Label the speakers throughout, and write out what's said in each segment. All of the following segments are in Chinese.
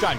Speaker 1: 站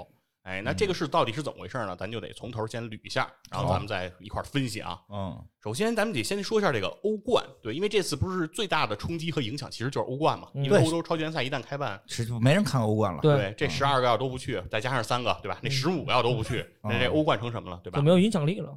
Speaker 1: 哎，那这个是到底是怎么回事呢？咱就得从头先捋一下，然后
Speaker 2: 好
Speaker 1: 咱们再一块儿分析啊。
Speaker 2: 嗯，
Speaker 1: 首先，咱们得先说一下这个欧冠，对，因为这次不是最大的冲击和影响，其实就是欧冠嘛。
Speaker 3: 嗯
Speaker 1: 因为
Speaker 2: 对
Speaker 1: 欧洲超级联赛一旦开办，
Speaker 2: 是就没人看欧冠了。
Speaker 3: 对
Speaker 1: 对，这十二个要都不去，再加上三个，对吧？那十五个要都不去，
Speaker 2: 嗯
Speaker 1: 那这欧冠成什么了，对吧
Speaker 3: 就？没有影响力了，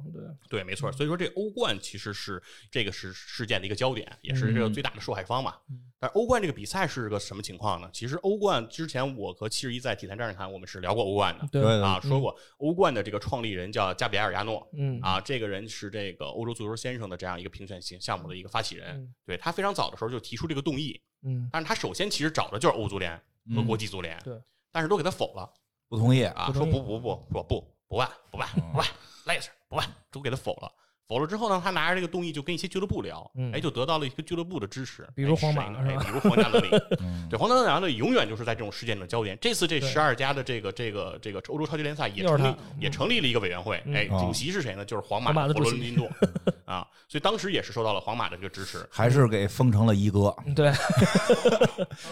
Speaker 3: 对，
Speaker 1: 对，没错。所以说这欧冠其实是这个事事件的一个焦点，也是这个最大的受害方嘛。但欧冠这个比赛是个什么情况呢？其实欧冠之前我和七十一在体坛战士谈，我们是聊过欧冠的
Speaker 3: 对
Speaker 2: 对
Speaker 1: 啊，说过欧冠的这个创立人叫加比埃尔·亚诺。
Speaker 3: 嗯，
Speaker 1: 啊，这个人是这个欧洲足球先生的这样一个评选项项目的一个发起人
Speaker 3: 嗯，
Speaker 1: 对他非常早的时候就提出这个动议，
Speaker 3: 嗯，
Speaker 1: 但是他首先其实找的就是欧足联和
Speaker 2: 嗯
Speaker 1: 国际足联，
Speaker 3: 对，
Speaker 1: 但是都给他否了，
Speaker 2: 不同意啊！
Speaker 1: 啊，
Speaker 3: 不
Speaker 1: 说
Speaker 3: 同
Speaker 1: 不
Speaker 3: 意嗯
Speaker 1: 不不，说不不办不办不办，赖事不办，都给他否了。否了之后呢，他拿着这个动议就跟一些俱乐部聊，
Speaker 3: 嗯
Speaker 1: 哎，就得到了一个俱乐部的支持，
Speaker 3: 比如
Speaker 1: 哎
Speaker 3: 皇马
Speaker 1: 谁呢
Speaker 3: 是
Speaker 1: 哎，
Speaker 3: 吧
Speaker 1: 比如皇家德里，
Speaker 2: 嗯
Speaker 1: 对，皇家德里永远就是在这种事件的焦点。这次这
Speaker 3: 对
Speaker 1: 十二家的这个这个这个欧洲超级联赛也
Speaker 3: 又是
Speaker 1: 成立
Speaker 3: 他
Speaker 1: 也成立了一个委员会，
Speaker 3: 嗯
Speaker 1: 哎，
Speaker 2: 哦
Speaker 1: 主席是谁呢？就是皇马
Speaker 3: 皇马
Speaker 1: 的
Speaker 3: 的
Speaker 1: 佛罗
Speaker 3: 主席
Speaker 1: 伦蒂诺 啊，所以当时也是受到了皇马的这个支持。
Speaker 2: 还是给封成了一哥，
Speaker 1: 嗯
Speaker 3: 对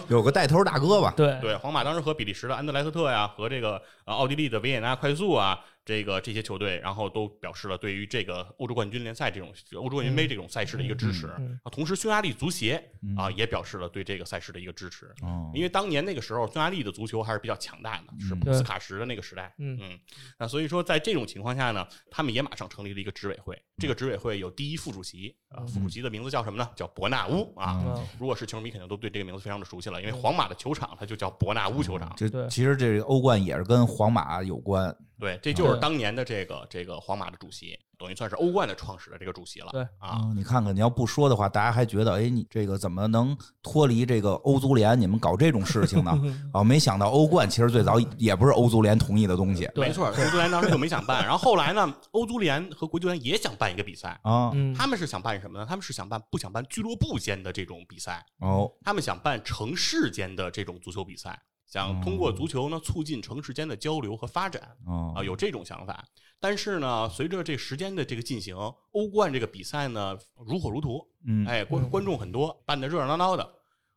Speaker 2: 有个带头大哥吧？
Speaker 3: 对
Speaker 1: 对，皇马当时和比利时的安德莱赫特呀、和这个呃奥地利的维也纳快速啊，这个这些球队，然后都表示了对于这个欧洲冠军联赛这种欧洲冠军杯这种赛事的一个支持。
Speaker 3: 嗯
Speaker 1: 啊同时，匈牙利足协啊也表示了对这个赛事的一个支持，
Speaker 2: 哦
Speaker 1: 因为当年那个时候匈牙利的足球还是比较强大的，就是
Speaker 2: 嗯
Speaker 1: 普斯卡什的那个时代。
Speaker 3: 嗯
Speaker 1: 那所以说在这种情况下呢，他们也马上成立了一个执委会，
Speaker 3: 嗯
Speaker 1: 这个执委会有第一副主席啊，副主席的名字叫什么呢？叫伯纳乌啊。
Speaker 3: 嗯
Speaker 1: 如果是球迷，肯定都对这个名字非常的熟悉了，因为皇马的球场它就叫伯纳乌球场。
Speaker 2: 这
Speaker 3: 对
Speaker 2: 其实这个欧冠也是跟皇马有关，
Speaker 1: 对，这就是
Speaker 3: 对
Speaker 1: 当年的这个这个皇马的主席，等于算是欧冠的创始的这个主席了。
Speaker 3: 对
Speaker 1: 啊，
Speaker 2: 嗯你看看，你要不说的话，大家还觉得，哎，你这个怎么能脱离这个欧足联？你们搞这种事情 呢？啊，没想到欧冠其实最早也不是欧足联同意的东西
Speaker 3: 对
Speaker 1: 没错，欧足联当时就没想办，然后后来呢，欧足联和国际足联也想办一个比赛，
Speaker 2: 啊。
Speaker 3: 嗯，
Speaker 1: 他们是想办什么呢？他们是想办不想办俱乐部间的这种比赛，
Speaker 2: 哦，
Speaker 1: 他们想办城市间的这种足球比赛，想通过足球呢促进城市间的交流和发展。啊，
Speaker 2: 哦，
Speaker 1: 有这种想法，但是呢，随着这时间的这个进行，欧冠这个比赛呢如火如荼，
Speaker 2: 嗯，
Speaker 1: 哎，观观众很多，办得热热闹闹的。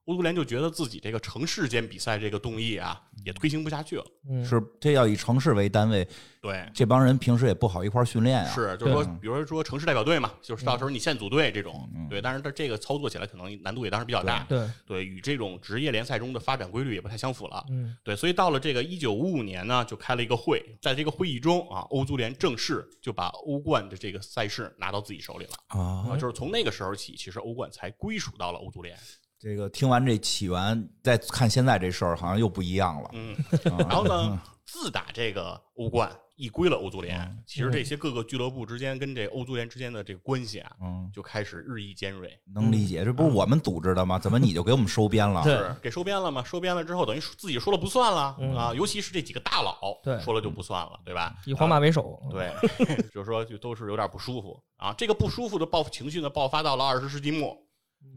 Speaker 1: 欧足联就觉得自己这个城市间比赛这个动议啊，也推行不下去了。
Speaker 3: 嗯，
Speaker 2: 是这要以城市为单位，
Speaker 1: 对，
Speaker 2: 这帮人平时也不好一块儿训练啊。嗯
Speaker 1: 是，就是说
Speaker 2: 哎对，
Speaker 1: 比如说城市代表队嘛，就是到时候你县组队这种，
Speaker 2: 嗯
Speaker 1: 对，但是它这个操作起来可能难度也当时比较大，
Speaker 3: 对，
Speaker 1: 对，与这种职业联赛中的发展规律也不太相符了，
Speaker 3: 嗯，
Speaker 1: 对，所以到了这个一九五五年呢，就开了一个会，在这个会议中啊，欧足联正式就把欧冠的这个赛事拿到自己手里了。
Speaker 2: 啊，
Speaker 3: 哎
Speaker 1: 啊，就是从那个时候起，其实欧冠才归属到了欧足联。
Speaker 2: 这个听完这起源，再看现在这事儿，好像又不一样了。
Speaker 1: 嗯，然
Speaker 2: 啊
Speaker 1: 后呢，自打这个欧冠一归了欧足联，
Speaker 3: 嗯
Speaker 1: 其实这些各个俱乐部之间跟这欧足联之间的这个关系啊，
Speaker 2: 嗯，
Speaker 1: 就开始日益尖锐。
Speaker 2: 能理解，这
Speaker 1: 嗯
Speaker 2: 不是我们组织的吗？怎么你就给我们收编了？
Speaker 3: 对
Speaker 1: 是给收编了嘛？收编了之后，等于自己说了不算了、
Speaker 3: 嗯
Speaker 1: 啊，尤其是这几个大佬，
Speaker 3: 对
Speaker 1: 说了就不算了，对吧？
Speaker 3: 以皇马为首，
Speaker 1: 对，就是说就都是有点不舒服啊。这个不舒服的爆情绪呢，爆发到了二十世纪末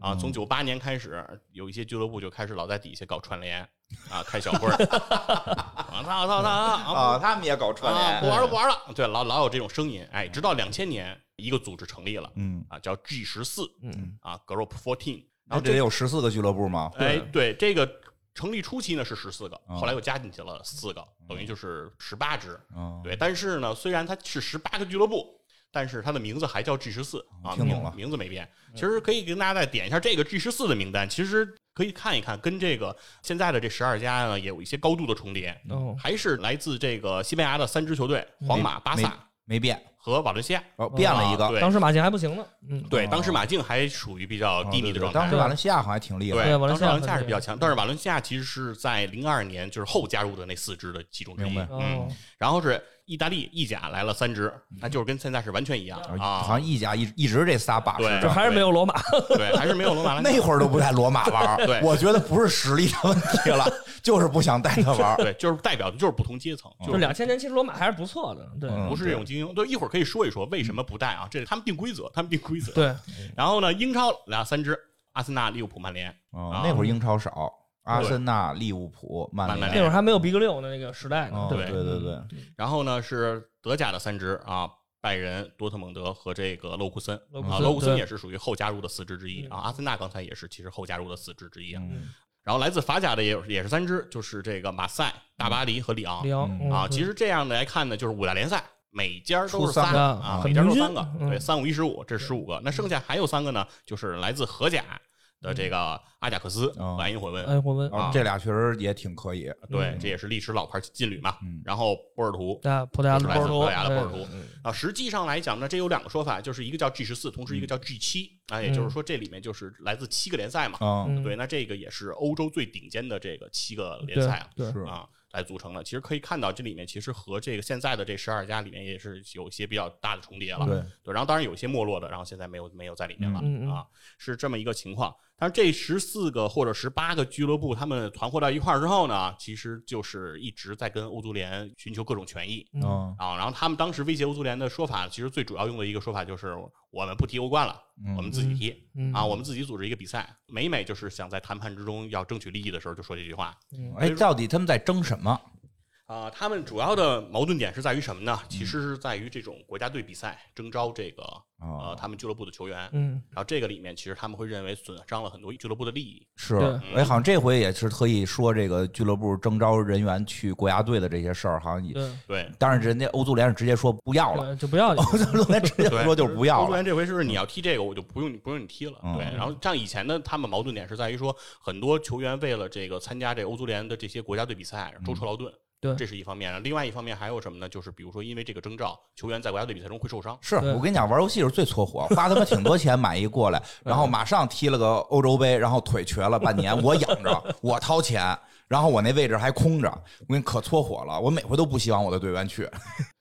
Speaker 1: 啊，从九八年开始，有一些俱乐部就开始老在底下搞串联啊，开小 会儿，啊，操操操 啊！
Speaker 2: 他们也搞
Speaker 1: 不啊，不玩了，不玩了。对，老老有这种声音，哎，直到两千年，一个组织成立了
Speaker 2: 嗯，
Speaker 1: 啊，叫 G 十四
Speaker 3: 嗯，
Speaker 1: 啊，Group Fourteen。然后
Speaker 2: 然后这
Speaker 1: 这
Speaker 2: 里有十四个俱乐部吗？
Speaker 1: 哎，对，啊这个成立初期呢是十四个，
Speaker 2: 嗯
Speaker 1: 后来又加进去了四个，等于就是十八支。
Speaker 2: 嗯，
Speaker 1: 对，但是呢，虽然它是十八个俱乐部，但是它的名字还叫 G 十四啊，
Speaker 2: 哦听懂
Speaker 1: 名
Speaker 2: 了
Speaker 1: 名字没变。其实可以跟大家再点一下这个 G 十四的名单，其实可以看一看，跟这个现在的这十二家呢也有一些高度的重叠，
Speaker 3: 哦，
Speaker 1: 还是来自这个西班牙的三支球队：皇马、巴
Speaker 2: 嗯没
Speaker 1: 萨
Speaker 2: 没变，
Speaker 1: 和瓦伦西亚。
Speaker 2: 哦，变了一
Speaker 1: 啊
Speaker 2: 个。哦
Speaker 1: 对
Speaker 3: 当时马竞还不行呢，嗯，
Speaker 1: 对，当时马竞还属于比较
Speaker 2: 啊
Speaker 1: 低迷的状态。啊
Speaker 2: 当时瓦伦西亚好像还挺厉害
Speaker 1: 对，
Speaker 3: 对瓦伦
Speaker 1: 当
Speaker 3: 西
Speaker 1: 时
Speaker 3: 亚
Speaker 1: 瓦伦西亚
Speaker 3: 很
Speaker 1: 是
Speaker 3: 厉
Speaker 1: 比较
Speaker 3: 害
Speaker 1: 强，但是瓦伦西亚其实是在零二年就是后加入的那四支的其中之一
Speaker 2: 明白。
Speaker 1: 嗯
Speaker 3: 哦，，嗯
Speaker 1: 然后是意大利意甲来了三支，那就是跟现在是完全一样
Speaker 2: 然后好
Speaker 1: 啊。
Speaker 2: 像意甲一一直这仨把
Speaker 1: 对
Speaker 2: 式
Speaker 3: 这。还是没有罗马，
Speaker 1: 对，还是没有罗马
Speaker 2: 那
Speaker 1: 儿
Speaker 2: 会儿都不带罗马玩儿，
Speaker 1: 对
Speaker 2: 我觉得不是实力的问题了， 就是不想带他玩儿。嗯
Speaker 1: 对，就是代表的就是不同阶层，就
Speaker 3: 就是哦两千年其实罗马还是不错的，对
Speaker 2: 嗯
Speaker 1: 不是这种精英。对，一会儿可以说一说为什么不带啊？这他们定规则，他们定规则。
Speaker 3: 对，
Speaker 1: 然后呢，英超俩三支，阿森纳、利物浦、曼联。
Speaker 2: 哦
Speaker 1: 啊
Speaker 2: 那会儿英超少，阿
Speaker 1: 对
Speaker 2: 森纳、利物浦、曼
Speaker 1: 曼
Speaker 2: 联
Speaker 1: 联
Speaker 3: 那会儿还没有 B 哥六的那个时代呢嗯
Speaker 2: 哦，
Speaker 1: 对
Speaker 2: 对对对，
Speaker 1: 然后呢是德甲的三支啊，拜仁、多特蒙德和这个勒库森
Speaker 3: 勒库
Speaker 1: 啊，
Speaker 3: 森
Speaker 1: 勒库森
Speaker 3: 对
Speaker 1: 也是属于后加入的四支之一
Speaker 3: 嗯
Speaker 1: 啊。阿森纳刚才也是其实后加入的四支之一啊。
Speaker 2: 嗯
Speaker 1: 然后来自法甲的也有也是三支，就是这个马赛、大巴黎和里昂
Speaker 3: 里昂
Speaker 2: 嗯
Speaker 3: 嗯
Speaker 1: 啊。
Speaker 3: 对
Speaker 1: 其实这样来看呢，就是五大联赛。每家都
Speaker 2: 出
Speaker 1: 是
Speaker 2: 三
Speaker 1: 仨
Speaker 2: 个
Speaker 1: 啊，
Speaker 2: 很
Speaker 1: 每家都是三个
Speaker 3: 平，均
Speaker 1: 对，
Speaker 3: 嗯
Speaker 1: 三五一十五，这十五个。那剩下还有三个呢，就是来自荷甲的
Speaker 3: 嗯
Speaker 1: 这个阿贾克斯
Speaker 2: 嗯
Speaker 1: 和埃因霍温，
Speaker 3: 哎，霍温
Speaker 2: 然后这俩确实也挺可以。
Speaker 1: 啊
Speaker 3: 嗯
Speaker 1: 对，这也是历史老牌劲旅嘛
Speaker 2: 嗯。
Speaker 1: 然后波尔图，
Speaker 3: 啊，葡萄牙的
Speaker 1: 就是来
Speaker 3: 波尔
Speaker 1: 自
Speaker 3: 图，
Speaker 1: 葡萄牙的波尔
Speaker 3: 对
Speaker 1: 图啊，实际上来讲呢，这有两个说法，就是一个叫 G 十四，同
Speaker 3: 嗯
Speaker 1: 时一个叫 G 七啊，也就是说这里面就是来自七个联赛嘛。
Speaker 2: 嗯，
Speaker 3: 嗯
Speaker 1: 对，那这个也是欧洲最顶尖的这个七个联赛了
Speaker 3: 对，对
Speaker 2: 是
Speaker 1: 啊来组成的。其实可以看到，这里面其实和这个现在的这十二家里面也是有一些比较大的重叠了。
Speaker 2: 对
Speaker 1: 然后当然有一些没落的，然后现在没有没有在里面了、
Speaker 3: 嗯嗯嗯
Speaker 1: 啊，是这么一个情况。但是这十四个或者十八个俱乐部，他们团伙到一块儿之后呢，其实就是一直在跟欧足联寻求各种权益。
Speaker 3: 嗯
Speaker 2: 嗯
Speaker 1: 啊，然后他们当时威胁欧足联的说法，其实最主要用的一个说法就是我们不踢欧冠了，
Speaker 2: 嗯
Speaker 1: 我们自己踢、
Speaker 3: 嗯
Speaker 1: 啊，我们自己组织一个比赛。每每就是想在谈判之中要争取利益的时候，就说这句话。
Speaker 2: 哎，到底他们在争什么？
Speaker 1: 啊、他们主要的矛盾点是在于什么呢？其实是在于这种国家队比赛征召这个呃
Speaker 2: 哦
Speaker 1: 他们俱乐部的球员，
Speaker 3: 嗯，
Speaker 1: 然后这个里面其实他们会认为损伤了很多俱乐部的利益。
Speaker 2: 是
Speaker 3: 对，
Speaker 2: 哎，好像这回也是特意说这个俱乐部征召人员去国家队的这些事儿，好像也，
Speaker 3: 对，
Speaker 1: 对，
Speaker 2: 当然人家欧足联是直接说不要了，
Speaker 3: 对就不要 你
Speaker 2: 欧足联直接说就是不
Speaker 1: 欧
Speaker 2: 要
Speaker 1: 足
Speaker 2: 了，
Speaker 1: 联这回是不是你要踢这个，我就不用你不用你踢了？
Speaker 2: 嗯
Speaker 1: 对，然后像以前的他们矛盾点是在于说，很多球员为了这个参加这欧足联的这些国家队比赛
Speaker 2: 嗯
Speaker 1: 舟车劳顿，
Speaker 3: 对
Speaker 1: 这是一方面。然后另外一方面还有什么呢？就是比如说因为这个征召，球员在国家队比赛中会受伤。
Speaker 2: 是
Speaker 3: 对
Speaker 2: 我跟你讲，玩游戏是最搓火，花他妈挺多钱买一过 来，然后马上踢了个欧洲杯，然后腿瘸了半年，我养着，我掏钱，然后我那位置还空着，我跟你可搓火了，我每回都不希望我的队员去。。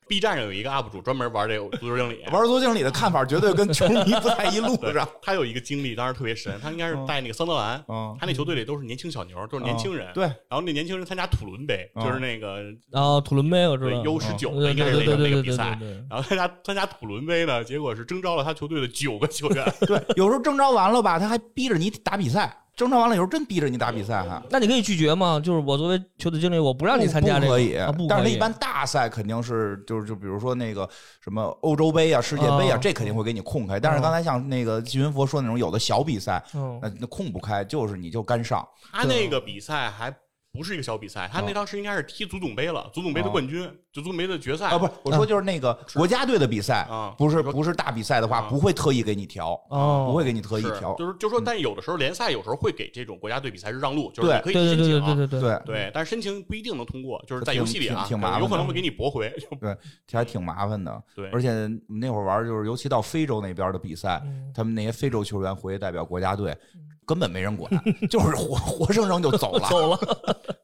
Speaker 1: B 站上有一个 UP 主专门玩这个足球经理
Speaker 2: 玩足经理的看法绝对跟球迷 不在一路
Speaker 1: 对
Speaker 2: 上。
Speaker 1: 他有一个经历，当时特别神。他应该是带那个桑德兰，
Speaker 2: 嗯
Speaker 1: 他那球队里都是年轻小牛，都是年轻人。
Speaker 2: 嗯对，
Speaker 1: 然后那年轻人参加土伦杯，
Speaker 2: 嗯
Speaker 1: 就是那个
Speaker 3: 啊，土伦杯我知
Speaker 1: 对
Speaker 3: 道
Speaker 1: U 十九
Speaker 3: 对
Speaker 1: 的，应该
Speaker 3: 对
Speaker 1: 是
Speaker 3: 对
Speaker 1: 那个
Speaker 3: 对
Speaker 1: 那
Speaker 3: 对
Speaker 1: 个
Speaker 3: 对
Speaker 1: 比赛
Speaker 3: 对。对，
Speaker 1: 然后参加参加土伦杯 呢，结果是征召了他球队的九个球员，
Speaker 2: 对，有时候征召完了吧，他还逼着你打比赛，征召完了以后真逼着你打比赛还。
Speaker 3: 那你可以拒绝吗？就是我作为球队经理，我不让你参加这
Speaker 2: 不
Speaker 3: 个，
Speaker 2: 可以
Speaker 3: 啊、不可以。
Speaker 2: 但是那一般大赛肯定是就是就比如说那个什么欧洲杯啊、世界杯啊，
Speaker 3: 哦
Speaker 2: 这肯定会给你空开。但是刚才像那个季云佛说的那种有的小比赛，
Speaker 3: 嗯
Speaker 2: 那那空不开，就是你就干上。
Speaker 1: 他那个比赛还不是一个小比赛，他
Speaker 2: 哦
Speaker 1: 那当时应该是踢足总杯了，足总杯的冠军，就足总杯的决赛
Speaker 2: 啊，不是，我
Speaker 3: 嗯
Speaker 2: 说就是那个国家队的比赛
Speaker 1: 啊，
Speaker 2: 不是不是大比赛的话，
Speaker 1: 啊
Speaker 2: 不会特意给你调，
Speaker 3: 哦，
Speaker 2: 啊不会给你特意
Speaker 1: 是
Speaker 2: 调。
Speaker 1: 就是就说，但有的时候联赛有时候会给这种国家队比赛日让路，就是
Speaker 2: 嗯对
Speaker 1: 你可以
Speaker 3: 对对
Speaker 1: 申
Speaker 3: 对
Speaker 1: 请
Speaker 3: 对
Speaker 1: 啊，
Speaker 3: 对对对，
Speaker 2: 对，呃
Speaker 1: 对但是申请不一定能通过，就是
Speaker 2: 挺
Speaker 1: 在游戏里啊，
Speaker 2: 挺挺麻烦的
Speaker 1: 有可能会给你驳回。 就
Speaker 2: 还挺麻烦的。
Speaker 1: 对，
Speaker 2: 而且我们那会儿玩，就是尤其到非洲那边的比赛，
Speaker 3: 嗯
Speaker 2: 他们那些非洲球员回去代表国家队，根本没人管， 就是活活生生就走了。
Speaker 3: 走了。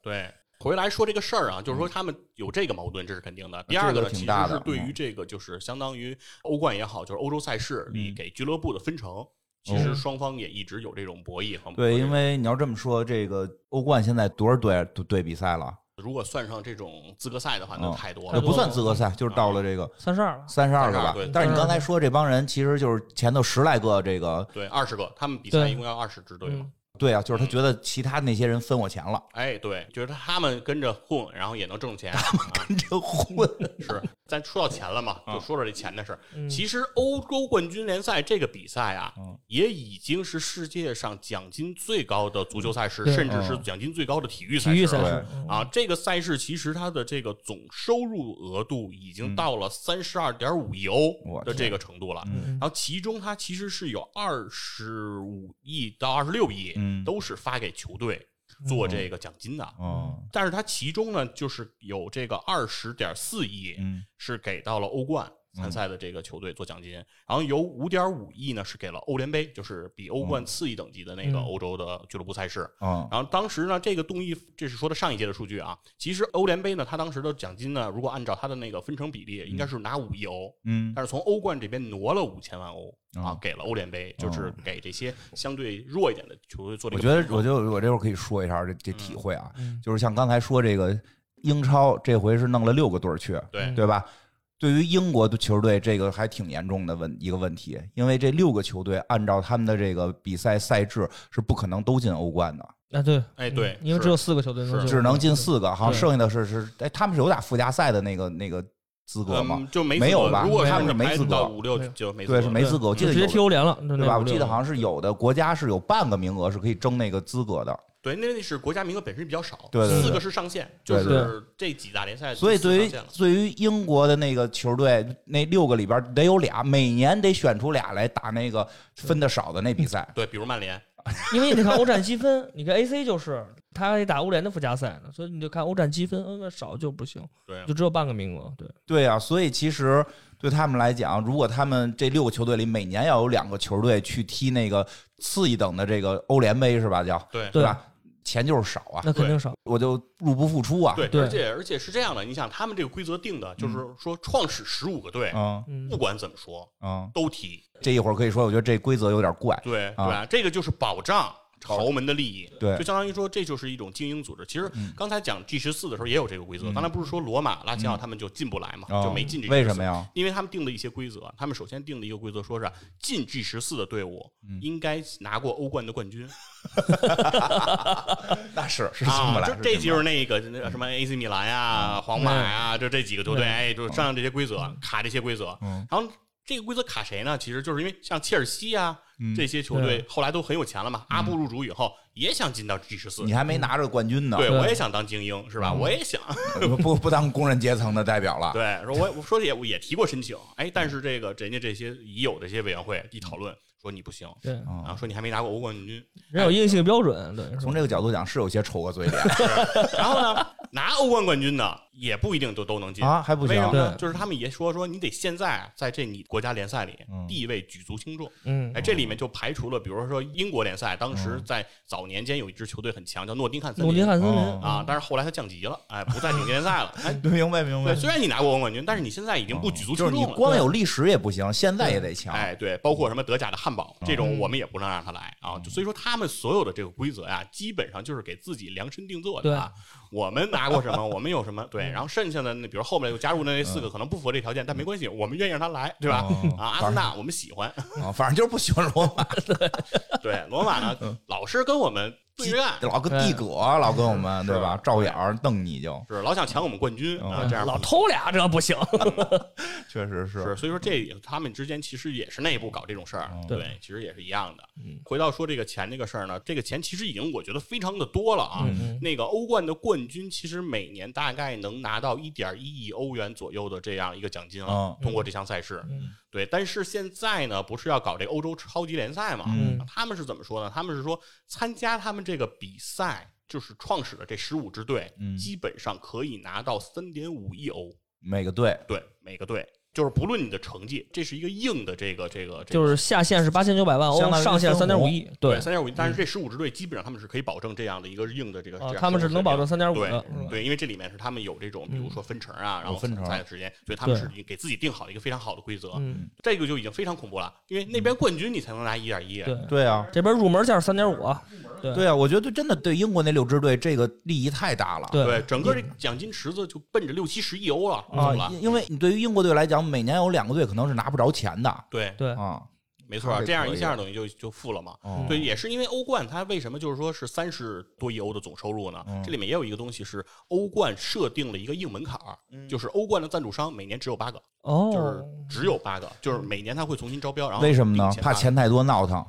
Speaker 1: 对，回来说这个事儿啊，就是说他们有这个矛盾，这是肯定的。第二个呢，
Speaker 2: 嗯这个
Speaker 1: 其
Speaker 2: 挺
Speaker 1: 实
Speaker 2: 大
Speaker 1: 是
Speaker 2: 的嗯
Speaker 1: 对于这个就是相当于欧冠也好，就是欧洲赛事里
Speaker 2: 嗯哦
Speaker 1: 给俱乐部的分成，其实双方也一直有这种博弈和
Speaker 2: 对，因
Speaker 1: 为
Speaker 2: 为你要这么说，这个欧冠现在多少队队队比赛了？
Speaker 1: 如果算上这种资格赛的话，那
Speaker 2: 嗯
Speaker 1: 太多
Speaker 2: 那
Speaker 1: 了。
Speaker 2: 不算资格赛，就是到了这个
Speaker 3: 三十二了，
Speaker 2: 三十二个
Speaker 1: 32
Speaker 2: 吧
Speaker 1: 对。
Speaker 2: 但是你刚才说这帮人，其实就是前头十来个这个，
Speaker 1: 对，二十个，他们比赛
Speaker 3: 对
Speaker 1: 一共要二十支队嘛。
Speaker 3: 嗯
Speaker 2: 对啊，就是他觉得其他那些人分我钱了，
Speaker 1: 哎，对，觉得他们跟着混，然后也能挣钱。啊
Speaker 2: 这混。
Speaker 1: 是，咱说到钱了嘛，就说说这钱的事儿。
Speaker 3: 嗯
Speaker 1: 其实欧洲冠军联赛这个比赛啊
Speaker 2: 嗯，
Speaker 1: 也已经是世界上奖金最高的足球赛事，
Speaker 3: 对
Speaker 1: 甚至是奖金最高的体育赛
Speaker 3: 体育赛
Speaker 1: 事了。
Speaker 3: 事嗯
Speaker 1: 啊，这个赛事其实它的这个总收入额度已经到了三十二点五亿欧
Speaker 2: 我
Speaker 1: 的
Speaker 2: 天
Speaker 1: 这个程度了。
Speaker 3: 嗯
Speaker 1: 然后其中它其实是有二十五亿到二十六亿，
Speaker 2: 嗯
Speaker 1: 都是发给球队做这个奖金的。
Speaker 2: 嗯
Speaker 1: 但是它其中呢，就是有这个二十点四亿
Speaker 2: 嗯
Speaker 1: 是给到了欧冠参赛的这个球队做奖金，然后有五点五亿呢是给了欧联杯，就是比欧冠次一等级的那个
Speaker 3: 嗯
Speaker 1: 欧洲的俱乐部赛事。
Speaker 2: 嗯
Speaker 1: 然后当时呢，这个动议这是说的上一届的数据啊。其实欧联杯呢，它当时的奖金呢，如果按照它的那个分成比例，应该是拿五亿欧，
Speaker 2: 嗯
Speaker 1: 但是从欧冠这边挪了五千万欧啊
Speaker 2: 哦，
Speaker 1: 给了欧联杯，就是给这些相对弱一点的球队做这
Speaker 2: 嗯
Speaker 1: 个
Speaker 2: 我觉
Speaker 1: 平衡。
Speaker 2: 得，我就我这会儿可以说一下这这体会啊，
Speaker 3: 嗯
Speaker 2: 就是像刚才说这个英超，这回是弄了六个队儿去，
Speaker 3: 嗯
Speaker 1: 对
Speaker 2: 对吧？对于英国的球队，这个还挺严重的问一个问题，因为这六个球队按照他们的这个比赛赛制是不可能都进欧冠的，
Speaker 3: 啊对，
Speaker 1: 哎对
Speaker 3: 因为
Speaker 1: 是
Speaker 3: 只有四个球队能
Speaker 1: 是
Speaker 3: 进，
Speaker 2: 只能进四个，好像
Speaker 3: 对
Speaker 2: 剩下的是是，哎，他们是有打附加赛的那个那个资格吗
Speaker 1: 嗯？就没
Speaker 2: 没有
Speaker 1: 资格
Speaker 2: 吧
Speaker 1: 如果
Speaker 2: 没有
Speaker 1: 他们是
Speaker 2: 没
Speaker 1: 排
Speaker 2: 资格
Speaker 1: 到五六
Speaker 3: 没有
Speaker 1: 就没资
Speaker 2: 对，
Speaker 1: 格
Speaker 2: 是没
Speaker 3: 对
Speaker 2: 资格。我记得
Speaker 3: 直接
Speaker 2: 有
Speaker 3: 踢
Speaker 2: 的，
Speaker 3: 欧联了，对
Speaker 2: 对吧？我记得好像是有的国家是有半个名额是可以争那个资格的，
Speaker 1: 对，那那是国家名额本身比较少，
Speaker 2: 对对对
Speaker 1: 四个是上限，就
Speaker 2: 对对
Speaker 1: 是这几大联赛，
Speaker 2: 所以对于
Speaker 1: 上限了
Speaker 2: 对于英国的那个球队，那六个里边得有俩，每年得选出俩来打那个分的少的那比赛。
Speaker 1: 对，比如曼联，
Speaker 3: 因为你看欧战积分，你看 AC 就是他也打欧联的附加赛呢，所以你就看欧战积分，嗯，那少就不行，
Speaker 1: 对
Speaker 3: 就只有半个名额，对，
Speaker 2: 对啊，所以其实对他们来讲，如果他们这六个球队里每年要有两个球队去踢那个次一等的这个欧联杯是吧？叫
Speaker 1: 对
Speaker 3: 对
Speaker 2: 对吧？钱就是少啊，
Speaker 3: 那肯定少，
Speaker 2: 我就入不敷出啊。
Speaker 1: 对，
Speaker 3: 对
Speaker 1: 而且而且是这样的，你想他们这个规则定的就是说，创始十五个队，
Speaker 2: 嗯
Speaker 3: 嗯
Speaker 1: 不，管怎么说
Speaker 2: 嗯，
Speaker 1: 都踢，
Speaker 2: 这一会儿可以说，我觉得这规则有点怪。
Speaker 1: 对对
Speaker 2: 啊
Speaker 1: 吧？这个就是保障。豪门的利益，
Speaker 2: 对嗯
Speaker 1: 就相当于说，这就是一种精英组织。其实刚才讲 G 十四的时候也有这个规则，刚才不是说罗马、拉齐奥他们就进不来嘛，
Speaker 2: 啊
Speaker 1: 就没进这。
Speaker 2: 嗯为什么？呀？
Speaker 1: 因为他们定的一些规则，他们首先定的一个规则说是啊进 G 十四的队伍
Speaker 2: 嗯
Speaker 1: 应该拿过欧冠的冠 军，
Speaker 2: 那是是进不
Speaker 1: 啊，
Speaker 2: 来，
Speaker 1: 这
Speaker 2: 是嗯
Speaker 1: 这
Speaker 2: 进不
Speaker 1: 就是
Speaker 2: 来
Speaker 1: 那个那什么 AC 米兰
Speaker 2: 嗯
Speaker 1: 呀、皇马呀，就这几个球队，
Speaker 3: 嗯
Speaker 1: 哎，就是上这些规则，卡这些规则。
Speaker 2: 嗯
Speaker 1: 然后这个规则卡谁呢？其实就是因为像切尔西呀
Speaker 2: 嗯
Speaker 1: 这些球队后来都很有钱了嘛，阿布入主以后也想进到 G 十四
Speaker 2: 你，还没啊嗯拿着冠军呢，
Speaker 1: 对
Speaker 3: 对
Speaker 1: 我也想当精英是吧？我也 想
Speaker 2: 不不当工人阶层的代表了。
Speaker 1: 对，说我我说也我也提过申请，哎，但是这个人家这些已有这些委员会一讨论说你不行，
Speaker 3: 对，
Speaker 2: 嗯
Speaker 1: 啊，说你还没拿过欧冠军，
Speaker 3: 人有硬性标准，对，
Speaker 2: 从
Speaker 3: 这
Speaker 2: 这个角度讲，是有些丑恶 嘴脸
Speaker 1: 然后呢， 拿欧冠冠军的也不一定都都能进。
Speaker 2: 啊，还不
Speaker 1: 为
Speaker 2: 行
Speaker 1: 什么呢？
Speaker 3: 对
Speaker 1: 就是他们也说说你得现在在这你国家联赛里
Speaker 2: 嗯
Speaker 1: 地位举足轻重。
Speaker 3: 嗯
Speaker 1: 哎，这里面就排除了，比如说英国联赛，当
Speaker 2: 嗯
Speaker 1: 时在早年间有一支球队很强，叫诺丁汉森
Speaker 3: 诺
Speaker 1: 林
Speaker 3: 丁汉森林嗯
Speaker 2: 哦
Speaker 1: 啊，但是后来他降级了，哎，不在顶级联赛 了。哎，
Speaker 2: 明白明
Speaker 1: 对，虽然你拿过欧冠冠军，但是你现在已经不举足轻
Speaker 2: 就是你
Speaker 1: 重了。
Speaker 2: 光有历史也不行，现在也得强。
Speaker 1: 哎，对，包括什么德甲的汉堡这种，
Speaker 3: 嗯
Speaker 1: 我们也不能让他来啊。就所以说，他们所有的这个规则呀，基本上就是给自己量身定做的啊。我们拿过什么，我们有什么，对 然后剩下的那比如后面又加入的那
Speaker 3: 嗯
Speaker 1: 四个可能不符合这条件，但没关系，我们愿意让他来，对吧
Speaker 2: 哦？
Speaker 1: 啊，阿森纳我们喜欢，
Speaker 2: 啊，反正就是不喜欢罗马，
Speaker 1: 对罗马
Speaker 3: 嗯
Speaker 1: 呢，老是跟我 们对干，
Speaker 2: 老跟帝葛，老跟我们
Speaker 1: 是
Speaker 2: 对吧？照眼儿瞪你就，
Speaker 1: 是老想抢我们冠军啊，
Speaker 2: 嗯
Speaker 1: 这样不
Speaker 3: 哦老
Speaker 1: 行
Speaker 3: 偷俩这不行。
Speaker 2: 确实
Speaker 1: 是，
Speaker 2: 是，
Speaker 1: 所以说这也他们之间其实也是内部搞这种事儿，
Speaker 2: 嗯
Speaker 1: 对
Speaker 3: 哦对，
Speaker 1: 其实也是一样的
Speaker 3: 嗯。
Speaker 1: 回到说这个钱这个事儿呢，这个钱其实已经我觉得非常的多了啊。
Speaker 3: 嗯
Speaker 1: 那个欧冠的冠军其实每年大概能拿到一点一亿欧元左右的这样一个奖金啊
Speaker 2: 嗯，
Speaker 1: 通过这项赛事。
Speaker 3: 哦嗯
Speaker 1: 对，但是现在呢，不是要搞这个欧洲超级联赛嘛？
Speaker 3: 嗯
Speaker 1: 他们是怎么说呢？他们是说参加他们这个比赛。就是创始的这十五支队，
Speaker 2: 嗯
Speaker 1: 基本上可以拿到三点五亿欧，
Speaker 2: 每个队
Speaker 1: 对，每个队就是不论你的成绩，这是一个硬的这个这个，这个、
Speaker 3: 就是下限是八千九百万欧
Speaker 2: 相，当于
Speaker 3: 上限三
Speaker 2: 分
Speaker 3: 点五
Speaker 2: 红
Speaker 3: 亿。
Speaker 1: 对
Speaker 3: 对，
Speaker 1: 三点五。但是这十五支队基本上他们是可以保证这样的一个硬的这个，这
Speaker 3: 啊，
Speaker 1: 样
Speaker 3: 他们
Speaker 1: 这种
Speaker 3: 是能保证
Speaker 1: 水
Speaker 3: 三点五
Speaker 1: 平。
Speaker 3: 的。
Speaker 2: 嗯
Speaker 3: 嗯
Speaker 1: 对嗯对，因为这里面是他们有这种，比如说分成啊，然后
Speaker 2: 分成
Speaker 1: 赛的时间，所以他们是给自己定好了一个非常好的规则。
Speaker 3: 嗯，
Speaker 1: 这个就已经非常恐怖了，因为
Speaker 2: 嗯
Speaker 1: 那边冠军你才能拿一点一，
Speaker 3: 对，
Speaker 2: 对啊，
Speaker 3: 这边入门价三点五。
Speaker 2: 对啊，我觉得真的对英国那六支队这个利益太大了。
Speaker 3: 对
Speaker 1: 对，整个这奖金池子就奔着六七十亿欧了，怎么
Speaker 2: 嗯啊，
Speaker 1: 了？
Speaker 2: 因因为你对于英国队来讲，每年有两个队可能是拿不着钱的
Speaker 1: 对，
Speaker 3: 对，
Speaker 2: 啊。
Speaker 1: 没错
Speaker 2: 还
Speaker 1: 儿，
Speaker 2: 是
Speaker 1: 这样
Speaker 2: 可
Speaker 1: 一
Speaker 2: 以
Speaker 1: 下
Speaker 2: 的
Speaker 1: 等于就就富了嘛。
Speaker 2: 哦
Speaker 1: 对，也是因为欧冠，它为什么就是说是三十多亿欧的总收入呢？
Speaker 2: 嗯
Speaker 1: 这里面也有一个东西是欧冠设定了一个硬门槛儿，
Speaker 2: 嗯
Speaker 1: 就是欧冠的赞助商每年只有八个，就是
Speaker 3: 哦，
Speaker 1: 只有八个，就是每年他会重新招标，然后
Speaker 2: 为什么呢
Speaker 1: 定？前八
Speaker 2: 怕
Speaker 1: 个
Speaker 2: 钱太多闹腾。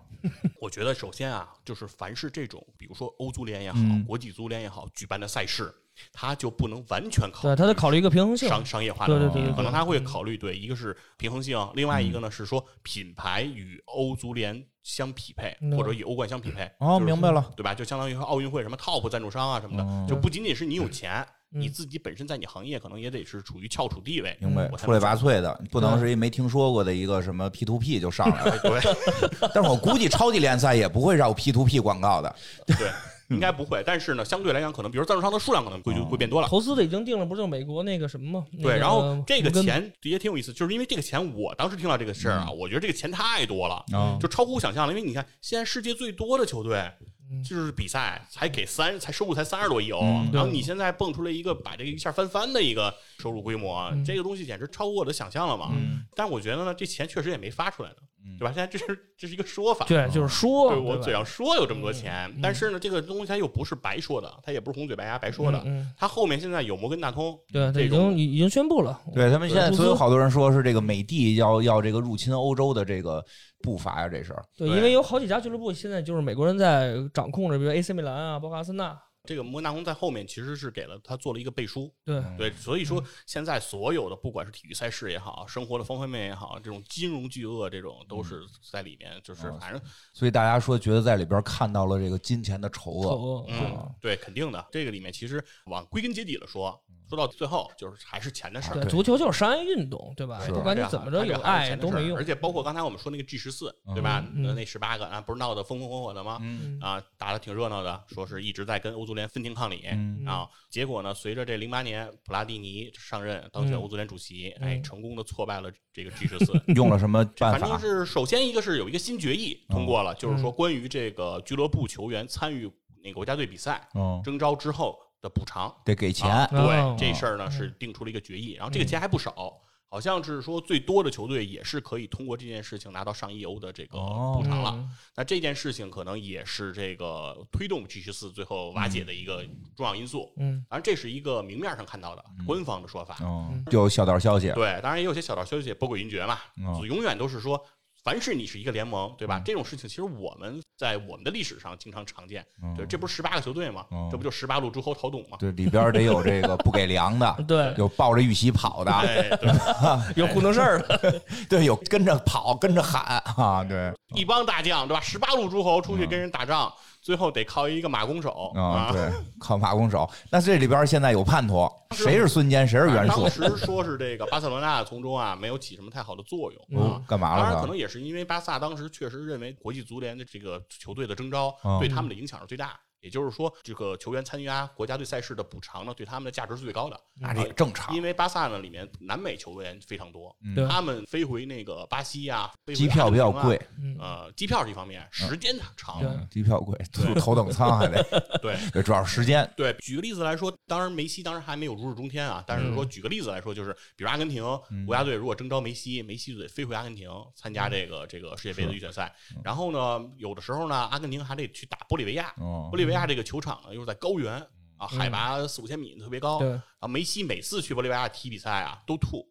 Speaker 1: 我觉得首先啊，就是凡是这种，比如说欧足联也好，
Speaker 2: 嗯
Speaker 1: 国际足联也好，举办的赛事，它就不能完全考
Speaker 3: 对，他得考虑一个平衡性。
Speaker 1: 商商业化
Speaker 3: 对
Speaker 1: 的
Speaker 3: 对
Speaker 1: 问
Speaker 3: 对
Speaker 1: 题，
Speaker 3: 对
Speaker 1: 可能
Speaker 3: 对嗯
Speaker 1: 他会考虑对，一个是平衡性，另外一个呢是说品牌与欧足联相匹配，
Speaker 3: 嗯
Speaker 1: 或者与欧冠相匹配。
Speaker 2: 哦，
Speaker 1: 就是
Speaker 2: 明白了。
Speaker 1: 对吧？就相当于和奥运会什么 top 赞助商啊什么的，
Speaker 2: 嗯
Speaker 1: 就不仅仅是你有钱，
Speaker 3: 哦嗯
Speaker 1: 你自己本身在你行业可能也得是处于翘楚地位。
Speaker 2: 明白，
Speaker 1: 嗯我才
Speaker 2: 出类拔萃的，不能是一没听说过的一个什么 P to P 就上来了。
Speaker 1: 对
Speaker 2: 但是我估计超级联赛也不会绕 P to P 广告的。
Speaker 1: 对，应该不会。但是呢，相对来讲，可能比如赞助商的数量可能会
Speaker 3: 哦
Speaker 1: 就会变多了。
Speaker 3: 投资的已经定了，不是就美国那个什么吗？那
Speaker 1: 对，
Speaker 3: 个
Speaker 1: 然后这个
Speaker 3: 摩根
Speaker 1: 钱也挺有意思，就是因为这个钱，我当时听到这个事儿啊，我觉得这个钱太多了，
Speaker 2: 嗯啊
Speaker 1: 就超乎想象了。因为你看，现在世界最多的球队
Speaker 3: 嗯
Speaker 1: 就是比赛才给三，才收入才三十多亿欧，
Speaker 2: 嗯
Speaker 1: 然后
Speaker 3: 对
Speaker 1: 你现在蹦出来一个把这个一下翻番的一个收入规模，啊
Speaker 3: 嗯
Speaker 1: 这个东西简直超乎我的想象了嘛。
Speaker 2: 嗯
Speaker 1: 但我觉得呢，这钱确实也没发出来呢，
Speaker 2: 嗯
Speaker 1: 对吧？现在这是这是一个说法。
Speaker 3: 对，就是说，
Speaker 1: 啊对我嘴
Speaker 3: 对吧嗯
Speaker 1: 上说有这么多钱，但是呢，这个东西它又不是白说的，它也不是红嘴白牙白说的，
Speaker 3: 嗯嗯
Speaker 1: 它后面现在有摩根大通，
Speaker 3: 对，他
Speaker 1: 这
Speaker 3: 已
Speaker 1: 种
Speaker 3: 经已经宣布了。
Speaker 2: 对他们现在
Speaker 3: 对
Speaker 2: 所有好多人说是这个美帝要要这个入侵欧洲的这个步伐呀、这事儿。
Speaker 3: 对，
Speaker 1: 对
Speaker 3: 因为有好几家俱乐部现在就是美国人在掌控着，比如 AC 米兰啊，包括阿森纳。
Speaker 1: 这个摩根大通在后面其实是给了他做了一个背书，
Speaker 3: 对，
Speaker 2: 嗯
Speaker 1: 对，所以
Speaker 3: 嗯
Speaker 1: 说现在所有的不管是体育赛事也好，生活的方方面面也好，这种金融巨鳄这种都
Speaker 3: 嗯
Speaker 1: 是在里面，就是
Speaker 2: 哦
Speaker 1: 反正
Speaker 2: 所以大家说觉得在里边看到了这个金钱的丑恶。
Speaker 3: 丑恶
Speaker 1: 嗯，对，肯定的，这个里面其实往归根结底的说，说到最后就是还是钱的事儿
Speaker 3: 嗯对，。足球就是商业运动，对吧？
Speaker 2: 是
Speaker 3: 不管你
Speaker 1: 这
Speaker 3: 怎
Speaker 1: 还
Speaker 3: 么着
Speaker 1: 是啊还
Speaker 3: 有
Speaker 1: 是
Speaker 3: 爱
Speaker 1: 钱的
Speaker 3: 都
Speaker 1: 事儿
Speaker 3: 没用
Speaker 1: 而。且包括刚才我们说那个 G 十四，对吧？
Speaker 3: 嗯
Speaker 1: 那那十八个啊，不是闹得风风火火的吗？
Speaker 2: 嗯
Speaker 1: 啊，打得挺热闹的，说是一直在跟欧足联分庭抗礼。
Speaker 2: 嗯
Speaker 1: 啊，结果呢？随着这零八年普拉蒂尼上任当选欧足联主席，
Speaker 3: 嗯
Speaker 1: 哎，成功的挫败了这个 G 十四。
Speaker 2: 用了 什么办
Speaker 1: 反正
Speaker 2: 法？哦
Speaker 1: 是首先一个是有一个新决议通过了，就是说
Speaker 3: 嗯
Speaker 1: 关于这个俱乐部球员参与那个国家队比赛
Speaker 2: 嗯，
Speaker 1: 征召之后的补偿，
Speaker 2: 得给钱。嗯
Speaker 1: 啊
Speaker 3: 哦嗯
Speaker 1: 对这事儿呢是定出了一个决议，然后这个钱还不少，好像是说最多的球队也是可以通过这件事情拿到上亿欧的这个
Speaker 2: 哦
Speaker 1: 补偿了
Speaker 3: 嗯。
Speaker 1: 那这件事情可能也是这个推动 G 十四最后瓦解的一个重要因素。
Speaker 3: 嗯，
Speaker 1: 当然，这是一个明面上看到的官方的说法。
Speaker 2: 嗯，有小道消息。
Speaker 1: 对，当然也有些小道消息也波诡云谲嘛，
Speaker 2: 嗯
Speaker 1: 就永远都是说，凡是你是一个联盟，对吧？这种事情其实我们在我们的历史上经常常见，对，这不是十八个球队吗？
Speaker 2: 嗯
Speaker 1: 这不就十八路诸侯讨董吗？
Speaker 2: 哦对，里边得有这个不给粮的，
Speaker 3: 对
Speaker 2: 有抱着玉玺跑的，
Speaker 1: 哎， 对，
Speaker 3: 有糊弄事儿的。
Speaker 2: 对，有跟着跑，跟着喊啊，对，
Speaker 1: 一帮大将，对吧？十八路诸侯出去跟人打仗，最后得靠一个马弓手
Speaker 2: 啊，哦对，靠马弓手。那这里边现在有叛徒，
Speaker 1: 是
Speaker 2: 谁是孙坚，谁是袁术
Speaker 1: 当？时说是这个巴塞罗那从中啊没有起什么太好的作用啊
Speaker 2: 哦，，干嘛
Speaker 1: 当然，
Speaker 2: 了
Speaker 1: 可
Speaker 2: 他？
Speaker 1: 能也是因为巴萨当时确实认为国际足联的这个球队的征召
Speaker 2: 嗯
Speaker 1: 对他们的影响是最大，也就是说，这个球员参加国家队赛事的补偿呢，对他们的价值是最高的。
Speaker 2: 那啊这也正常
Speaker 1: 因。为巴萨呢里面南美球员非常多，
Speaker 2: 嗯
Speaker 3: 对
Speaker 1: 他们飞回那个巴西啊，飞回
Speaker 2: 机票比较
Speaker 1: 阿根廷啊
Speaker 2: 贵，，
Speaker 3: 嗯，
Speaker 1: 呃，机票是一方面，时间长，
Speaker 3: 对
Speaker 2: 嗯机票贵，
Speaker 1: 啊对
Speaker 2: 住头 等舱还得，
Speaker 1: 对。
Speaker 2: 对，主要是时间。
Speaker 1: 对，举个例子来说，当然梅西当然还没有如日中天啊，但是
Speaker 2: 嗯
Speaker 1: 说举个例子来说，就是比如阿根廷国家队如果征召梅西，梅西就得飞回阿根廷参加这个这个世界杯的预选赛，
Speaker 2: 嗯
Speaker 1: 然后呢，有的时候呢，阿根廷还得去打玻利维亚，
Speaker 2: 哦
Speaker 1: 玻，利维亚这个球场呢又是在高原
Speaker 2: 嗯
Speaker 1: 啊，海拔四五千米特别高，
Speaker 3: 对，
Speaker 1: 啊，梅西每次去玻利维亚踢比赛啊都吐，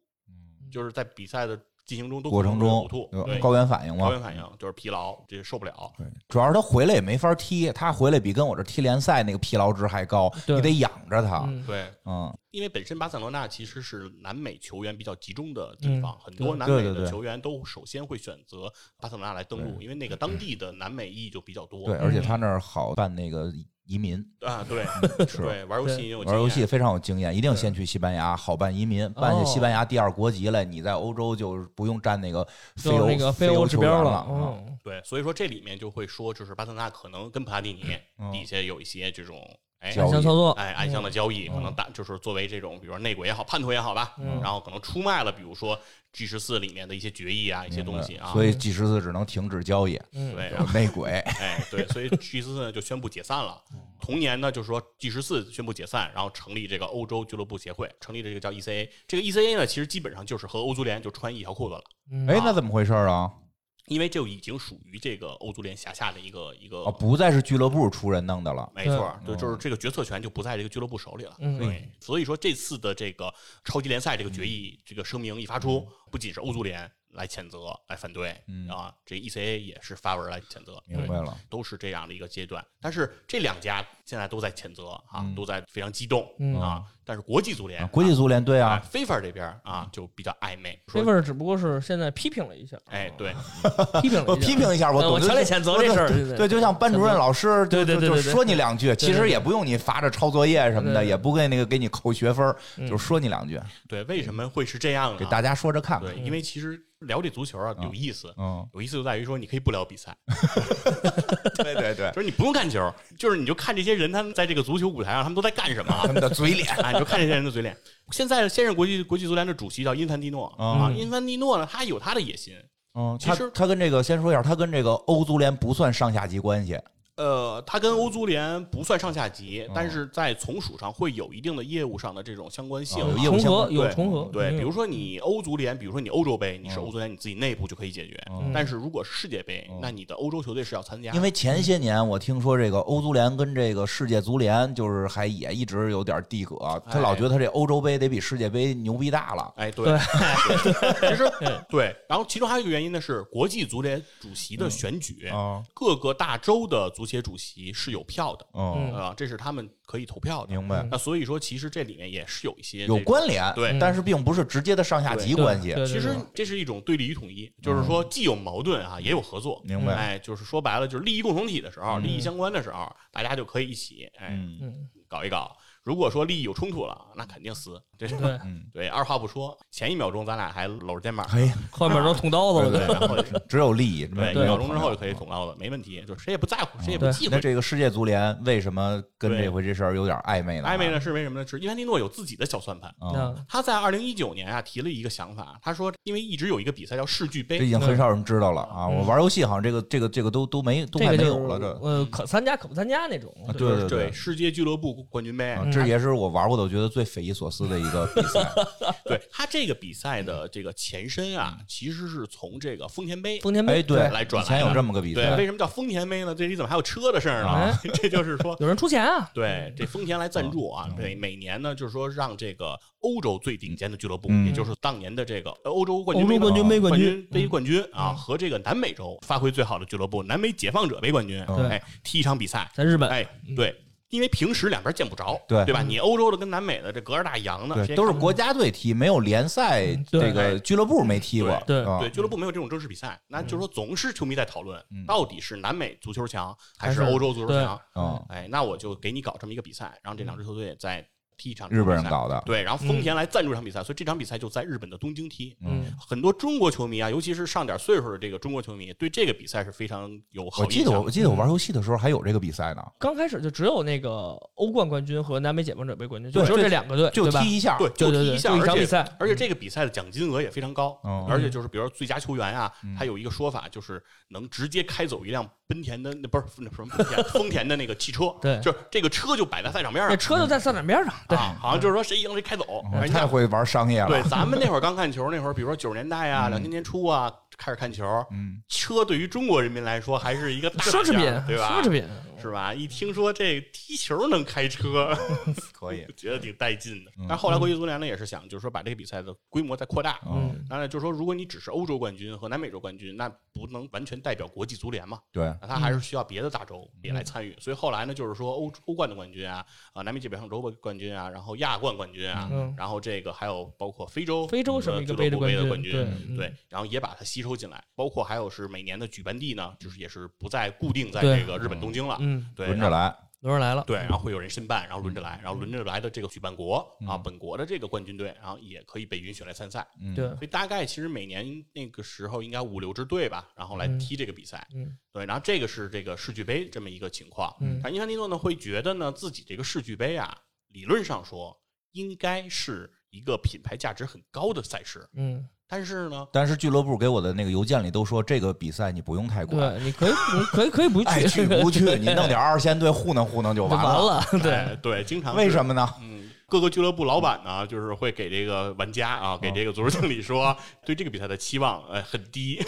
Speaker 1: 就是在比赛的进行中都
Speaker 2: 嗯过程中
Speaker 1: 呕吐，
Speaker 2: 有
Speaker 1: 对，
Speaker 2: 高原反应
Speaker 1: 高
Speaker 2: 嘛
Speaker 1: 原，反应就是疲劳，这受不了。
Speaker 2: 对，主要是他回来也没法踢，他回来比跟我这踢联赛那个疲劳值还高，
Speaker 3: 对
Speaker 2: 你得养着他。
Speaker 3: 嗯
Speaker 1: 对，
Speaker 2: 嗯，
Speaker 1: 因为本身巴塞罗那其实是南美球员比较集中的地方，
Speaker 3: 嗯
Speaker 1: 很多
Speaker 3: 对
Speaker 1: 南美
Speaker 2: 对对
Speaker 1: 的
Speaker 2: 对
Speaker 1: 球员都首先会选择巴塞罗那来登陆，因为那个当地的南美裔就比较多。
Speaker 2: 对，而且他那儿好办那个移民，
Speaker 1: 啊，对，
Speaker 2: 嗯是
Speaker 1: 对，玩游戏也有
Speaker 2: 玩游
Speaker 1: 经
Speaker 2: 戏
Speaker 1: 验，
Speaker 2: 非常有经验，一定先去西班牙，好办移民，
Speaker 3: 哦
Speaker 2: 办下西班牙第二国籍来，你在欧洲就不用占那个非
Speaker 3: 就是
Speaker 2: 欧
Speaker 3: 那个
Speaker 2: 非
Speaker 3: 非欧指
Speaker 2: 球员
Speaker 3: 标
Speaker 2: 了。嗯
Speaker 3: 嗯，
Speaker 1: 对，所以说这里面就会说，就是巴塞罗那可能跟普拉蒂尼
Speaker 2: 嗯
Speaker 1: 底下有一些这种哎
Speaker 2: 交易嗯
Speaker 3: 暗箱操作，
Speaker 1: 哎，暗箱的交易，可能打就是作为这种，比如说内鬼也好，叛徒也好吧，
Speaker 3: 嗯
Speaker 1: 然后可能出卖了，比如说 G 十四里面的一些决议啊，一些东西啊，
Speaker 2: 所以 G 十四只能停止交易，
Speaker 3: 嗯，
Speaker 1: 对，啊然
Speaker 2: 有
Speaker 1: 后
Speaker 2: 内鬼。
Speaker 1: 哎，对，所以 G 十四呢就宣布解散了。
Speaker 2: 嗯
Speaker 1: 同年呢，就是说 G 十四宣布解散，然后成立这个欧洲俱乐部协会，成立这个叫 ECA。这个 ECA 呢，其实基本上就是和欧足联就穿一条裤子了，
Speaker 3: 嗯
Speaker 2: 哎，那怎么回事啊？
Speaker 1: 因为就已经属于这个欧足联辖下的一个一个
Speaker 3: 哦
Speaker 2: 啊，，不嗯再是俱乐部出人弄的了。
Speaker 1: 没错，
Speaker 2: 对
Speaker 1: 对，就是这个决策权就不在这个俱乐部手里了。
Speaker 3: 嗯
Speaker 1: 对，所以说这次的这个超级联赛这个
Speaker 2: 嗯
Speaker 1: 决议、这个声明一发出，不仅是欧足联来谴责、来反对，
Speaker 2: 嗯
Speaker 1: 啊，这 ECA 也是发文来谴责，
Speaker 2: 明白了，
Speaker 1: 都是这样的一个阶段。但是这两家现在都在谴责啊，都在非常激动、
Speaker 3: 嗯
Speaker 1: 啊。但是国际足联、
Speaker 2: 啊国际足联对
Speaker 1: 啊
Speaker 3: 哎
Speaker 2: 啊，
Speaker 1: 非法这边啊就比较暧昧，
Speaker 3: 这
Speaker 1: 说
Speaker 3: 份儿只不过是现在批评了一下，
Speaker 1: 哎对，
Speaker 3: 批评了
Speaker 2: 我
Speaker 3: 一下，
Speaker 2: 批评一下，
Speaker 3: 嗯
Speaker 2: 我懂
Speaker 3: 我
Speaker 2: 得
Speaker 3: 强烈谴责
Speaker 2: 对
Speaker 3: 这事儿
Speaker 2: 对
Speaker 3: 对对
Speaker 2: 对，就像班主任老师，
Speaker 3: 对对
Speaker 2: 就
Speaker 3: 对
Speaker 2: 就
Speaker 3: 对
Speaker 2: 就
Speaker 3: 对
Speaker 2: 说你两句，其
Speaker 3: 对
Speaker 2: 实
Speaker 3: 对
Speaker 2: 也不用你罚着抄作业什么的，
Speaker 3: 对对
Speaker 2: 也不给那个给你扣学分儿，
Speaker 3: 嗯
Speaker 2: 就说你两句，
Speaker 1: 对，为什么会是这样呢？
Speaker 2: 给大家说着看看
Speaker 1: 对，。因为其实聊这足球啊有意思，
Speaker 2: 嗯，
Speaker 1: 有意思就在于说你可以不聊比赛。
Speaker 2: 对对对，
Speaker 1: 就是你不用看球，就是你就看这些人他们在这个足球舞台上他们都在干什么啊
Speaker 2: 他？们的嘴 脸，
Speaker 1: 啊，你就看这些人的嘴脸。现在现任国际国际足联的主席叫因凡蒂诺
Speaker 2: 嗯
Speaker 1: 啊，因凡蒂诺呢，他有他的野心。
Speaker 2: 嗯，
Speaker 1: 其
Speaker 2: 他
Speaker 1: 实
Speaker 2: 他跟这个先说一下，他跟这个欧足联不算上下级关系，
Speaker 1: 呃，他跟欧足联不算上下级，
Speaker 2: 嗯
Speaker 1: 但是在从属上会有一定的业务上的这种相关性
Speaker 2: 哦有
Speaker 1: 啊。
Speaker 2: 业
Speaker 3: 嗯
Speaker 2: 务
Speaker 3: 重
Speaker 2: 相
Speaker 3: 合
Speaker 2: 关
Speaker 3: 有
Speaker 1: 对
Speaker 3: 重合，
Speaker 1: 对，
Speaker 3: 嗯
Speaker 1: 比如说你欧足联，比如说你欧洲杯，你是
Speaker 2: 嗯
Speaker 1: 欧足联你自己内部就可以解决。
Speaker 2: 嗯
Speaker 1: 但是如果是世界杯
Speaker 2: 嗯，
Speaker 1: 那你的欧洲球队是要参加的，
Speaker 2: 因为前些年我听说这个欧足联跟这个世界足联就是还也一直有点地葛，他老觉得他这欧洲杯得比世界杯牛逼大了。
Speaker 1: 哎，对
Speaker 3: 对，嗯
Speaker 1: 其实对，然后其中还有一个原因呢，是国际足联主席的选举，
Speaker 2: 啊，
Speaker 1: 各个大洲的足协主席是有票的，
Speaker 2: 嗯，
Speaker 3: 嗯
Speaker 1: 啊，这是他们可以投票的。
Speaker 2: 明白，
Speaker 1: 那所以说，其实这里面也是有一些
Speaker 2: 有
Speaker 1: 这种。
Speaker 2: 关联，
Speaker 1: 对
Speaker 2: 但是并不是直接的上下级
Speaker 3: 对
Speaker 2: 关系。
Speaker 3: 对对
Speaker 1: 其
Speaker 3: 对
Speaker 1: 实这是一种对立与统一，就是说既有矛盾啊，也有合作。
Speaker 2: 明白
Speaker 1: 哎，就是说白了，就是利益共同体的时候，利益相关的时候，大家就可以一起哎
Speaker 2: 嗯
Speaker 3: 嗯
Speaker 1: 搞一搞。如果说利益有冲突了，那肯定撕。这是
Speaker 3: 对，
Speaker 1: 对，二话不说，前一秒钟咱俩还搂着肩膀，
Speaker 2: 嘿，
Speaker 3: 后面都捅刀子了，
Speaker 1: 对，然后
Speaker 2: 只有利益，没
Speaker 1: 对，一
Speaker 2: 没有
Speaker 1: 秒钟
Speaker 2: 朋
Speaker 1: 之
Speaker 2: 友
Speaker 1: 后就可以捅刀子，没问题，就谁也不在乎，谁也不
Speaker 3: 对
Speaker 1: 忌
Speaker 2: 那
Speaker 1: 讳。
Speaker 2: 这个世界足联为什么跟
Speaker 1: 对
Speaker 2: 这回这事儿有点暧昧呢？
Speaker 1: 暧昧嗯呢哎是为什么呢？是因为蒂诺有自己的小算盘。
Speaker 2: 啊，
Speaker 3: 那
Speaker 1: 他在二零一九年啊提了一个想法，他说，因为一直有一个比赛叫世俱
Speaker 2: 这
Speaker 1: 杯
Speaker 2: 已，经很少人知道了啊！
Speaker 3: 嗯
Speaker 2: 我玩游戏好像这个这个这个都都没都
Speaker 3: 这
Speaker 2: 快
Speaker 3: 个
Speaker 2: 没
Speaker 3: 就
Speaker 2: 有
Speaker 3: 是
Speaker 2: 了这。嗯
Speaker 3: 呃可参加可不参加那种，
Speaker 2: 啊
Speaker 1: 就是
Speaker 2: 对对对
Speaker 1: 世界俱乐部冠军杯
Speaker 2: 啊，
Speaker 3: 嗯
Speaker 2: 这也是我玩过的，我觉得最匪夷所思的一个比 赛。
Speaker 1: 对他这个比赛的这个前身啊，其实是从这个丰田杯
Speaker 3: 丰田
Speaker 2: 哎，
Speaker 3: 杯
Speaker 2: 对，
Speaker 1: 来转
Speaker 2: 以前
Speaker 1: 来的
Speaker 2: 有这么个比
Speaker 1: 对，
Speaker 2: 赛，
Speaker 1: 为什么叫丰田杯呢？这里怎么还有车的事儿呢？ 这就是 说，
Speaker 3: 有人出钱啊，
Speaker 1: 对，这丰田来赞助啊，对，每年呢，就是说让这个欧洲最顶尖的俱乐部，
Speaker 2: 嗯
Speaker 1: 也就是当年的这个呃欧洲冠军
Speaker 3: 欧洲冠军杯
Speaker 1: 冠
Speaker 3: 冠军
Speaker 1: 杯冠军啊，和这个南美洲发挥最好的俱乐部，南美解放者杯冠军，
Speaker 2: 嗯
Speaker 1: 哎，踢一场比赛，
Speaker 3: 在日本，
Speaker 1: 哎，对，因为平时两边见不着，
Speaker 2: 对
Speaker 1: 吧？你欧洲的跟南美的这隔着大洋呢，
Speaker 2: 对，
Speaker 1: 谁
Speaker 2: 都是国家队踢，没有联赛，
Speaker 3: 嗯对
Speaker 2: 这个俱乐部没踢过。
Speaker 3: 对
Speaker 2: 啊
Speaker 1: 对，俱乐部没有这种正式比赛，那就是说总是球迷在讨论，到底是南美足球强还是
Speaker 3: 还是
Speaker 1: 欧洲足球强？
Speaker 2: 啊，
Speaker 1: 哎，那我就给你搞这么一个比赛，让这两支球队在踢一场
Speaker 2: 日本
Speaker 1: 比
Speaker 2: 人
Speaker 1: 赛
Speaker 2: 搞的，
Speaker 1: 对，然后丰田来赞助这场比赛，所以这场比赛就在日本的东京踢。
Speaker 3: 嗯，
Speaker 1: 很多中国球迷啊，尤其是上点岁数的这个中国球迷，对这个比赛是非常有好
Speaker 2: 我记
Speaker 1: 印
Speaker 2: 得
Speaker 1: 象
Speaker 2: 我
Speaker 1: 的。
Speaker 2: 记得我玩游戏的时候还有这个比赛呢，
Speaker 3: 刚开始就只有那个欧冠冠军和南美解放者杯冠军，
Speaker 2: 对
Speaker 3: 就只有这两个队，
Speaker 2: 就
Speaker 3: 对吧？
Speaker 2: 踢一下，
Speaker 1: 对，
Speaker 3: 对
Speaker 1: 就
Speaker 3: 对
Speaker 1: 踢一
Speaker 3: 对，就
Speaker 1: 下，
Speaker 3: 一
Speaker 1: 而
Speaker 3: 场比
Speaker 1: 且
Speaker 3: 赛，
Speaker 1: 而且这个比赛的奖金额也非常高，
Speaker 2: 哦
Speaker 1: 而且
Speaker 3: 嗯
Speaker 1: 就是比如说最佳球员啊
Speaker 2: 嗯，
Speaker 1: 他有一个说法就是能直接开走一辆奔田的，那不是那什么丰田，丰田的那个汽车，
Speaker 3: 对
Speaker 1: 就是这个车就摆在赛场边
Speaker 3: 那
Speaker 1: 上，
Speaker 3: 车就在赛场边上，对，
Speaker 1: 啊，好像就是说谁赢谁开走
Speaker 2: 哦，
Speaker 1: 反正
Speaker 2: 太会玩商业了，
Speaker 1: 哎 对，咱们那会儿刚看球，那会儿比如说九十年代
Speaker 3: 嗯
Speaker 1: 啊，两千年初啊，开始看球，
Speaker 2: 嗯，
Speaker 1: 车对于中国人民来说还是一个大
Speaker 3: 奢侈
Speaker 1: 件
Speaker 3: 品
Speaker 1: 儿，对吧？
Speaker 3: 奢侈品，
Speaker 1: 是吧？一听说这踢球能开车，
Speaker 2: 可以，
Speaker 1: 觉得挺带劲的
Speaker 2: 嗯。
Speaker 1: 但后来国际足联呢也是想，就是说把这个比赛的规模再扩大。
Speaker 2: 嗯，
Speaker 3: 嗯，
Speaker 1: 当然，就是说，如果你只是欧洲冠军和南美洲冠军，那不能完全代表国际足联嘛，
Speaker 2: 对，
Speaker 1: 那他还
Speaker 3: 嗯
Speaker 1: 是需要别的大洲也来参与。所以后来呢，就是说欧欧冠的冠军啊，啊南美界北上洲的冠军啊，然后亚冠冠军啊，
Speaker 3: 嗯
Speaker 1: 然后这个还有包括非洲
Speaker 3: 非洲什么
Speaker 1: 呃
Speaker 3: 一
Speaker 1: 俱
Speaker 3: 个
Speaker 1: 乐
Speaker 3: 杯
Speaker 1: 部杯的冠
Speaker 3: 军，对嗯
Speaker 1: 对，然后也把它吸收进来，包括还有是每年的举办地呢，就是也是不再固定在
Speaker 3: 对
Speaker 1: 这个日本东
Speaker 2: 啊
Speaker 1: 京了，
Speaker 3: 嗯，
Speaker 1: 对，啊
Speaker 2: 轮
Speaker 1: 然
Speaker 2: 着
Speaker 1: 后
Speaker 2: 来，
Speaker 3: 轮上来了，
Speaker 1: 对，然后会有人申办，然后轮着来，然后轮着来的这个举办国啊，
Speaker 2: 嗯
Speaker 1: 本国的这个冠军队，然后也可以被允许来参赛，
Speaker 2: 嗯，
Speaker 3: 对，
Speaker 1: 所以大概其实每年那个时候应该五六支队吧，然后来
Speaker 3: 嗯
Speaker 1: 踢这个比赛，
Speaker 3: 嗯
Speaker 1: 对，然后这个是这个世俱杯这么一个情况，
Speaker 3: 嗯
Speaker 1: 但伊凡蒂诺呢会觉得呢自己这个世俱杯啊，理论上说应该是一个品牌价值很高的赛事，
Speaker 3: 嗯，
Speaker 1: 但是呢，
Speaker 2: 但是俱乐部给我的那个邮件里都说，这个比赛你不用太管，
Speaker 3: 对，你可以你可以可以不
Speaker 2: 爱去
Speaker 3: 去，
Speaker 2: 不去，你弄点二线队糊弄糊弄就
Speaker 3: 就
Speaker 2: 完
Speaker 3: 完
Speaker 2: 了。
Speaker 3: 了， 对，
Speaker 1: 哎对，经常
Speaker 2: 为
Speaker 1: 么？
Speaker 2: 什么呢？
Speaker 1: 嗯，各个俱乐部老板呢，就是会给这个玩家啊，
Speaker 3: 哦
Speaker 1: 给这个足球经理说，对这个比赛的期望呃很低。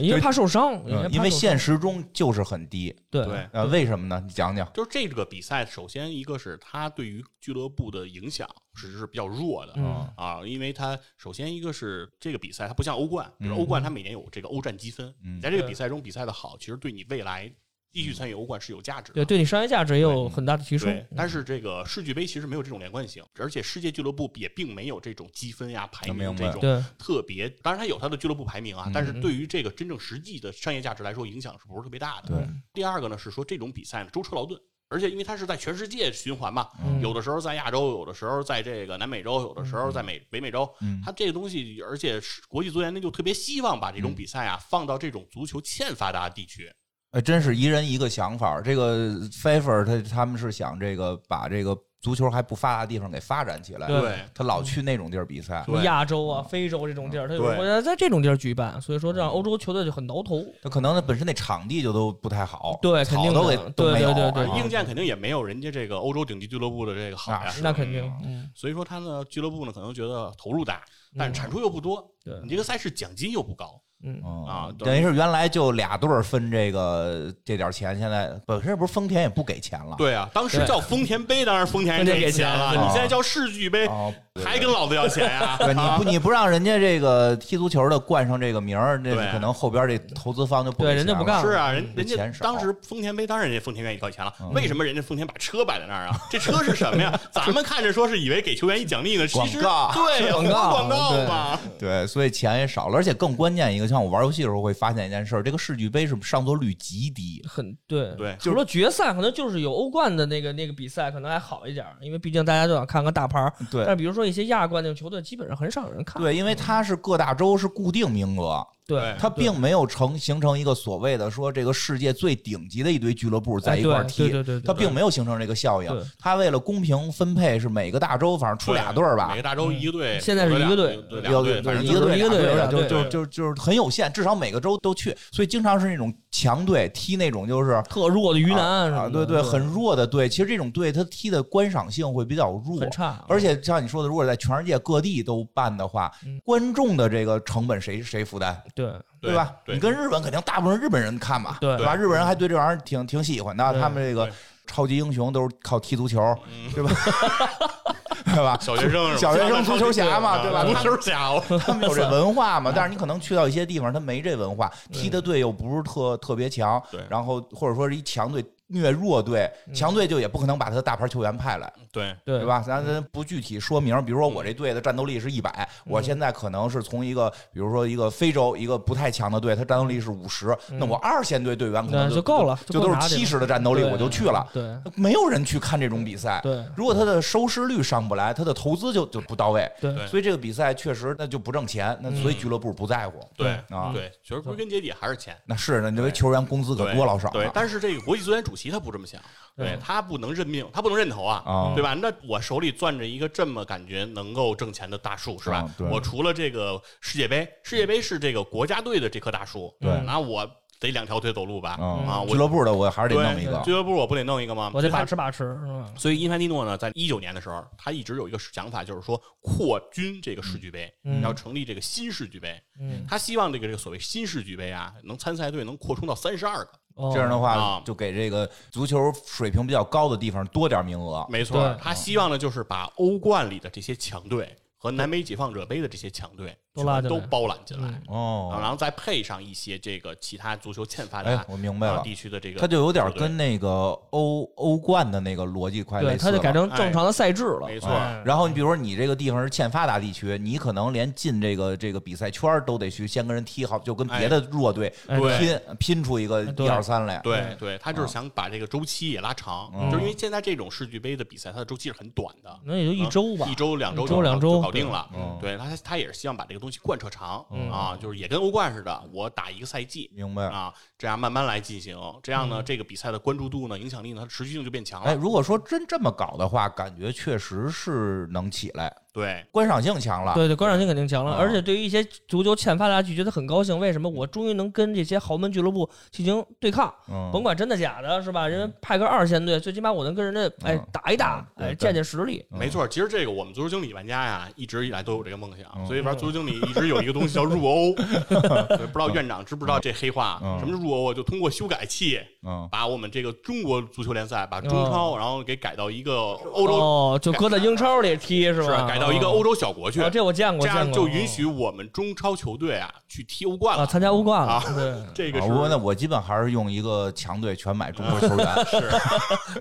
Speaker 3: 因为怕受伤，人家怕
Speaker 2: 嗯因为
Speaker 3: 受伤
Speaker 2: 现实中就是很低。
Speaker 3: 对
Speaker 1: 对，
Speaker 2: 呃，为什么呢？你讲讲。
Speaker 1: 就是这个比赛，首先一个是它对于俱乐部的影响是是比较弱的。
Speaker 3: 嗯
Speaker 1: 啊，因为它首先一个是这个比赛，它不像欧冠，比
Speaker 3: 嗯
Speaker 1: 如欧冠它每年有这个欧战积分，
Speaker 2: 嗯
Speaker 1: 你在这个
Speaker 3: 对
Speaker 1: 比赛中比赛的好，其实对你未来继续参与欧冠是有价值的。
Speaker 3: 对，对你商业价值也有很大的提升
Speaker 1: 对，，但是这个世俱杯其实没有这种连贯性，而且世界俱乐部也并没有这种积分呀、排
Speaker 2: 明
Speaker 1: 名
Speaker 2: 白
Speaker 1: 这种
Speaker 3: 对，嗯
Speaker 1: 特别。当然，它有它的俱乐部排名啊，但是对于这个真正实际的商业价值来说，影响是不是特别大的？
Speaker 2: 对，
Speaker 3: 嗯
Speaker 1: 第二个呢是说这种比赛呢舟车劳顿，而且因为它是在全世界循环嘛，
Speaker 3: 嗯
Speaker 1: 有的时候在亚洲，有的时候在这个南美洲，有的时候在美北美洲，
Speaker 2: 嗯
Speaker 1: 它这个东西，而且是国际足联呢就特别希望把这种比赛啊放到这种足球欠发达地区，
Speaker 2: 哎，真是一人一个想法儿。这个 Pfeffer 他他们是想这个把这个足球还不发达的地方给发展起来。
Speaker 3: 对
Speaker 2: 他老去那种地儿比赛
Speaker 3: 什，么
Speaker 1: 对
Speaker 3: 亚洲啊、非洲这种
Speaker 2: 嗯
Speaker 3: 地儿，他有
Speaker 1: 对
Speaker 3: 国家在这种地儿举办，所以说让欧洲球队就很挠头。
Speaker 2: 他可能他本身那场地就都不太好，
Speaker 3: 对肯
Speaker 2: 草
Speaker 3: 定
Speaker 2: 都给
Speaker 3: 的
Speaker 2: 都没有
Speaker 3: 对对对
Speaker 1: 对
Speaker 3: 对
Speaker 2: 啊
Speaker 1: 硬件肯定也没有人家这个欧洲顶级俱乐部的这个好
Speaker 2: 那
Speaker 1: 呀
Speaker 2: 是。啊
Speaker 3: 那肯定，嗯，
Speaker 1: 所以说，他呢俱乐部呢可能觉得投入大，但是
Speaker 3: 嗯
Speaker 1: 产出又不多，
Speaker 3: 对
Speaker 1: 你这个赛事奖金又不高，
Speaker 3: 嗯，
Speaker 2: 嗯
Speaker 1: 啊对
Speaker 2: 等于是原来就俩队儿分这个这点儿钱，现在本身不是丰田也不给钱了，
Speaker 1: 对啊，当时
Speaker 3: 对
Speaker 1: 叫丰田杯，当然丰田人
Speaker 3: 丰田
Speaker 1: 给
Speaker 3: 给
Speaker 1: 钱
Speaker 3: 钱
Speaker 1: 了。
Speaker 3: 对
Speaker 1: 你现在叫世俱杯，
Speaker 2: 哦，对
Speaker 1: 还跟老子要钱呀？
Speaker 2: 对，你
Speaker 1: 啊
Speaker 2: 不你不让人家这个踢足球的冠上这个名儿，那
Speaker 1: 对啊
Speaker 2: 可能后边这投资方就不
Speaker 3: 对
Speaker 2: 给
Speaker 3: 人家
Speaker 2: 钱
Speaker 3: 不
Speaker 2: 了
Speaker 3: 干
Speaker 1: 是啊，人人
Speaker 2: 这
Speaker 1: 家
Speaker 2: 嗯钱少嗯
Speaker 1: 当时丰田杯，当然人家丰田愿意掏钱了。为什么人家丰田把车摆在那儿 啊？这车是什么呀？咱们看着说是以为给球员一奖励呢，其实
Speaker 2: 广告
Speaker 1: 对
Speaker 3: 广告
Speaker 1: 广告嘛。
Speaker 2: 对，所以钱也少了，而且更关键一个，像我玩游戏的时候会发现一件事儿，这个世俱杯是上座率 极低。
Speaker 3: 很对
Speaker 1: 对
Speaker 3: 除了决赛，可能就是有欧冠的那个那个比赛可能还好一点儿，因为毕竟大家都想看看大牌儿。
Speaker 2: 对
Speaker 3: 但比如说一些亚冠那种球队，基本上很少有人看。
Speaker 2: 对，因为它是各大洲是固定名额，
Speaker 3: 哎对，
Speaker 2: 它并没有成形成一个所谓的说这个世界最顶级的一堆俱乐部在一块儿
Speaker 3: 哎对
Speaker 2: 踢，
Speaker 3: 对对对对
Speaker 2: 它并没有形成这个效
Speaker 3: 对
Speaker 2: 应。它为了公平分配，是每个大洲反正出俩队儿吧
Speaker 1: 每个，大洲一个队，
Speaker 3: 现在是一个队
Speaker 1: 有的两
Speaker 2: 有
Speaker 1: 个队，
Speaker 2: 有
Speaker 1: 反正
Speaker 2: 一个队
Speaker 3: 一个队啊
Speaker 2: 俩
Speaker 3: 有
Speaker 2: 队
Speaker 3: 俩队
Speaker 2: 就就就就是很有限，至少每个州都去，所以经常是那种强队踢那种就是
Speaker 3: 特弱的云南什
Speaker 2: 啊，
Speaker 3: 么
Speaker 2: 对
Speaker 3: 的
Speaker 2: 对，很弱的队，其实这种队他踢的观赏性会比较弱，
Speaker 3: 很差
Speaker 2: 而且像你说的，如果在全世界各地都办的话，
Speaker 3: 嗯
Speaker 2: 观众的这个成本谁谁负担，
Speaker 3: 对
Speaker 1: 对
Speaker 2: 吧？
Speaker 1: 对
Speaker 2: 你跟日本肯定大部分日本人看嘛，
Speaker 3: 对嗯
Speaker 2: 吧？日本人还对这玩意儿挺挺喜欢的，
Speaker 3: 对嗯
Speaker 2: 他们这个
Speaker 1: 对
Speaker 2: 超级英雄都是靠踢足球，对吧？ 对吧？
Speaker 1: 小学生是吧，
Speaker 2: 小学生足球侠嘛
Speaker 1: 啊
Speaker 2: 对吧
Speaker 1: 足球 侠，我
Speaker 2: 他们有这文化
Speaker 3: 嗯
Speaker 2: 嘛，但是你可能去到一些地方，他没这文化，踢的队又不是特特别强
Speaker 1: 对，
Speaker 2: 然后或者说是一强队虐弱队，
Speaker 3: 嗯
Speaker 2: 强队就也不可能把他的大牌球员派来，
Speaker 1: 对，
Speaker 3: 对嗯
Speaker 2: 对？吧？咱咱不具体说明，比如说我这队的战斗力是一百，我现在可能是从一个，比如说一个非洲一个不太强的队，他战斗力是五十，那我二线队队员可能
Speaker 3: 嗯那就够了
Speaker 2: 就
Speaker 3: 就够
Speaker 2: 都是
Speaker 3: 拿这个
Speaker 2: 七十的战斗力，
Speaker 3: 对
Speaker 2: 我就去了。
Speaker 3: 对
Speaker 2: 没有人去看这种比赛，
Speaker 3: 对
Speaker 2: 如果他的收视率上不来，他的投资就就不到位，
Speaker 1: 对
Speaker 3: 对嗯
Speaker 2: 所以这个比赛确实那就不挣钱，那所以俱乐部不在乎。
Speaker 1: 对
Speaker 2: 啊
Speaker 1: 对，其实归根结底还是钱。
Speaker 2: 那是，那这为球员工资可
Speaker 1: 对
Speaker 2: 多老少啊
Speaker 1: 对，但是这个国际足联主席他不这么想，对
Speaker 3: 对
Speaker 1: 他不能认命，他不能认头啊，
Speaker 2: 啊
Speaker 1: 对吧？那我手里攥着一个这么感觉能够挣钱的大树，是吧？
Speaker 2: 啊对
Speaker 1: 我除了这个世界杯，世界杯是这个国家队的这棵大树，
Speaker 2: 对
Speaker 1: 那我得两条腿走路吧？
Speaker 2: 嗯
Speaker 1: 啊，我
Speaker 2: 俱乐部的我还是得
Speaker 1: 对
Speaker 2: 弄一个
Speaker 1: 俱乐部我不得弄一个吗？
Speaker 3: 我
Speaker 1: 所
Speaker 3: 得
Speaker 1: 以
Speaker 3: 把
Speaker 1: 他
Speaker 3: 持把持，是吧？嗯
Speaker 1: 所以因凡蒂诺呢，在一九年的时候，他一直有一个想法，就是说扩军这个世俱杯，
Speaker 3: 嗯
Speaker 1: 要成立这个新世俱杯。
Speaker 3: 嗯，
Speaker 1: 他希望这个这个所谓新世俱杯啊，能参赛队能扩充到三十二个。
Speaker 3: 哦
Speaker 2: 这样的话
Speaker 1: 啊，
Speaker 2: 就给这个足球水平比较高的地方多点名额。
Speaker 1: 没错
Speaker 3: 对，
Speaker 1: 他希望呢就是把欧冠里的这些强队和南美解放者杯的这些强队
Speaker 3: 都拉进来
Speaker 1: 全都包揽进来，
Speaker 3: 嗯
Speaker 1: 啊
Speaker 2: 哦，
Speaker 1: 然后再配上一些这个其他足球欠发
Speaker 2: 哎
Speaker 1: 达，
Speaker 2: 我明白了
Speaker 1: 啊地区的这个，
Speaker 2: 他就有点
Speaker 1: 球队
Speaker 2: 跟那个欧欧冠的那个逻辑快类
Speaker 3: 嗯对，
Speaker 2: 似
Speaker 3: 他就改
Speaker 2: 了
Speaker 3: 成正常的赛制了，
Speaker 1: 没错
Speaker 3: 哎
Speaker 2: 然后你比如说你这个地方是欠发达地区，你可能连进这个这个比赛圈儿都得去先跟人踢好，就跟别的弱队
Speaker 3: 哎
Speaker 1: 对
Speaker 2: 拼拼出一个
Speaker 3: 哎
Speaker 2: 一
Speaker 3: 对
Speaker 2: 二三来。
Speaker 1: 对对，他就是想把这个周期也拉长，
Speaker 2: 嗯
Speaker 1: 就是因为现在这种世俱杯的比赛，它的周期是很短的，
Speaker 3: 那也就一周嗯吧
Speaker 1: 一，周两周
Speaker 3: 一周
Speaker 1: 就就
Speaker 3: 两周
Speaker 1: 搞定了。
Speaker 2: 嗯
Speaker 1: 对他，他也是希望把这个东西贯彻长
Speaker 3: 嗯
Speaker 1: 啊，就是也跟欧冠似的，我打一个赛季
Speaker 2: 明白。
Speaker 1: 啊，这样慢慢来进行，这样
Speaker 3: 嗯
Speaker 1: 呢，这个比赛的关注度呢、影响力呢，它持续性就变强
Speaker 2: 哎，
Speaker 1: 了。
Speaker 2: 如果说真这么搞的话，感觉确实是能起来，
Speaker 1: 对，
Speaker 2: 观赏性强了。
Speaker 3: 对对，观赏性肯定强了，
Speaker 2: 啊
Speaker 3: 而且对于一些足球欠发达地区，觉得很高兴。为什么？我终于能跟这些豪门俱乐部进行对抗，
Speaker 2: 嗯，
Speaker 3: 甭管真的假的，是吧？人家派个二线队，最起码我能跟人家哎
Speaker 2: 嗯
Speaker 3: 打一打，
Speaker 2: 嗯对
Speaker 3: 哎
Speaker 2: 对
Speaker 3: 见见实力。
Speaker 1: 没错。其实这个我们足球经理玩家呀，一直以来都有这个梦
Speaker 2: 嗯
Speaker 1: 想，所以玩足球经理一直有一个东西叫入 欧。对不知道院长知不知道这黑话？
Speaker 2: 嗯
Speaker 1: 什么是入欧啊？就通过修改器，
Speaker 2: 嗯，
Speaker 1: 把我们这个中国足球联赛，把中超，然后给改到一个欧洲，
Speaker 3: 嗯哦，就搁在英超里踢是
Speaker 1: 是啊
Speaker 3: 吧？
Speaker 1: 改到一个欧洲小国去
Speaker 3: 哦，，这我见过，
Speaker 1: 这
Speaker 3: 见
Speaker 1: 样
Speaker 3: 过
Speaker 1: 就允许我们中超球队啊去踢欧冠
Speaker 3: 啊
Speaker 1: 了。
Speaker 3: 参加欧冠了
Speaker 1: 啊，
Speaker 3: 对，
Speaker 1: 这个
Speaker 2: 啊
Speaker 1: 是
Speaker 2: 我那我基本还是用一个强队全买中国 球员。
Speaker 1: 是，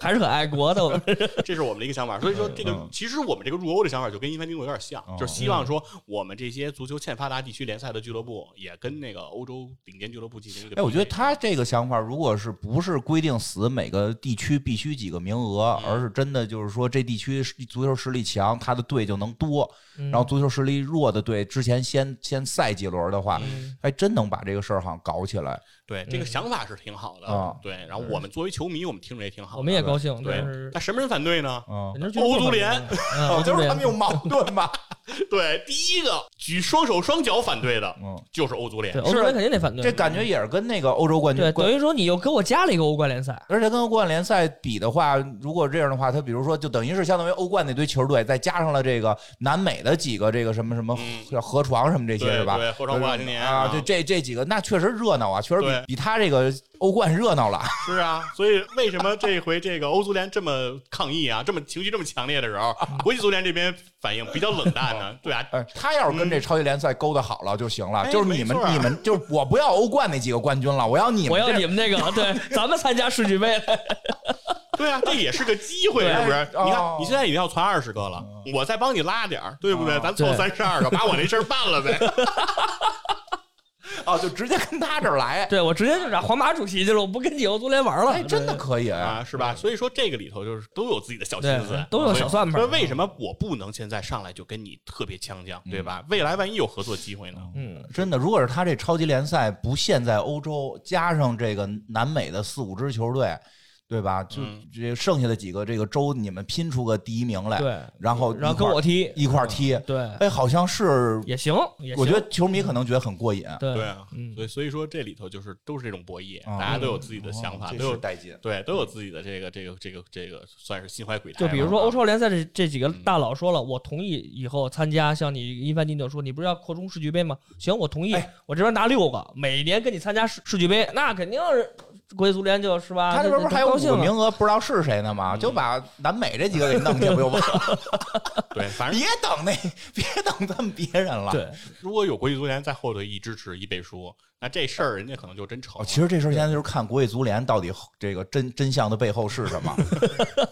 Speaker 3: 还是很爱国的。我们
Speaker 1: 这是我们的一个想法。所以说，这个
Speaker 2: 嗯
Speaker 1: 其实我们这个入欧的想法就跟英凡蒂诺有点像
Speaker 2: 哦，
Speaker 1: 就是希
Speaker 3: 嗯
Speaker 1: 望说我们这些足球欠发达地区联赛的俱乐部，也跟那个欧洲顶尖俱乐部进行一个。
Speaker 2: 哎，我觉得。他这个想法，如果是不是规定死每个地区必须几个名额，
Speaker 1: 嗯
Speaker 2: 而是真的就是说这地区足球实力强，他的队就能多，
Speaker 1: 嗯
Speaker 2: 然 后足球实力弱的队之前先先赛几轮的话，
Speaker 1: 嗯
Speaker 3: 嗯
Speaker 2: 还真能把这个事儿好像搞起来。
Speaker 1: 对这个想法是挺好的，
Speaker 2: 啊
Speaker 1: 对。然后我们作为球迷，我们听着也挺好的，
Speaker 3: 嗯我们也高兴，但
Speaker 1: 对。
Speaker 3: 是
Speaker 1: 但什么人反对 呢？
Speaker 2: 嗯，
Speaker 3: 人家俱乐部
Speaker 1: 欧足
Speaker 3: 反对
Speaker 1: 联
Speaker 3: 嗯欧足
Speaker 2: 就是他
Speaker 3: 联
Speaker 2: 们有矛盾 吧？
Speaker 1: 对，第一个举双手双脚反对的
Speaker 2: 嗯，
Speaker 1: 就是欧足联
Speaker 3: 对，欧足联肯定得反对，
Speaker 2: 这感觉也是跟那个欧洲冠军
Speaker 3: 对，等于说你又给我加了一个欧冠联赛。
Speaker 2: 而且跟欧冠联赛比的话，如果这样的话，它比如说就等于是相当于欧冠那堆球队，再加上了这个南美的几个这个什么什么
Speaker 1: 嗯
Speaker 2: 叫河床什么这些
Speaker 1: 对
Speaker 2: 是吧？
Speaker 1: 对河床
Speaker 2: 就是
Speaker 1: 博览青年
Speaker 2: 啊
Speaker 1: 啊，
Speaker 2: 这这这几个那确实热闹啊，确实
Speaker 1: 对
Speaker 2: 比比他这个欧冠热闹了。
Speaker 1: 是啊，所以为什么这回这个欧足联这么抗议啊，这么情绪这么强烈的时候，国际足联这边反应比较冷淡呢？对啊，
Speaker 2: 哎，他要是跟这超级联赛勾搭好了就行了，
Speaker 1: 哎
Speaker 2: 就是你
Speaker 1: 没
Speaker 2: 们
Speaker 1: 错啊
Speaker 2: 你们 就是我不要欧冠那几个冠军了，我要你们
Speaker 3: 我要
Speaker 2: 这
Speaker 3: 你们那个，对，咱们参加世俱杯，
Speaker 1: 对啊，这也是个机会，
Speaker 3: 对
Speaker 1: 是不是？
Speaker 2: 哦
Speaker 1: 你看你现在已经要传二十个了，我再帮你拉点儿，对不
Speaker 2: 哦
Speaker 1: 对？咱凑
Speaker 3: 对
Speaker 1: 三十二个，把我这事儿办了呗。
Speaker 2: 哦，就直接跟他这儿 来，
Speaker 3: 对我直接就找皇马主席去了，我不跟你欧足联玩了。
Speaker 2: 哎，真的可以 哎。
Speaker 1: 啊，是吧？所以说这个里头就是都有自己的小心思
Speaker 3: 对，都有小算盘啊
Speaker 1: 所以为什么我不能现在上来就跟你特别呛将，
Speaker 2: 嗯
Speaker 1: 对吧？未来万一有合作机会呢？
Speaker 3: 嗯，
Speaker 2: 真的，如果是他这超级联赛不限在欧洲，加上这个南美的四五支球队，对吧？就
Speaker 1: 嗯
Speaker 2: 这剩下的几个这个州，你们拼出个第一名来，
Speaker 3: 对，
Speaker 2: 然后
Speaker 3: 然后
Speaker 2: 一块
Speaker 3: 跟
Speaker 2: 儿
Speaker 3: 我嗯踢，
Speaker 2: 一块儿踢，
Speaker 3: 对，
Speaker 2: 哎，好像是，
Speaker 3: 也行，也行
Speaker 2: 我觉得球迷可能觉得很过瘾，
Speaker 3: 对
Speaker 1: 对啊，
Speaker 3: 嗯
Speaker 1: 所以所以说这里头就是都是这种博弈，
Speaker 2: 啊
Speaker 1: 大家都有自己的想
Speaker 2: 哦
Speaker 1: 法，
Speaker 2: 这
Speaker 1: 都
Speaker 2: 是
Speaker 1: 有
Speaker 2: 带劲。
Speaker 1: 对都有自己的这个这个这个这个算是心怀鬼胎吧。
Speaker 3: 就比如说欧
Speaker 1: 啊
Speaker 3: 超联赛这这几个大佬说了，我同意以后参加，像你一帆金九说，你不是要扩充世俱杯吗？行，我同意，
Speaker 2: 哎
Speaker 3: 我这边拿六个，每年跟你参加世世俱杯，那肯定是国际足联就是吧，
Speaker 2: 他这边不
Speaker 3: 就是
Speaker 2: 还有
Speaker 3: 高
Speaker 2: 五
Speaker 3: 兴
Speaker 2: 个
Speaker 3: 了
Speaker 2: 名额不知道是谁呢吗？就把南美这几个给弄去不就完了？
Speaker 1: 对，反正
Speaker 2: 别等那， 别等他们别人了。
Speaker 3: 对，
Speaker 1: 如果有国际足联在后头一支持一背书，那这事儿人家可能就真成
Speaker 2: 哦，
Speaker 1: 了。
Speaker 2: 其实这事儿现在就是看国际足联到底这个真真相的背后是什么。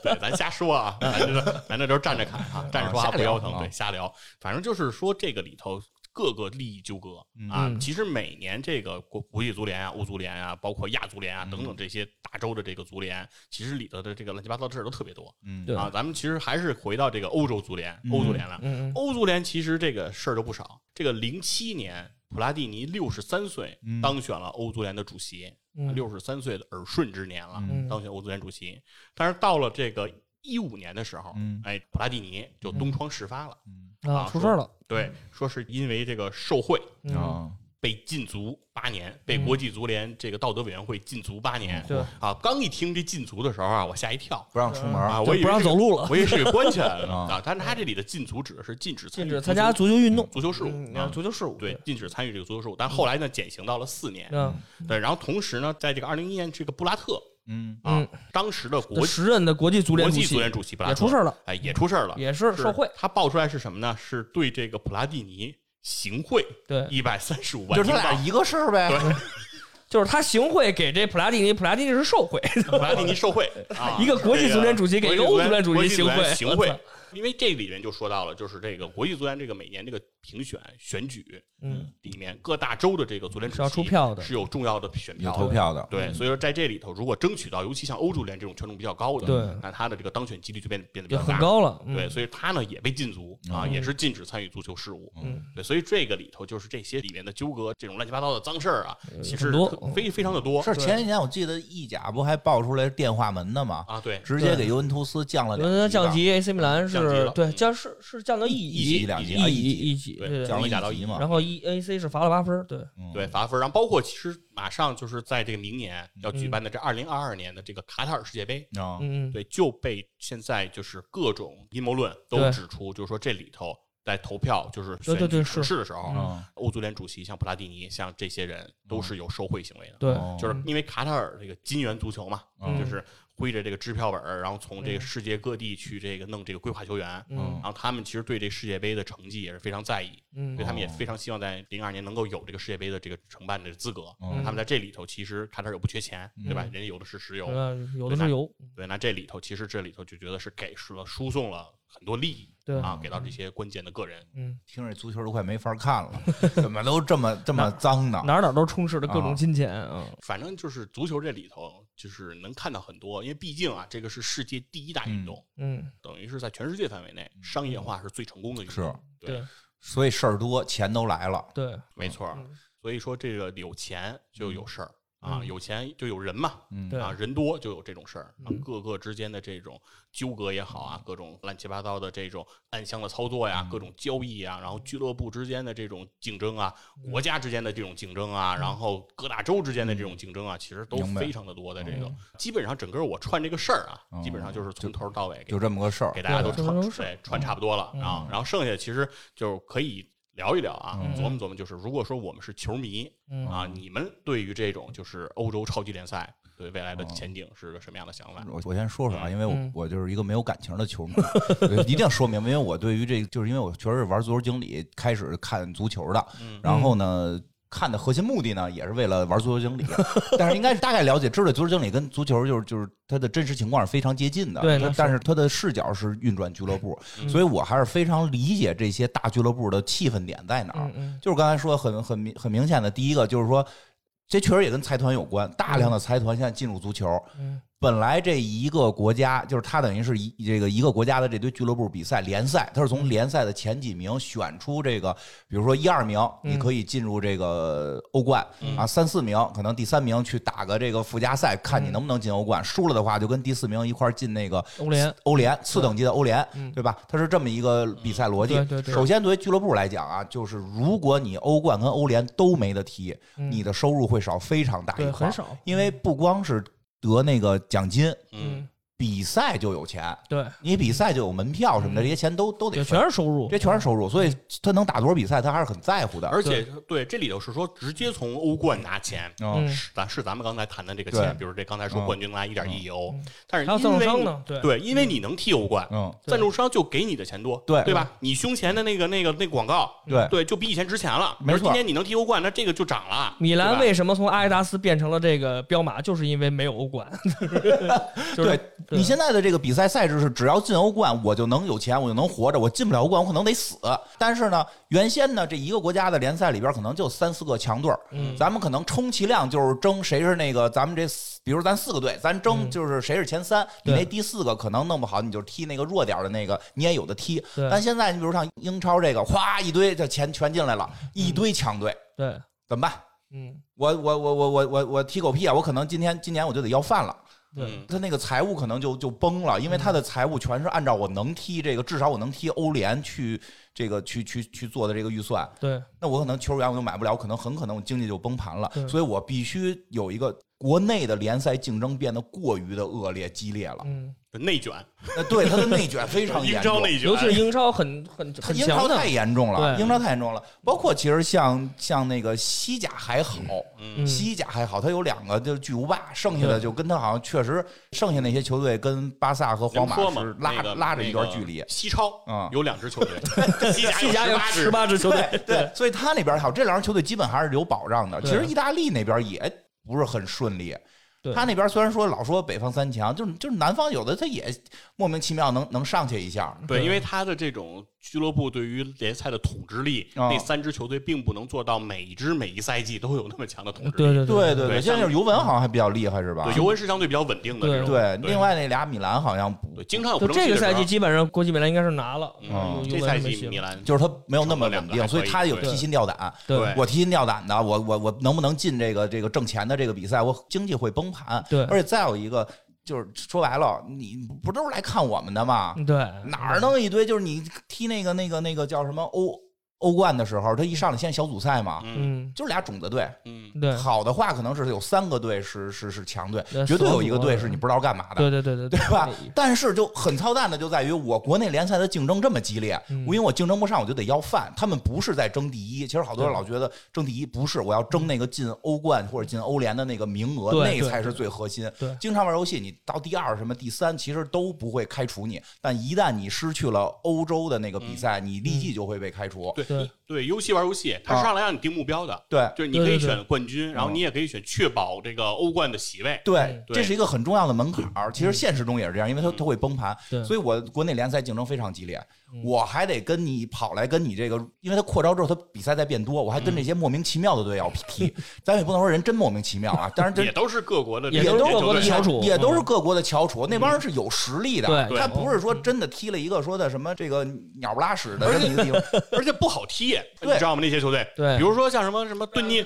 Speaker 1: 对，咱瞎说啊，咱这咱这都是站着侃哈，站着说话
Speaker 2: 瞎
Speaker 1: 不
Speaker 2: 聊
Speaker 1: 腰疼，
Speaker 2: 啊
Speaker 1: 对，瞎聊。反正就是说这个里头各个利益纠葛啊
Speaker 3: 嗯，
Speaker 1: 其实每年这个国国际足联啊、欧足联啊，包括亚足联啊
Speaker 2: 嗯
Speaker 1: 等等这些大洲的这个足联，其实里头的这个乱七八糟的事儿都特别多
Speaker 2: 嗯
Speaker 3: 对
Speaker 1: 啊。咱们其实还是回到这个欧洲足联、欧足联来。
Speaker 3: 嗯，嗯
Speaker 1: 欧足联其实这个事儿就不少。这个零七年，普拉蒂尼六十三岁
Speaker 2: 嗯
Speaker 1: 当选了欧足联的主席，
Speaker 3: 嗯
Speaker 1: 六十三岁的耳顺之年了，
Speaker 3: 嗯
Speaker 1: 当选欧足联主席。但是到了这个一五年的时候，
Speaker 2: 嗯
Speaker 1: 哎，普拉蒂尼就东窗事发了，
Speaker 3: 啊，
Speaker 1: 啊
Speaker 3: 出事儿了，
Speaker 1: 对，说是因为这个受贿
Speaker 3: 嗯，
Speaker 2: 啊，
Speaker 1: 被禁足八年，被国际足联这个道德委员会禁足八年。
Speaker 3: 对
Speaker 1: 啊，刚一听这禁足的时候啊，我吓一跳。
Speaker 2: 不让出门
Speaker 1: 啊，
Speaker 2: 儿。
Speaker 1: 我以为
Speaker 3: 就不让
Speaker 1: 是
Speaker 3: 走路了
Speaker 1: 我以为是给关起来了 呢
Speaker 2: 啊
Speaker 1: 啊。但是他这里的禁足指的是禁止参
Speaker 3: 禁
Speaker 1: 与
Speaker 3: 止参加足球运动，
Speaker 1: 足球事务
Speaker 3: 嗯
Speaker 1: 啊，
Speaker 3: 足球事务，
Speaker 1: 对，，禁止参与这个足球事务。但后来呢，减刑到了四年。
Speaker 3: 嗯，
Speaker 1: 对，然后同时呢，在这个二零一年，这个布拉特
Speaker 2: 嗯
Speaker 1: 啊
Speaker 3: 嗯，
Speaker 1: 当时的
Speaker 3: 这
Speaker 1: 国
Speaker 3: 时任的国际足联
Speaker 1: 国
Speaker 3: 主
Speaker 1: 际足
Speaker 3: 席
Speaker 1: 联主席布拉
Speaker 3: 也
Speaker 1: 特
Speaker 3: 出事儿了，
Speaker 1: 哎，也出事儿了，
Speaker 3: 也是
Speaker 1: 是
Speaker 3: 受贿，
Speaker 1: 他爆出来是什么呢？是对这个普拉蒂尼行贿
Speaker 3: 对，
Speaker 1: 一百三十五万
Speaker 2: 就
Speaker 1: 英
Speaker 2: 是
Speaker 1: 镑，
Speaker 2: 他俩一个事儿呗。
Speaker 3: 就是他行贿给这普拉蒂尼，普拉蒂尼是受贿，
Speaker 1: 普拉蒂尼受 贿，啊、
Speaker 3: 一个国际足联主席给一个欧足联主席
Speaker 1: 国际足联
Speaker 3: 行
Speaker 1: 行
Speaker 3: 贿
Speaker 1: 贿。因为这里面就说到了，就是这个国际足联这个每年这个评选选举
Speaker 3: 嗯，
Speaker 1: 里面，各大洲的这个足联主席
Speaker 3: 是要出票的
Speaker 1: 是有重要的选
Speaker 2: 有
Speaker 1: 票的
Speaker 2: 投票的，
Speaker 1: 对，
Speaker 3: 嗯
Speaker 1: 所以说在这里头，如果争取到，尤其像欧洲联这种权重比较高的，
Speaker 3: 对
Speaker 1: 那他的这个当选几率就变变得比
Speaker 3: 就
Speaker 1: 较大
Speaker 3: 很。高了，嗯
Speaker 1: 对，，所以他呢也被禁足啊，也是禁止参与足球事务。
Speaker 3: 嗯，
Speaker 1: 对，所以这个里头就是这些里面的纠葛，这种乱七八糟的脏事儿啊，其实
Speaker 3: 呃很多嗯
Speaker 1: 特非非常的多
Speaker 2: 是前几年我记得意甲不还爆出来电话门的吗？
Speaker 1: 啊。对，
Speaker 2: 直接给尤文图斯降了
Speaker 3: 有人
Speaker 2: 啊两
Speaker 3: 降
Speaker 2: 级
Speaker 3: 级，AC 米
Speaker 1: 降
Speaker 3: 兰
Speaker 1: 级
Speaker 3: 是
Speaker 1: 了
Speaker 3: 对
Speaker 1: 嗯
Speaker 3: 降是是降到一
Speaker 2: 一级两级
Speaker 3: 一
Speaker 2: 啊一级
Speaker 3: 一级，
Speaker 1: 对
Speaker 3: 对
Speaker 2: 降
Speaker 1: 降
Speaker 2: 了
Speaker 1: 一打到
Speaker 2: 级
Speaker 1: 一
Speaker 2: 嘛。
Speaker 3: 然后一 AC 是罚了八分儿，对，
Speaker 2: 嗯
Speaker 1: 对，罚分儿。然后包括其实马上就是在这个明年要
Speaker 3: 嗯
Speaker 1: 举办的这二零二二年的这个卡塔尔世界杯，
Speaker 2: 啊，
Speaker 3: 嗯，嗯
Speaker 1: 对，就被现在就是各种阴谋论都
Speaker 3: 对
Speaker 1: 指出，就是说这里头在投票就是
Speaker 3: 对
Speaker 1: 选
Speaker 3: 对对
Speaker 1: 举
Speaker 3: 是
Speaker 1: 城市的时候，
Speaker 2: 嗯
Speaker 1: 欧足联主席像普拉蒂尼，像这些人都是有受贿行为的。
Speaker 3: 对，
Speaker 2: 哦
Speaker 1: 就是因为卡塔尔这个金元足球嘛，
Speaker 3: 嗯
Speaker 1: 就是挥着这个支票本儿，然后从这个世界各地去这个弄这个规划球员。
Speaker 3: 嗯
Speaker 1: 然后他们其实对这世界杯的成绩也是非常在意，
Speaker 3: 嗯
Speaker 1: 所以他们也非常希望在零二年能够有这个世界杯的这个承办的资格。
Speaker 2: 嗯
Speaker 1: 他们在这里头其实卡塔尔也不缺钱，对吧？人家有的是石油，
Speaker 3: 嗯，有的是有，
Speaker 1: 对，那这里头其实这里头就觉得是给出了输送了很多利益，
Speaker 3: 对
Speaker 1: 啊，给到这些关键的个人。
Speaker 3: 嗯，
Speaker 2: 听着足球都快没法看了，怎么都 这么这么脏呢？
Speaker 3: 哪儿哪儿都充斥着各
Speaker 2: 啊
Speaker 3: 种金钱啊，
Speaker 1: 反正就是足球这里头，就是能看到很多，因为毕竟啊，这个是世界第一大运动，
Speaker 3: 嗯，
Speaker 1: 等于是在全世界范围内商业化是最成功的运动。
Speaker 2: 是，
Speaker 1: 对，
Speaker 3: 对
Speaker 2: 所以事儿多，钱都来了。
Speaker 3: 对，
Speaker 1: 没错儿。所以说这个有钱就有事儿啊，
Speaker 3: 嗯
Speaker 1: 有钱就有人嘛，
Speaker 2: 嗯
Speaker 3: 对
Speaker 1: 啊，人多就有这种事儿啊
Speaker 3: 嗯，
Speaker 1: 各个之间的这种纠葛也好啊，各种乱七八糟的这种暗箱的操作呀，各种交易啊，然后俱乐部之间的这种竞争啊，国家之间的这种竞争啊，然后各大洲之间的这种竞争啊，其实都
Speaker 2: 明白
Speaker 1: 非常的多的这个，基本上整个我串这个事儿啊，
Speaker 2: 嗯
Speaker 1: 基本上就是从头到尾给
Speaker 2: 就这么个事儿
Speaker 1: 给。大家都
Speaker 3: 对
Speaker 1: 串
Speaker 3: 这都是
Speaker 1: 对串差不多了啊，然后剩下其实就是可以聊一聊啊，
Speaker 3: 嗯
Speaker 1: 琢磨琢磨，就是如果说我们是球迷
Speaker 3: 嗯
Speaker 1: 啊，你们对于这种就是欧洲超级联赛对未来
Speaker 2: 嗯
Speaker 1: 的前景是个什么样的想法？嗯
Speaker 2: 我我先说说啊，因为我、
Speaker 3: 嗯
Speaker 2: 我就是一个没有感情 的球迷，我一定要说明白，因为我对于这个，就是因为我确实是玩足球经理开始看足球的，
Speaker 3: 嗯
Speaker 2: 然后呢。看的核心目的呢，也是为了玩足球经理， 但是应该是大概了解，知道足球经理跟足球就是就是他的真实情况是非常接近的，
Speaker 3: 对那
Speaker 2: 他
Speaker 3: 是嗯
Speaker 2: 但是他的视角是运转俱乐部，所以我还是非常理解这些大俱乐部的气氛点在哪儿
Speaker 3: 嗯。嗯
Speaker 2: 就是刚才说很很明很明显的，第一个就是说，这确实也跟财团有关，大量的财团现在进入足球。
Speaker 3: 嗯
Speaker 2: 本来这一个国家就是它等于是一这个一个国家的这堆俱乐部比赛联赛，它是
Speaker 3: 嗯
Speaker 2: 从联赛的前几名选出这个，比如说一二名，
Speaker 3: 嗯
Speaker 2: 你可以进入这个欧冠啊，三四名可能第三名去打个这个附加赛，看你
Speaker 3: 嗯
Speaker 2: 能不能进欧冠，输了的话就跟第四名一块儿进那个
Speaker 3: 欧联嗯
Speaker 2: 欧联次等级的欧联，对吧？它是这么一个比赛逻辑。
Speaker 3: 对对对
Speaker 2: 首先，作为俱乐部来讲啊，就是如果你欧冠跟欧联都没得踢，你的收入会少非常大一
Speaker 3: 嗯对
Speaker 2: 块儿，
Speaker 3: 很少
Speaker 2: 因为不光是得那个奖金，
Speaker 1: 嗯，
Speaker 3: 嗯
Speaker 2: 比赛就有钱，
Speaker 3: 对，
Speaker 2: 你比赛就有门票什么的，这些钱都都得
Speaker 3: 嗯也
Speaker 2: 分
Speaker 3: 全是收入
Speaker 2: 这，全是收入，所以他能打多少比赛，他还是很在乎的。
Speaker 1: 而且对这里头是说直接从欧冠拿钱，
Speaker 2: 嗯
Speaker 3: 嗯
Speaker 1: 是咱是咱们刚才谈的这个
Speaker 2: 对
Speaker 1: 钱，比如这刚才说
Speaker 2: 嗯
Speaker 1: 冠军拿一点一欧，但是
Speaker 3: 嗯还有赞助
Speaker 1: 因为
Speaker 3: 商
Speaker 1: 你
Speaker 3: 呢对
Speaker 1: 对，因为你能踢欧冠，
Speaker 2: 嗯，
Speaker 3: 对嗯
Speaker 1: 赞助商就给你的钱多，
Speaker 2: 对
Speaker 1: 对吧？你胸前的那个那个那广告，
Speaker 2: 对
Speaker 1: 对，就比以前值钱了。
Speaker 2: 哎
Speaker 1: 比
Speaker 2: 没错
Speaker 1: 如今年你能踢欧冠，那这个就涨了。
Speaker 3: 米
Speaker 1: 对
Speaker 3: 兰
Speaker 1: 吧
Speaker 3: 为什么从阿迪达斯变成了这个彪马，就是因为没有欧冠。就是
Speaker 2: 对你现在的这个比赛赛制是，只要进欧冠，我就能有钱，我就能活着；我进不了欧冠，我可能得死。但是呢，原先呢，这一个国家的联赛里边可能就三四个强队儿，
Speaker 3: 嗯
Speaker 2: 咱们可能充其量就是争谁是那个咱们这四，比如咱四个队，咱争
Speaker 3: 嗯
Speaker 2: 就是谁是前三，你
Speaker 3: 对
Speaker 2: 那第四个可能弄不好，你就踢那个弱点儿的那个，你也有的踢。
Speaker 3: 对
Speaker 2: 但现在你比如像英超这个，哗一堆这钱全进来了，
Speaker 3: 嗯
Speaker 2: 一堆强队，
Speaker 3: 对，
Speaker 2: 怎么办？
Speaker 3: 嗯，
Speaker 2: 我我我我我我我踢狗屁啊！我可能今天今年我就得要饭了。
Speaker 3: 对，
Speaker 2: 他那个财务可能就就崩了，因为
Speaker 3: 嗯
Speaker 2: 他的财务全是按照我能踢这个，至少我能踢欧联去这个去去去做的这个预算。
Speaker 3: 对，
Speaker 2: 那我可能球员我就买不了，我可能很可能我经济就崩盘了
Speaker 3: 对，
Speaker 2: 所以我必须有一个国内的联赛竞争变得过于的恶劣激 烈了。
Speaker 3: 嗯，
Speaker 1: 嗯内卷，
Speaker 2: 那对他的内卷非常
Speaker 1: 英
Speaker 2: 严
Speaker 1: 超
Speaker 2: 重，
Speaker 1: 内卷，
Speaker 3: 尤其是英超很很
Speaker 2: 他
Speaker 3: 很
Speaker 2: 英超
Speaker 3: 强
Speaker 2: 太
Speaker 3: 的，
Speaker 2: 严重了，
Speaker 3: 对
Speaker 2: 英超太严重了。包括其实像像那个西甲还好，
Speaker 3: 嗯
Speaker 2: 西甲还好，他有两个就是巨无霸，剩下的
Speaker 3: 对
Speaker 2: 就跟他好像确实剩下那些球队跟巴萨和皇马
Speaker 1: 人说嘛
Speaker 2: 是拉、
Speaker 1: 那个
Speaker 2: 拉着一段距
Speaker 1: 那
Speaker 2: 离
Speaker 1: 个。西超
Speaker 2: 嗯
Speaker 1: 有两支球 队，西甲
Speaker 3: 西甲有
Speaker 1: 十
Speaker 3: 十
Speaker 1: 八
Speaker 3: 八支球队，
Speaker 2: 对， 所以他那边好，这两支球队基本还是有保障的。其
Speaker 3: 对啊
Speaker 2: 实意大利那边也不是很顺利
Speaker 3: 对。
Speaker 2: 他那边虽然说老说北方三强，就是就是南方有的他也莫名其妙能能上去一下，
Speaker 1: 对，
Speaker 3: 对
Speaker 1: 因为他的这种俱乐部对于联赛的统治力，
Speaker 2: 啊
Speaker 1: 那三支球队并不能做到每一支每一赛季都有那么强的统治力。
Speaker 3: 对对
Speaker 2: 对
Speaker 1: 对像
Speaker 2: 对，现在就是尤文好像还比较厉害是吧？
Speaker 1: 对，尤文是相对比较稳定的
Speaker 3: 对
Speaker 1: 这种。
Speaker 2: 对，
Speaker 1: 对
Speaker 2: 另外那俩米兰好像不
Speaker 1: 对，经常有不
Speaker 3: 就
Speaker 1: 争
Speaker 3: 这
Speaker 1: 气
Speaker 3: 个
Speaker 1: 的时候
Speaker 3: 赛季，基本上国际米兰应该是拿了，
Speaker 2: 嗯
Speaker 3: 有
Speaker 1: 这
Speaker 3: 有
Speaker 1: 赛
Speaker 3: 文没
Speaker 1: 季
Speaker 3: 戏
Speaker 1: 米
Speaker 3: 了。
Speaker 1: 兰
Speaker 2: 就是他没有那
Speaker 1: 成了
Speaker 2: 么
Speaker 1: 两
Speaker 2: 稳
Speaker 1: 个
Speaker 2: 定，
Speaker 1: 还
Speaker 2: 所以他有
Speaker 1: 可以
Speaker 2: 提心吊胆。
Speaker 1: 对
Speaker 3: 对
Speaker 2: 我提心吊胆的，我我我能不能进这个这个挣钱的这个比赛，我经济会崩盘。
Speaker 3: 对
Speaker 2: 而且再有一个就是说白了，你不都是来看我们的吗？
Speaker 3: 对，
Speaker 2: 哪儿弄一堆就是你踢那个那个那个叫什么欧欧冠的时候，他一上来先小组赛嘛，
Speaker 1: 嗯
Speaker 3: 嗯，
Speaker 2: 就是俩种子队。
Speaker 1: 嗯，
Speaker 3: 对，
Speaker 2: 好的话，可能是有三个队是是是强队
Speaker 3: 对，
Speaker 2: 绝对
Speaker 3: 所
Speaker 2: 有一个
Speaker 3: 有
Speaker 2: 队
Speaker 3: 的
Speaker 2: 是你不知道干嘛的。
Speaker 3: 对对对对
Speaker 2: 对吧？
Speaker 3: 哎
Speaker 2: 但是就很操蛋的就在于我国内联赛的竞争这么激烈，
Speaker 3: 嗯
Speaker 2: 因为我竞争不上我就得要饭。他们不是在争第一，其实好多人
Speaker 3: 对
Speaker 2: 老觉得争第一不是，我要争那个进欧冠或者进欧联的那个名额，
Speaker 3: 对
Speaker 2: 那
Speaker 3: 对
Speaker 2: 才是最核心。
Speaker 3: 对
Speaker 2: 经常玩游戏，你到第二什么第三，其实都不会开除你，但一旦你失去了欧洲的那个比
Speaker 3: 嗯
Speaker 2: 赛，你立即就会被开除。
Speaker 1: 对
Speaker 3: 对
Speaker 1: 对，尤其玩游戏，他
Speaker 2: 啊
Speaker 1: 上来让你定目标的，
Speaker 2: 对
Speaker 1: 就是你可以
Speaker 3: 对对对嗯
Speaker 1: 选冠军，然后你也可以选确保这个欧冠的席位。
Speaker 2: 对，
Speaker 1: 对
Speaker 2: 这是一个很重要的门槛
Speaker 3: 嗯
Speaker 2: 儿。其实现实中也是这样，因为它它会崩盘，
Speaker 3: 对
Speaker 2: 所以我国内联赛竞争非常激烈，
Speaker 3: 嗯
Speaker 2: 我还得跟你跑来跟你这个，因为它扩招之后，它比赛在变多，我还跟这些莫名其妙的队要 踢，咱也不能说人真莫名其妙啊，当然真
Speaker 1: 也。都是各国的
Speaker 3: 也
Speaker 1: 这
Speaker 3: 都
Speaker 1: 个
Speaker 3: 是
Speaker 1: 球
Speaker 3: 各国的
Speaker 1: 队
Speaker 3: 球翘楚嗯
Speaker 2: 也也都是各国的翘楚，那帮人是有实力的，
Speaker 3: 对
Speaker 2: 他
Speaker 1: 对
Speaker 2: 不是说真的踢了一个说的什么这个鸟不拉屎的
Speaker 1: 而
Speaker 2: 这
Speaker 1: 且
Speaker 2: 么一个地方，
Speaker 1: 而且不好踢，你
Speaker 2: 对
Speaker 1: 知道吗？那些球队，
Speaker 3: 对
Speaker 1: 比如说像什么什么顿涅，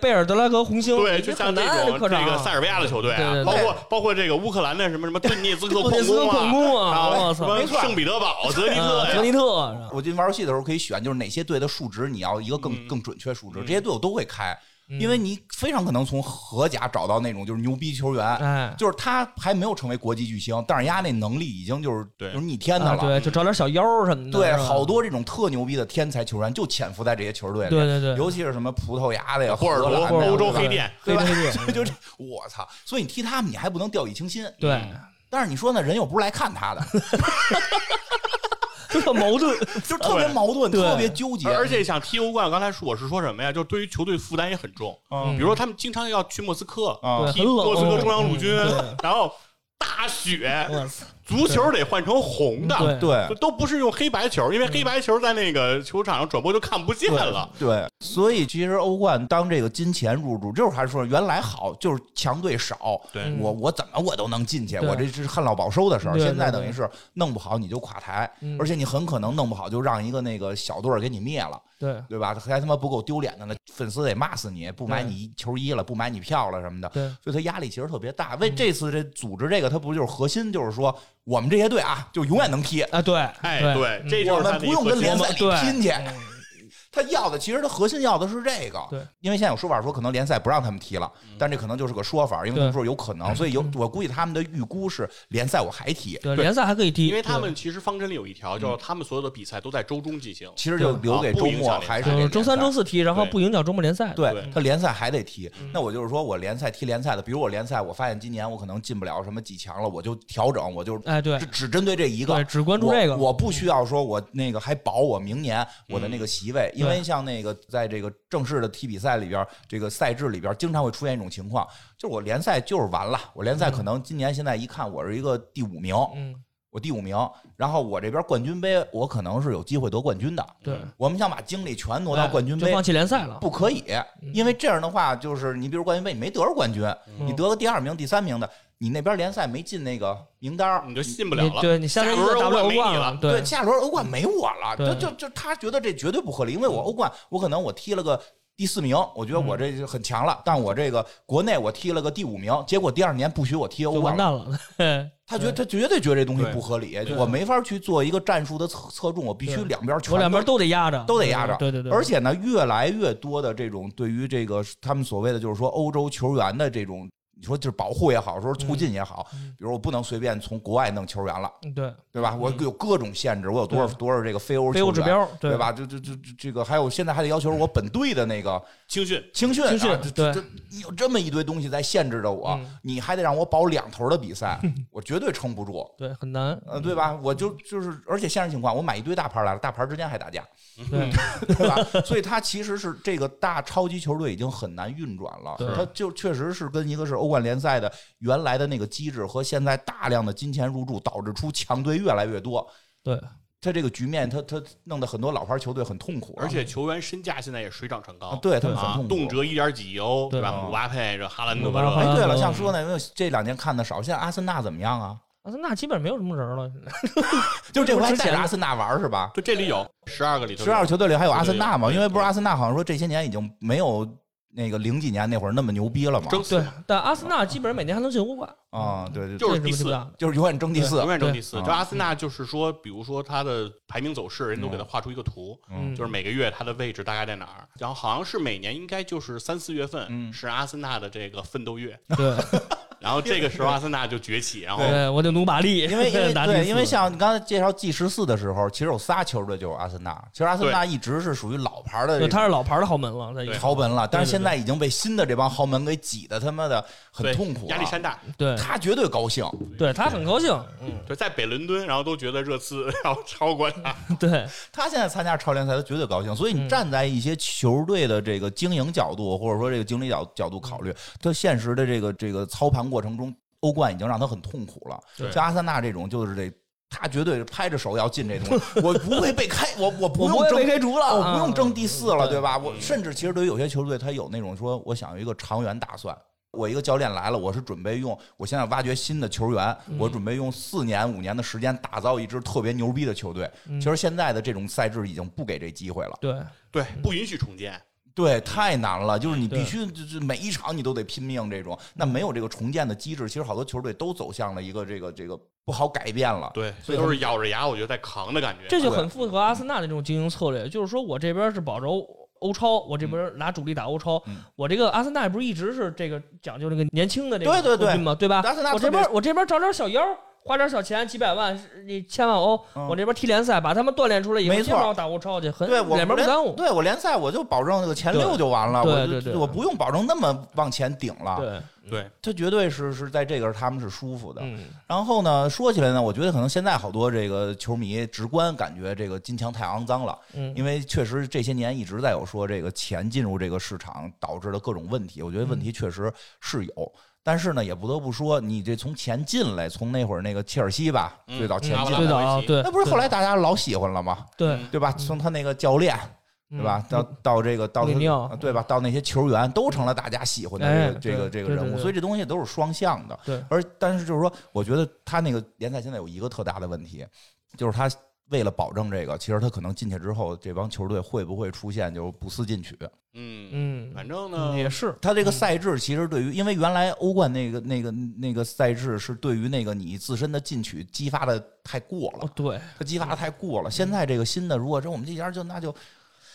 Speaker 3: 贝尔德莱格红星，
Speaker 1: 对，就像
Speaker 3: 很
Speaker 1: 这
Speaker 3: 难啊
Speaker 1: 种
Speaker 3: 客
Speaker 1: 这
Speaker 3: 场
Speaker 1: 个塞尔维亚的球队啊，
Speaker 3: 对对对
Speaker 1: 包括包括这个乌克兰的什么什么顿涅茨克
Speaker 3: 顿涅茨克
Speaker 1: 矿
Speaker 3: 矿工啊
Speaker 1: 啊，
Speaker 3: 我
Speaker 1: 什
Speaker 3: 操
Speaker 1: 么
Speaker 2: 没错
Speaker 1: 圣彼得堡、泽尼特
Speaker 3: 啊
Speaker 1: 呀
Speaker 3: 格尼特是吧
Speaker 2: 我就玩游戏的时候可以选，就是哪些队的数值你要一个更、
Speaker 3: 嗯
Speaker 2: 更准确数值，这些队我都会开，因为你非常可能从荷甲找到那种就是牛逼球员，
Speaker 3: 哎
Speaker 2: 就是他还没有成为国际巨星，但是人家那能力已经就是
Speaker 1: 对
Speaker 2: 就是逆天的
Speaker 3: 啊，
Speaker 2: 了。
Speaker 3: 对，就找点小妖什么的，
Speaker 2: 对
Speaker 3: 是吧
Speaker 2: 好多这种特牛逼的天才球员就潜伏在这些球队里，
Speaker 3: 对对对
Speaker 2: 尤其是什么葡萄牙的呀、
Speaker 3: 嗯
Speaker 1: 波尔多
Speaker 2: 荷兰的呀
Speaker 1: 欧洲
Speaker 2: 对吧
Speaker 1: 黑店
Speaker 3: 黑
Speaker 2: 对吧
Speaker 3: 黑店，
Speaker 2: 就这，我操！所以你踢他们，你还不能掉以轻心。
Speaker 3: 对，
Speaker 2: 但是你说呢，人又不是来看他的，
Speaker 3: 就特 矛盾，
Speaker 2: 就是特别矛盾，
Speaker 3: 对
Speaker 2: 特别纠
Speaker 3: 嗯
Speaker 2: 结。
Speaker 1: 而而且想踢欧冠，刚才说我是说什么呀？就是对于球队负担也很重，
Speaker 2: 嗯
Speaker 1: 比如说他们经常要去莫斯科
Speaker 2: 啊
Speaker 3: 对
Speaker 1: 踢
Speaker 3: 嗯很冷
Speaker 1: 莫斯科中央陆军
Speaker 3: 嗯对，嗯
Speaker 1: 然后大雪，
Speaker 3: 我操，
Speaker 1: 足球得换成红的，
Speaker 3: 对
Speaker 2: 对嗯
Speaker 1: 就都不是用黑白球，因为黑白球在那个球场上转播就看不见了。
Speaker 2: 对，所以其实欧冠当这个金钱入驻，就是还是说原来好，就是强队少，
Speaker 1: 对
Speaker 2: 我我怎么我都能进去，
Speaker 3: 嗯对
Speaker 2: 我这是旱涝保收的事儿。
Speaker 3: 对对
Speaker 2: 现在等于是弄不好你就垮台，
Speaker 3: 嗯
Speaker 2: 而且你很可能弄不好就让一个那个小队儿给你灭了，
Speaker 3: 对
Speaker 2: 对吧？还他妈不够丢脸的呢，粉丝得骂死你，不买
Speaker 3: 对
Speaker 2: 你球衣了，不买你票了什么的。
Speaker 3: 对
Speaker 2: 所以他压力其实特别大。
Speaker 3: 嗯
Speaker 2: 为这次这组织这个，他不就是核心就是说我们这些队啊，就永远能踢，
Speaker 3: 啊，对，
Speaker 1: 哎，对，这
Speaker 3: 嗯
Speaker 1: 就
Speaker 2: 我
Speaker 1: 是他
Speaker 2: 们
Speaker 1: 的
Speaker 2: 不用
Speaker 1: 一个
Speaker 2: 跟联赛
Speaker 3: 我
Speaker 2: 里
Speaker 3: 们对
Speaker 2: 拼去。他要的其实他核心要的是这个，
Speaker 3: 对，嗯
Speaker 2: 因为现在有说法说可能联赛不让他们踢了，但这可能就是个说法，因为
Speaker 3: 对嗯
Speaker 2: 他们说有可能，所以有我估计他们的预估是联赛我还踢，
Speaker 3: 对，联赛还可以踢，
Speaker 1: 因为他们
Speaker 3: 对
Speaker 1: 其实方针里有一
Speaker 2: 嗯
Speaker 1: 条，就是他们所有的比赛都在周中进行。
Speaker 2: 其实就留给
Speaker 1: 对啊
Speaker 2: 周
Speaker 1: 不影响
Speaker 2: 末
Speaker 1: 联赛
Speaker 2: 还是
Speaker 1: 对
Speaker 3: 就
Speaker 2: 给
Speaker 3: 是
Speaker 2: 联
Speaker 3: 周三、
Speaker 2: 赛
Speaker 3: 周四踢，然后
Speaker 1: 对
Speaker 3: 不影响周末嗯联赛。
Speaker 2: 对
Speaker 1: 对
Speaker 2: 他联赛还得踢，那我就是说我联赛踢联赛的，比如我联赛，我发现今年我可能进不了什么几强了，我就调整，我就
Speaker 3: 哎，对
Speaker 2: 只只针对这一
Speaker 3: 对，
Speaker 2: 个，
Speaker 3: 只关注这个。
Speaker 2: 我，我不需要说我那个还保我明年
Speaker 3: 嗯
Speaker 2: 我的那个席位，因为像那个在这个正式的踢比赛里边儿，这个赛制里边儿经常会出现一种情况，就是我联赛就是完了，我联赛可能今年现在一看我是一个第五名，
Speaker 3: 嗯，
Speaker 2: 我第五名，然后我这边冠军杯我可能是有机会得冠军的，
Speaker 3: 对，
Speaker 2: 我们想把精力全挪到
Speaker 3: 哎
Speaker 2: 冠军
Speaker 3: 就
Speaker 2: 杯
Speaker 3: 放。弃联赛了。
Speaker 2: 不可以，因为这样的话，就是你比如冠军杯你没得着冠军，
Speaker 3: 嗯
Speaker 2: 你得个第二名、第三名的，你那边联赛没进那个名单儿，
Speaker 1: 你就信不了
Speaker 3: 你
Speaker 1: 了。
Speaker 3: 对你下轮
Speaker 1: 轮
Speaker 3: 打
Speaker 1: 欧
Speaker 3: 不
Speaker 1: 冠
Speaker 3: 了欧
Speaker 1: 没你
Speaker 3: 冠
Speaker 1: 了，
Speaker 3: 对，
Speaker 2: 下轮欧冠没我了，
Speaker 3: 对嗯
Speaker 2: 就就就他觉得这绝对不合理，因为我欧冠我可能我踢了个第四名，我觉得我这就很强了，但我这个国内我踢了个第五名，结果第二年不许我踢欧
Speaker 3: 就完
Speaker 2: 冠了，
Speaker 3: 蛋了。嘿
Speaker 2: 他觉得他绝对觉得这东西
Speaker 1: 对
Speaker 2: 不合理，我没法去做一个战术的侧侧重，我必须
Speaker 3: 对
Speaker 2: 两边全
Speaker 3: 我两
Speaker 2: 都
Speaker 3: 边都得压着，嗯
Speaker 2: 都得压着
Speaker 3: 对对对，
Speaker 2: 而且呢，越来越多的这种对于这个他们所谓的就是说欧洲球员的这种，你说就是保护也好，说促进也好，比如我不能随便从国外弄球员了，
Speaker 3: 嗯对
Speaker 2: 对吧？我有各种限制，我有多少
Speaker 3: 对
Speaker 2: 多少这个非欧
Speaker 3: 非
Speaker 2: 球
Speaker 3: 欧
Speaker 2: 员
Speaker 3: 指标，
Speaker 2: 对？吧？这这这这这个还有现在还得要求我本队的那个
Speaker 1: 青训
Speaker 2: 青训啊，
Speaker 3: 青训
Speaker 2: 这这
Speaker 3: 对
Speaker 2: 这你有这么一堆东西在限制着我，
Speaker 3: 嗯
Speaker 2: 你还得让我保两头的比赛，我绝对撑不 住。
Speaker 3: 对，很难，
Speaker 2: 呃，对吧？我就就是，而且现实情况，我买一堆大牌来了，大牌之间还打架，
Speaker 3: 对，
Speaker 2: 嗯对吧？ 所以它其实是这个大超级球队已经很难运转了
Speaker 3: 对，
Speaker 2: 它就确实是跟一个是欧冠联赛的原来的那个机制和现在大量的金钱入驻，导致出强队越来越多。
Speaker 3: 对，
Speaker 2: 它这个局面，它它弄得很多老牌球队很痛苦啊，
Speaker 1: 而且球员身价现在也水涨船
Speaker 2: 啊
Speaker 1: 高，
Speaker 2: 对他们
Speaker 1: 啊
Speaker 2: 很痛
Speaker 1: 动
Speaker 2: 苦。
Speaker 1: 辄一点几亿欧，
Speaker 3: 对
Speaker 1: 对吧？
Speaker 2: 啊
Speaker 1: 姆巴佩这哈兰德
Speaker 3: 姆巴
Speaker 2: 哎
Speaker 3: 佩
Speaker 1: 这，
Speaker 2: 对了，像说呢，因为这两年看的少，现在阿森纳怎么样啊？
Speaker 3: 阿森纳基本没有什么人 了，现在
Speaker 2: 就这回还
Speaker 3: 之前
Speaker 2: 带着阿森纳玩儿是吧？
Speaker 1: 就这里有十二个里头有，
Speaker 2: 十二球队里还有阿森纳嘛？
Speaker 1: 对对对
Speaker 2: 因为不是阿森纳好像说这些年已经没有那个零几年那会儿那么牛逼了嘛？
Speaker 1: 争四
Speaker 3: 对，但阿森纳基本上每年还能进欧冠，
Speaker 2: 啊，对对，对
Speaker 1: 就是
Speaker 3: 这
Speaker 1: 第
Speaker 3: 是
Speaker 1: 四
Speaker 3: 不大的，
Speaker 2: 就是永远争第四
Speaker 1: 永，远争第四。
Speaker 2: 对嗯
Speaker 1: 就阿森纳就是说，比如说他的排名走势，人都给他画出一个图，
Speaker 3: 嗯，
Speaker 1: 就是每个月他的位置大概在哪儿。然后好像是每年应该就是三四月份
Speaker 2: 嗯
Speaker 1: 是阿森纳的这个奋斗月，
Speaker 3: 对，
Speaker 1: 然后这个时候阿森纳就崛起，然后
Speaker 3: 对，我得努把力，
Speaker 2: 因为因 为
Speaker 3: 打第四
Speaker 2: 对，因为像你刚才介绍 G 十四的时候，其实有仨球队就有阿森纳，其实阿森纳一直是属于老牌的
Speaker 3: 对
Speaker 2: 这
Speaker 3: 他
Speaker 2: 种
Speaker 3: 是老牌的豪门了，在
Speaker 1: 对
Speaker 2: 豪门了，但
Speaker 3: 对
Speaker 2: 是
Speaker 3: 对
Speaker 2: 现在已经被新的这帮豪门给挤得他妈的很
Speaker 1: 对
Speaker 2: 痛苦了，
Speaker 1: 压力山大。
Speaker 3: 对
Speaker 2: 他绝对高兴，
Speaker 3: 对，他很高兴，嗯，
Speaker 1: 对，在北伦敦，然后都觉得热刺要超过他，
Speaker 3: 对，
Speaker 2: 他现在参加超联赛，他绝对高兴。所以
Speaker 3: 嗯
Speaker 2: 你站在一些球队的这个经营角度，或者说这个经理角角度
Speaker 3: 嗯
Speaker 2: 考虑，他现实的这个这个操盘过程中，欧冠已经让他很痛苦
Speaker 1: 对
Speaker 2: 了。像阿森纳这种，就是这。他绝对拍着手要进这 东西，我不会被开，我我不
Speaker 3: 我不
Speaker 2: 用
Speaker 3: 会
Speaker 2: 争
Speaker 3: 被开除了
Speaker 2: 我不用
Speaker 3: 嗯
Speaker 2: 争第四了，
Speaker 3: 对
Speaker 2: 对吧？我甚至其实对于有些球队，他有那种说，我想有一个长远打算。我一个教练来了，我是准备用我现在挖掘新的球员，
Speaker 3: 嗯
Speaker 2: 我准备用四年五年的时间打造一支特别牛逼的球队。其实现在的这种赛制已经不给这机会了，
Speaker 3: 嗯对，
Speaker 1: 对，不允许重建。
Speaker 2: 对，太难了。就是你
Speaker 3: 对
Speaker 2: 必须就是每一场你都得拼命这种，那没有这个重建的机制，其实好多球队都走向了一个这个这个不好改变了。
Speaker 1: 对，所以都是咬着牙，我觉得在扛的感觉。
Speaker 3: 这就很符合阿森纳的这种经营策略，就是说我这边是保着欧欧超，我这边拿主力打欧超，
Speaker 2: 嗯
Speaker 3: 我这个阿森纳不是一直是这个讲究这个年轻的这个
Speaker 2: 对对对
Speaker 3: 后军嘛，对吧？
Speaker 2: 阿森纳
Speaker 3: 我
Speaker 2: 特
Speaker 3: 这
Speaker 2: 别
Speaker 3: 边我这边找点小妖，花点小钱，几百万、一千万欧，
Speaker 2: 嗯
Speaker 3: 我这边踢联赛，把他们锻炼出来以后，
Speaker 2: 没错
Speaker 3: 接着我打欧超去，很
Speaker 2: 对我
Speaker 3: 两边不
Speaker 2: 联
Speaker 3: 耽误。
Speaker 2: 对我联赛我就保证那个前
Speaker 3: 对
Speaker 2: 六就完了，我
Speaker 3: 对对对
Speaker 2: 就我不用保证那么往前顶了。
Speaker 3: 对，
Speaker 1: 对，
Speaker 2: 他绝对是是在这个他们是舒服的。
Speaker 3: 嗯，
Speaker 2: 然后呢，说起来呢，我觉得可能现在好多这个球迷直观感觉这个金枪太肮脏了，
Speaker 3: 嗯
Speaker 2: 因为确实这些年一直在有说这个钱进入这个市场导致的各种问题，我觉得问
Speaker 1: 嗯
Speaker 2: 题确实是有。但是呢，也不得不说，你这从钱进来，从那会儿那个切尔西吧，
Speaker 1: 嗯
Speaker 2: 最早钱
Speaker 1: 阿布拉
Speaker 2: 进
Speaker 3: 对
Speaker 2: 来，
Speaker 3: 的啊，对，
Speaker 2: 那不是后来大家老喜欢了吗？
Speaker 3: 对嗯
Speaker 2: 对
Speaker 1: 嗯
Speaker 2: 吧？从他那个教练，对吧？到到这个到
Speaker 3: 穆里尼奥
Speaker 2: 他啊对吧？到那些球员都成了大家喜
Speaker 3: 嗯
Speaker 2: 欢
Speaker 3: 哎
Speaker 2: 的这个这个这
Speaker 3: 对
Speaker 2: 个
Speaker 3: 对
Speaker 2: 人物，
Speaker 3: 对
Speaker 2: 所以这东西都是双向的。
Speaker 3: 对
Speaker 2: 而但是就是说，我觉得他那个联赛现在有一个特大的问题，就是他为了保证这个，其实他可能进去之后，这帮球队会不会出现就是不思进取？
Speaker 1: 嗯，
Speaker 3: 嗯，
Speaker 1: 反正
Speaker 3: 嗯
Speaker 1: 呢，
Speaker 3: 也是，
Speaker 2: 他这个赛制其实对于，因为原来欧冠那个那个那个赛制是对于那个你自身的进取激发的太过了
Speaker 3: 哦，，对，嗯
Speaker 2: 它激发的太过了。现在这个新的，如果说我们这家就那就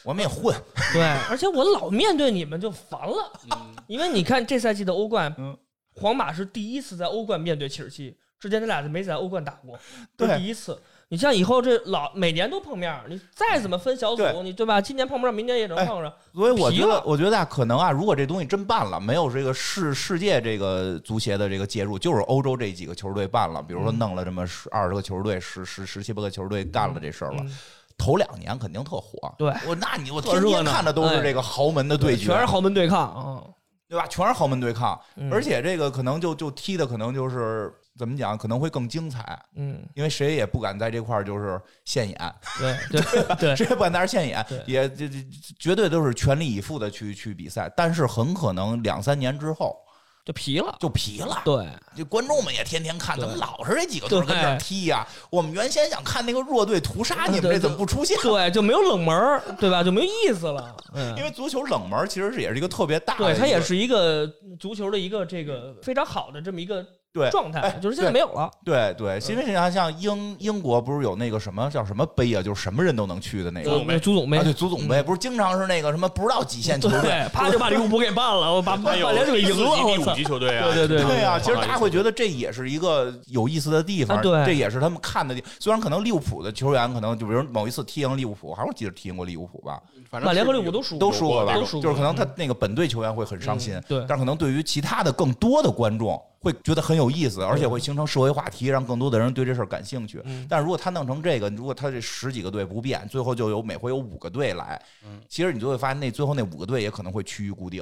Speaker 2: 我们也混，
Speaker 3: 对，而且我老面对你们就烦了， 因为你看这赛季的欧冠，
Speaker 2: 嗯
Speaker 3: 皇马是第一次在欧冠面对切尔西，之前他俩就没在欧冠打过，这
Speaker 2: 对
Speaker 3: 是第一次。你像以后这老每年都碰面儿，你再怎么分小组，
Speaker 2: 对
Speaker 3: 你对吧？今年碰不上，明年也能
Speaker 2: 哎
Speaker 3: 碰上。
Speaker 2: 所以我觉
Speaker 3: 皮
Speaker 2: 得
Speaker 3: 了，
Speaker 2: 我觉得啊，可能啊，如果这东西真办了，没有这个世世界这个足协的这个介入，就是欧洲这几个球队办了，比如
Speaker 3: 嗯
Speaker 2: 说弄了这么十二十个球队，十十十七八个球队干了这事儿了，
Speaker 3: 嗯
Speaker 2: 头两年肯定特火。
Speaker 3: 对
Speaker 2: 我那你我
Speaker 1: 特热
Speaker 2: 天
Speaker 1: 闹
Speaker 2: 天看的都是这个豪门的对决，
Speaker 3: 全是豪门对抗啊。
Speaker 2: 对吧？全是豪门对抗，
Speaker 3: 嗯
Speaker 2: 而，且这个可能就就踢的可能就是怎么讲，可能会更精彩，
Speaker 3: 嗯，
Speaker 2: 因为谁也不敢在这块儿就是现眼，
Speaker 3: 对对 对，
Speaker 2: 谁也不敢在这儿现眼
Speaker 3: 对，
Speaker 2: 也这这绝对都是全力以赴的去去比赛，但是很可能两三年之后
Speaker 3: 就皮了。
Speaker 2: 就皮了。
Speaker 3: 对，
Speaker 2: 这观众们也天天看，
Speaker 3: 对
Speaker 2: 怎么老是这几个队儿跟这儿
Speaker 3: 对
Speaker 2: 踢呀、我们原先想看那个弱队屠杀你们，
Speaker 3: 对
Speaker 2: 这怎么不出现？
Speaker 3: 对，就没有冷门儿，对吧？就没有意思了。嗯哎
Speaker 2: 因，为足球冷门其实是也是一个特别大的一
Speaker 3: 对，
Speaker 2: 个，
Speaker 3: 它也是一个足球的一个这个非常好的这么一个
Speaker 2: 对
Speaker 3: 状态，
Speaker 2: 哎
Speaker 3: 就是现在
Speaker 2: 对
Speaker 3: 没有了。
Speaker 2: 对对，因为你想像英英国不是有那个什么叫什么杯啊，就是什么人都能去的那
Speaker 1: 足
Speaker 2: 个
Speaker 1: 总杯
Speaker 3: 朱总
Speaker 2: 啊，对，足总杯不是经常是那个什么不知道几线球
Speaker 3: 嗯
Speaker 2: 队
Speaker 3: 对，，啪就把利物浦给办了， 我把
Speaker 1: 还
Speaker 2: 哎
Speaker 3: 曼
Speaker 1: 有
Speaker 3: 联给赢了，
Speaker 1: 第
Speaker 3: 我
Speaker 1: 五
Speaker 3: 操！
Speaker 1: 级球队啊，
Speaker 3: 对对对
Speaker 2: 对啊，
Speaker 1: 嗯
Speaker 2: 其实大家会觉得这也是一个有意思的地方，
Speaker 3: 啊对
Speaker 2: 这也是他们看的地。虽然可能利物浦的球员可能就比如某一次踢赢利物浦，还是我记得踢赢过利物浦吧，
Speaker 1: 反正
Speaker 3: 曼联和利
Speaker 1: 是
Speaker 3: 物浦都输，
Speaker 2: 都输过吧，
Speaker 3: 都输过
Speaker 2: 就是可能他那个本队球员会很伤心，
Speaker 3: 嗯对
Speaker 2: 但可能对于其他的更多的观众会觉得很有意思，而且会形成社会话题，让更多的人对这事儿感兴趣。
Speaker 3: 嗯
Speaker 2: 但如果他弄成这个，如果他这十几个队不变，最后就有每回有五个队来，
Speaker 3: 嗯
Speaker 2: 其实你就会发现那最后那五个队也可能会趋于固定，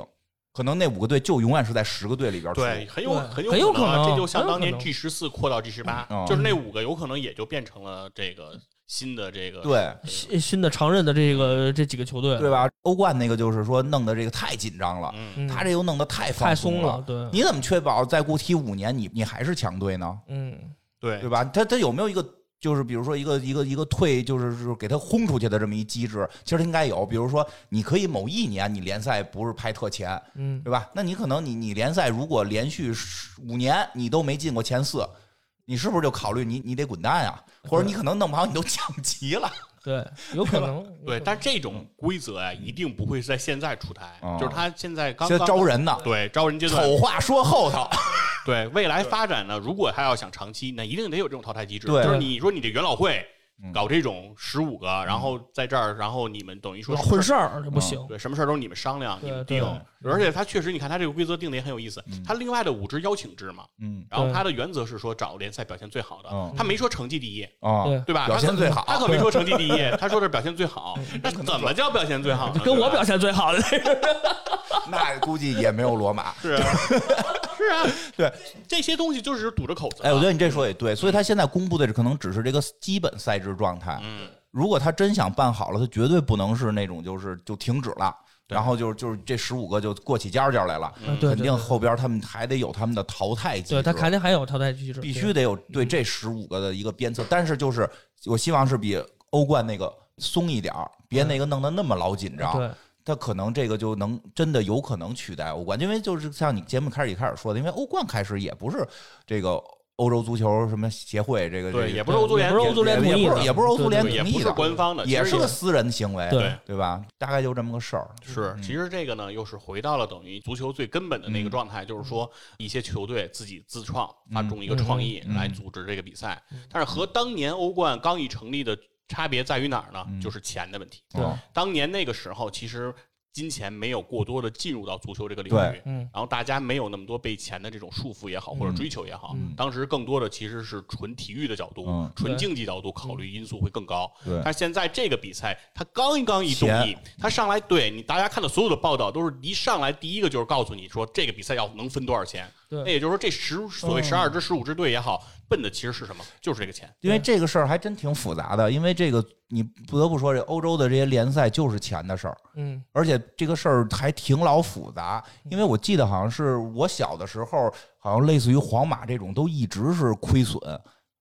Speaker 2: 可能那五个队就永远是在十个队里边出。
Speaker 1: 对，很有
Speaker 3: 对
Speaker 1: 很有
Speaker 3: 很有
Speaker 1: 可能啊，
Speaker 3: 可能
Speaker 1: 这就像
Speaker 3: 很有
Speaker 1: 当年
Speaker 3: 可能
Speaker 1: G 十四扩到 G 十八
Speaker 2: 嗯，
Speaker 1: 就是那五个有可能也就变成了这个新的这个
Speaker 2: 对
Speaker 3: 新新的常任的这个这几个球队，
Speaker 2: 对吧？欧冠那个就是说弄的这个太紧张了，
Speaker 1: 嗯，
Speaker 3: 嗯
Speaker 2: 他这又弄得太放
Speaker 3: 太松嗯
Speaker 2: 了。
Speaker 3: 对，
Speaker 2: 你怎么确保再过踢五年你你还是强队呢？
Speaker 3: 嗯，
Speaker 1: 对
Speaker 2: 对吧？他他有没有一个就是比如说一个一个一个退，就是就是给他轰出去的这么一机制？其实应该有，比如说你可以某一年你联赛不是排特前，
Speaker 3: 嗯
Speaker 2: 对吧？那你可能你你联赛如果连续十五年你都没进过前四。你是不是就考虑你你得滚蛋呀、或者你可能弄不好你都降级了，
Speaker 3: 对，有可 能，
Speaker 1: 对，但这种规则啊，一定不会是在现在出台
Speaker 2: 嗯哦，
Speaker 1: 就是他现在刚
Speaker 2: 现在
Speaker 1: 刚
Speaker 2: 招人呢。
Speaker 1: 对招人阶段，
Speaker 2: 丑话说后头，
Speaker 1: 对未来发展呢，如果他要想长期，那一定得有这种淘汰机制。
Speaker 2: 对
Speaker 1: 就是你说你这元老会
Speaker 2: 嗯
Speaker 1: 搞这种十五个，然后在这儿，然后你们等于说
Speaker 3: 有
Speaker 1: 什么
Speaker 3: 混
Speaker 1: 事
Speaker 3: 事儿
Speaker 2: 嗯
Speaker 3: 这不行
Speaker 1: 儿，，对，什么事儿都是你们商量，你
Speaker 3: 对
Speaker 1: 们
Speaker 3: 对
Speaker 1: 定。而且他确实，你看他这个规则定的也很有意思
Speaker 2: 嗯，
Speaker 1: 他另外的五支邀请制嘛，
Speaker 2: 嗯
Speaker 1: 然后
Speaker 3: 对
Speaker 1: 他的原则是说找联赛表现最好的，
Speaker 2: 嗯
Speaker 1: 他没说成绩第一，
Speaker 2: 啊
Speaker 3: 对
Speaker 1: 对吧？
Speaker 2: 表现
Speaker 1: 他可
Speaker 2: 最好
Speaker 1: 他可没说成绩第 一，他说是表现最好。那怎么叫表现最
Speaker 2: 啊
Speaker 1: 好呢？
Speaker 3: 跟
Speaker 1: 对
Speaker 3: 我
Speaker 1: 吧
Speaker 3: 表现最好的那个，
Speaker 2: 那估计也没有罗马。
Speaker 1: 是啊， 是啊，
Speaker 2: 对，
Speaker 1: 这些东西就是堵着口子嘛。
Speaker 2: 哎，我觉得你这说也对，所以他现在公布的可能只是这个基本赛制状态。
Speaker 1: 嗯，
Speaker 2: 如果他真想办好了，他绝对不能是那种就是就停止了，
Speaker 1: 对
Speaker 2: 然后就是就是这十五个就过起尖儿尖儿来了，
Speaker 3: 啊对对
Speaker 2: 肯定
Speaker 3: 对
Speaker 2: 后边他们还得有他们的淘汰机制。
Speaker 3: 对他肯定还有淘汰机制，
Speaker 2: 必须得有对这十五个的一个鞭策，但是就是我希望是比欧冠那个松一点儿，别那个弄得那么老紧张。
Speaker 3: 对，
Speaker 2: 他可能这个就能真的有可能取代欧冠，因为就是像你节目开始一开始说的，因为欧冠开始也不是这个欧洲足球什么协会这个
Speaker 1: 对，
Speaker 2: 这
Speaker 1: 也
Speaker 2: 个
Speaker 1: 不是欧足联，
Speaker 3: 也不是欧足
Speaker 2: 也
Speaker 3: 联同
Speaker 2: 也
Speaker 3: 意
Speaker 2: 不
Speaker 3: 的
Speaker 2: 是也不是欧足联
Speaker 1: 对也
Speaker 2: 同
Speaker 1: 不
Speaker 2: 意
Speaker 1: 是
Speaker 2: 的，
Speaker 1: 官方的，
Speaker 2: 也
Speaker 1: 其
Speaker 2: 是
Speaker 1: 实
Speaker 2: 个私人行为，
Speaker 3: 对
Speaker 2: 对吧？大概就这么个事儿。
Speaker 1: 是，其实这个呢，又是回到了等于足球最根本的那
Speaker 2: 嗯
Speaker 1: 个状态，就是说一些球队自己自创发中一个创意
Speaker 2: 嗯
Speaker 1: 来组织这个比赛，但是和当年欧冠刚一成立的差别在于哪儿呢？
Speaker 2: 嗯
Speaker 1: 就是钱的问题。
Speaker 3: 对
Speaker 2: 哦
Speaker 1: 当年那个时候，其实金钱没有过多的进入到足球这个领
Speaker 2: 对嗯
Speaker 1: 域，
Speaker 3: 嗯
Speaker 1: 然后大家没有那么多被钱的这种束缚也好，或者追求也好，
Speaker 3: 嗯
Speaker 1: 当时更多的其实是纯体育的角度、
Speaker 2: 嗯
Speaker 1: 纯
Speaker 3: 对
Speaker 1: 竞技角度考虑因素会更高。
Speaker 2: 对
Speaker 1: 但是现在这个比赛，他刚一刚一动
Speaker 2: 钱
Speaker 1: 议，他上来对你大家看的所有的报道都是一上来第一个就是告诉你说这个比赛要能分多少钱，
Speaker 3: 对
Speaker 1: 那也就是说这十所谓十二支十五支队也好，奔的其实是什么？就是这个钱。
Speaker 2: 因为这个事儿还真挺复杂的，因为这个你不得不说，这欧洲的这些联赛就是钱的事儿，
Speaker 3: 嗯
Speaker 2: 而且这个事儿还挺老复杂，因为我记得好像是我小的时候，好像类似于皇马这种都一直是亏损，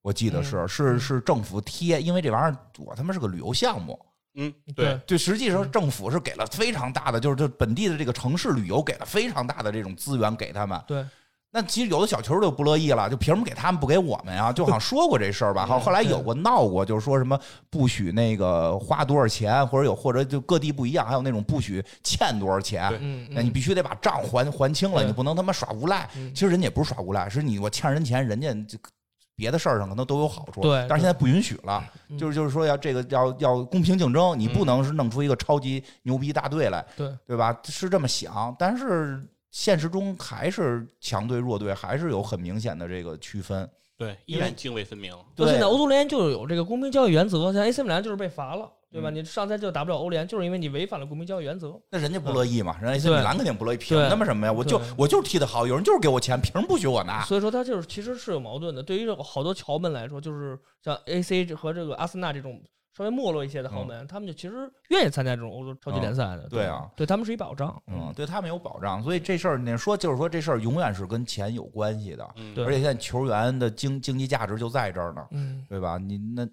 Speaker 2: 我记得是、是是政府贴，因为这玩意儿我他妈是个旅游项目，嗯
Speaker 1: 嗯，
Speaker 3: 对
Speaker 2: 对，实际上政府是给了非常大的，就是这本地的这个城市旅游给了非常大的这种资源给他们，
Speaker 3: 对
Speaker 2: 那其实有的小球队就不乐意了，就凭什么给他们不给我们呀？就 好像说过这事儿吧，好，后来有过闹过，就是说什么不许那个花多少钱，或者有或者就各地不一样，还有那种不许欠多少钱
Speaker 1: 对，
Speaker 3: 嗯
Speaker 2: 哎那你必须得把账还还清了，
Speaker 3: 对
Speaker 2: 你不能他妈耍无赖。
Speaker 3: 嗯
Speaker 2: 其实人家也不是耍无赖，是你我欠人钱，人家这个别的事儿上可能都有好处，
Speaker 3: 对
Speaker 2: 但是现在不允许了。
Speaker 3: 嗯
Speaker 2: 就是就是说要这个要要公平竞争，你不能是弄出一个超级牛逼大队来，
Speaker 3: 对
Speaker 2: 对吧？是这么想，但是现实中还是强队弱队还是有很明显的这个区分。
Speaker 1: 对，依
Speaker 2: 因为
Speaker 1: 然泾渭分明。
Speaker 3: 就
Speaker 2: 对
Speaker 3: 现在欧足联就有这个公平交易原则，像 AC 米兰就是被罚了，对
Speaker 2: 嗯
Speaker 3: 吧？你上赛季就打不了欧联，就是因为你违反了公平交易原则。
Speaker 2: 那人家不乐意嘛，人家
Speaker 3: 嗯
Speaker 2: AC
Speaker 3: 对
Speaker 2: 米兰肯定不乐意，凭
Speaker 3: 对
Speaker 2: 他妈什么呀？我就
Speaker 3: 对
Speaker 2: 我就是踢得好，有人就是给我钱，凭什么不许我拿？
Speaker 3: 所以说，它就是其实是有矛盾的。对于这好多豪门来说，就是像 AC 这和这个阿森纳这种稍微没落一些的豪门，他们就其实愿意参加这种欧洲超级联赛的。
Speaker 2: 嗯对啊，
Speaker 3: 对他们是一保障。
Speaker 2: 嗯，，对他们有保障，所以这事儿你说就是说这事儿永远是跟钱有关系的，
Speaker 1: 嗯，
Speaker 3: 对
Speaker 2: 而且现在球员的经经济价值就在这儿呢，
Speaker 3: 嗯，
Speaker 2: 对吧？你那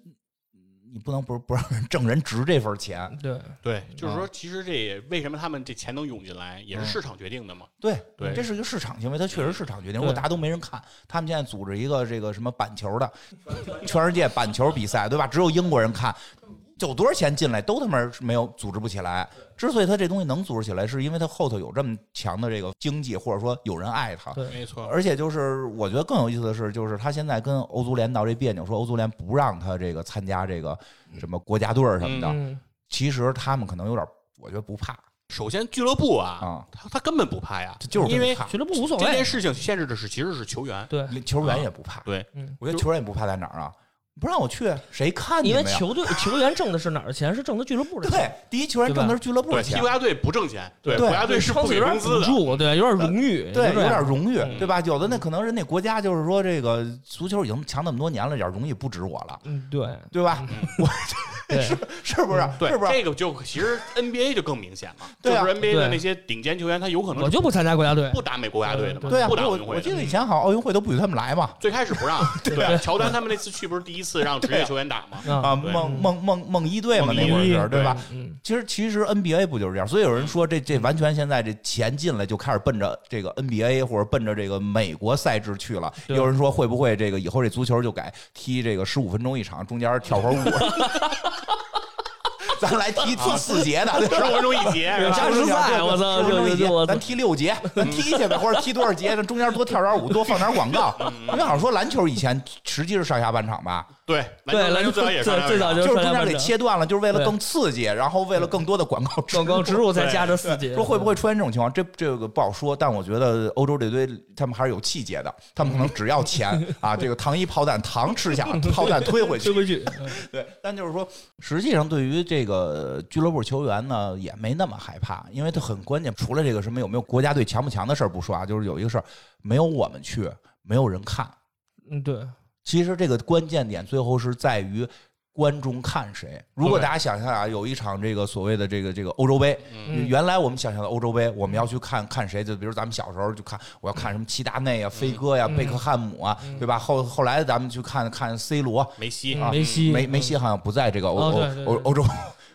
Speaker 2: 你不能不不让挣人值这份钱，
Speaker 3: 对，
Speaker 1: 对，就是
Speaker 2: 嗯
Speaker 1: 说，其实这也为什么他们这钱能涌进来，也是市场决定的嘛。
Speaker 2: 对
Speaker 1: 对
Speaker 2: 这是一个市场行为，它确实市场决定。如
Speaker 3: 对
Speaker 2: 果大家都没人看，他们现在组织一个这个什么板球的，全世界板球比赛，对吧？只有英国人看，有多少钱进来都他妈是没有组织不起来。之所以它这东西能组织起来，是因为它后头有这么强的这个经济，或者说有人爱它。
Speaker 3: 对
Speaker 1: 没错，
Speaker 2: 而且就是我觉得更有意思的是，就是他现在跟欧足联闹这别扭，说欧足联不让他这个参加这个什么国家队儿什么的。
Speaker 3: 嗯，
Speaker 2: 其实他们可能有点，我觉得不怕
Speaker 1: 首先俱乐部啊，
Speaker 2: 啊，
Speaker 1: 他他根本不怕呀，
Speaker 2: 就是
Speaker 1: 因为
Speaker 2: 不怕
Speaker 3: 俱乐部无所
Speaker 1: 这
Speaker 3: 谓
Speaker 1: 件。事情限制的是其实是球员。
Speaker 3: 对，
Speaker 2: 球员也不怕。
Speaker 1: 啊对，
Speaker 3: 嗯，
Speaker 2: 我觉得球员也不怕在哪儿啊，不让我去，谁看你
Speaker 3: 因为
Speaker 2: 们呀？
Speaker 3: 球队球员挣的是哪儿的钱？是挣的俱乐部的钱
Speaker 2: 对。，第一球员挣的是俱乐部
Speaker 1: 对，
Speaker 2: 的
Speaker 1: 踢
Speaker 2: 钱啊
Speaker 1: 国，家队不挣钱，对，
Speaker 2: 对
Speaker 1: 国家队是不给工资
Speaker 3: 补
Speaker 1: 的。
Speaker 3: 助，对，有点荣誉，
Speaker 2: 对，
Speaker 3: 就这
Speaker 2: 有
Speaker 3: 样
Speaker 2: 点荣誉，
Speaker 3: 嗯
Speaker 2: 对吧？有的那可能人家国家就是说，这个足球已经强那么多年了，点荣誉不止我了，
Speaker 3: 嗯，对，
Speaker 2: 对吧？
Speaker 3: 对，
Speaker 2: 是不是？
Speaker 1: 嗯对
Speaker 2: 是，不是？
Speaker 1: 这个就其实 NBA 就更明显嘛，就
Speaker 2: 对
Speaker 1: 是
Speaker 2: 啊
Speaker 1: NBA 的
Speaker 3: 对
Speaker 1: 那些顶尖球员，他有可能
Speaker 3: 我就不参加国家队。
Speaker 1: 不打美国国家队的嘛，
Speaker 2: 对啊，
Speaker 1: 不
Speaker 2: 不
Speaker 1: 打
Speaker 2: 是
Speaker 1: 奥运
Speaker 2: 我
Speaker 1: 会
Speaker 2: 我记
Speaker 1: 的。
Speaker 2: 得以前好像奥运会都不许他们来嘛。
Speaker 1: 最开始不 让，对啊，
Speaker 3: 对
Speaker 1: 乔丹他们那次去不是第一次让职业球员打吗？
Speaker 3: 嗯
Speaker 2: 啊，
Speaker 1: 对
Speaker 2: 梦梦梦梦一队嘛，
Speaker 1: 梦一
Speaker 2: 那会儿
Speaker 3: 队
Speaker 2: 是，对吧？
Speaker 3: 嗯，
Speaker 2: 其实其实 NBA 不就是这样，所以有人说这这完全现在这钱进来就开始奔着这个 NBA 或者奔着这个美国赛制去了。
Speaker 3: 对
Speaker 2: 有人说会不会这个以后这足球就改踢这个十五分钟一场，中间跳 会儿舞，咱来踢
Speaker 3: 啊
Speaker 2: 踢四节的。
Speaker 1: 十五分钟一节，是吧
Speaker 3: 加时赛我操
Speaker 2: 十五分钟一
Speaker 3: 就就就我
Speaker 2: 节，咱踢 六节，咱踢去呗，或者踢多少节，咱中间多跳点舞，多放点广 告。因为好像说篮球以前实际是上下半场吧，
Speaker 1: 对，
Speaker 3: 嗯对，
Speaker 1: 篮
Speaker 3: 篮
Speaker 1: 球
Speaker 3: 球
Speaker 1: 最早也
Speaker 3: 最
Speaker 1: 是这样
Speaker 3: 最早
Speaker 1: 的
Speaker 3: 就
Speaker 2: 就是是
Speaker 3: 上
Speaker 2: 中
Speaker 3: 下
Speaker 2: 间
Speaker 3: 半
Speaker 2: 给
Speaker 3: 场
Speaker 2: 切断了，就是为了
Speaker 3: 对
Speaker 2: 更刺激，然后为了更多的广告植入
Speaker 3: 广告植入才
Speaker 1: 对
Speaker 3: 加着四节，
Speaker 2: 说会不会出现这种情况？这这个不好说，但我觉得欧洲这堆他们还是有气节的，他们可能只要钱 啊，这个糖衣炮弹，糖吃下， 炮弹推
Speaker 3: 推
Speaker 2: 回去。
Speaker 3: 嗯回去？
Speaker 1: 嗯
Speaker 2: 对，但就是说，实际上对于这个俱乐部球员呢，也没那么害怕，因为他很关键。除了这个什么有没有国家队强不强的事儿不说啊，就是有一个事儿，没有我们去，没有人看。
Speaker 3: 嗯，对，
Speaker 2: 其实这个关键点最后是在于观众看谁。如果大家想象啊，有一场这个所谓的这个这个欧洲杯，
Speaker 3: 嗯
Speaker 2: 原来我们想象的欧洲杯，我们要去看看谁，就比如咱们小时候就看，我要看什么齐达内啊、飞哥呀、
Speaker 3: 嗯
Speaker 2: 贝克汉姆啊，对吧？后后来咱们去看看 C 罗。
Speaker 1: 梅西
Speaker 3: 嗯
Speaker 1: 啊
Speaker 3: 梅西，
Speaker 2: 梅梅西好像不在这个欧
Speaker 3: 哦
Speaker 2: 欧
Speaker 3: 对对对
Speaker 2: 欧欧洲，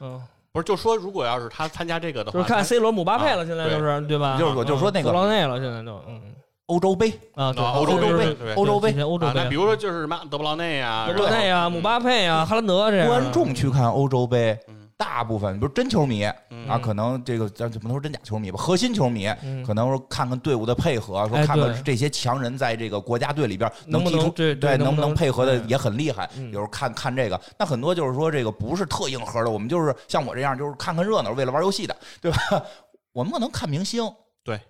Speaker 3: 嗯，
Speaker 1: 不是就说如果要是他参加这个的
Speaker 3: 就
Speaker 1: 话，
Speaker 3: 是看 C 罗、姆巴佩了，
Speaker 1: 啊
Speaker 3: 现在就是对吧？
Speaker 2: 就是我就说那个
Speaker 3: 弗劳内了，现在都嗯
Speaker 2: 欧洲杯，
Speaker 3: 啊，对，
Speaker 1: 啊欧洲
Speaker 3: 就是
Speaker 1: 杯
Speaker 3: 对
Speaker 2: 欧洲杯
Speaker 3: 以前欧洲
Speaker 1: 啊，那比
Speaker 3: 杯，
Speaker 1: 如说就是什么德布劳内啊，
Speaker 3: 德布劳内啊，姆巴佩啊，哈兰德这样的
Speaker 2: 观众去看欧洲杯
Speaker 1: 嗯，
Speaker 2: 大部分比如真球迷啊，
Speaker 1: 嗯
Speaker 2: 可能这个咱就不能说真假球迷吧，核心球迷
Speaker 3: 嗯
Speaker 2: 可能说看看队伍的配合，啊说
Speaker 3: 哎
Speaker 2: 看
Speaker 3: 对
Speaker 2: 看这些强人在这个国家队里边
Speaker 3: 能不
Speaker 2: 踢
Speaker 3: 能
Speaker 2: 出
Speaker 3: 对对能
Speaker 2: 能
Speaker 3: 不能
Speaker 2: 配合的
Speaker 3: 对
Speaker 2: 也很厉害。
Speaker 3: 嗯
Speaker 2: 有时候看看这个，那很多就是说这个不是特硬核的，我们就是像我这样就是看看热闹，为了玩游戏的，对吧？ 我们可能看明星。
Speaker 3: 对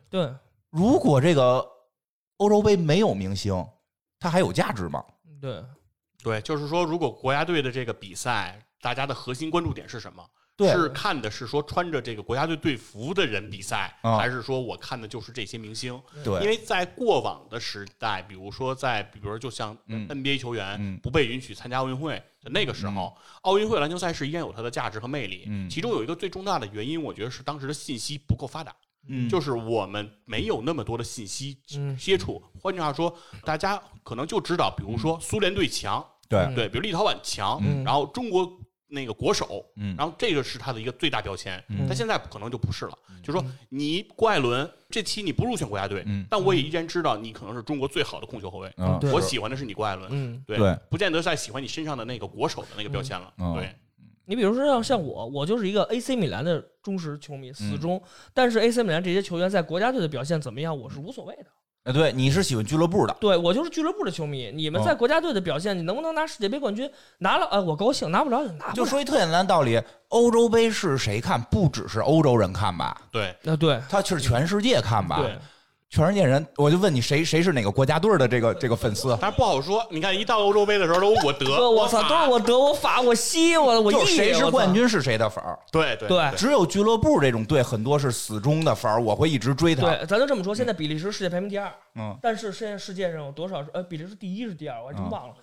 Speaker 2: 如果这个欧洲杯没有明星，它还有价值吗？
Speaker 3: 对
Speaker 1: 对，就是说如果国家队的这个比赛，大家的核心关注点是什么？
Speaker 2: 对
Speaker 1: 是看的是说穿着这个国家队队服的人比赛，
Speaker 2: 啊
Speaker 1: 还是说我看的就是这些明星？因
Speaker 2: 对，
Speaker 1: 为在过往的时代，比如说在，比如说就像
Speaker 2: 嗯
Speaker 1: NBA 球员
Speaker 2: 嗯
Speaker 1: 不被允许参加奥运会的那个时候，奥运会篮球赛事依然有它的价值和魅力。
Speaker 2: 嗯
Speaker 1: 其中有一个最重大的原因，我觉得是当时的信息不够发达，
Speaker 2: 嗯
Speaker 1: 就是我们没有那么多的信息
Speaker 3: 嗯
Speaker 1: 接触。换句话说，大家可能就知道，比如说苏联队强，
Speaker 2: 对
Speaker 3: 嗯
Speaker 1: 对，比如立陶宛强，
Speaker 3: 嗯
Speaker 1: 然后中国那个国手，
Speaker 2: 嗯
Speaker 1: 然后这个是他的一个最大标签。
Speaker 2: 嗯
Speaker 1: 但现在可能就不是了，就是说你郭艾伦这期你不入选国家队，
Speaker 2: 嗯
Speaker 1: 但我也依然知道你可能是中国最好的控球后卫。
Speaker 2: 嗯，
Speaker 3: 对
Speaker 1: 我喜欢的是你郭艾伦，
Speaker 3: 嗯，
Speaker 1: 对，
Speaker 2: 对
Speaker 1: 不见得再喜欢你身上的那个国手的那个标签了。
Speaker 2: 嗯
Speaker 1: 对，
Speaker 3: 你比如说像像我，我就是一个 AC 米兰的忠实球迷，死
Speaker 2: 嗯
Speaker 3: 忠。但是 AC 米兰这些球员在国家队的表现怎么样，我是无所谓的。
Speaker 2: 哎，对，你是喜欢俱乐部的，
Speaker 3: 对我就是俱乐部的球迷，你
Speaker 2: 哦
Speaker 3: 们在国家队的表现，你能不能拿世界杯冠军？拿了，哎，我高兴；拿不着就拿不
Speaker 2: 就
Speaker 3: 了。
Speaker 2: 说一特简单的道理，欧洲杯是谁看？不只是欧洲人看吧，
Speaker 1: 对，
Speaker 3: 啊，对
Speaker 2: 他是全世界看吧，
Speaker 3: 对，
Speaker 2: 全世界人，我就问你谁谁是哪个国家队的这个这个粉丝？
Speaker 1: 但是不好说。你看，一到欧洲杯的时候，都我
Speaker 3: 哥，
Speaker 1: 德，
Speaker 3: 我操，
Speaker 1: 操，
Speaker 3: 都是我德我法我西我我
Speaker 2: 就是
Speaker 3: 意
Speaker 2: 谁是
Speaker 3: 我操
Speaker 2: 冠军是谁的粉儿，
Speaker 1: 对对
Speaker 3: 对
Speaker 2: 只有俱乐部这种队，很多是死忠的粉儿，我会一直追他。
Speaker 3: 对，咱就这么说，现在比利时世界排名第二，
Speaker 2: 嗯
Speaker 3: 但是现在世界上有多少是？呃，比利时第一是第二，我还真
Speaker 2: 嗯
Speaker 3: 忘了。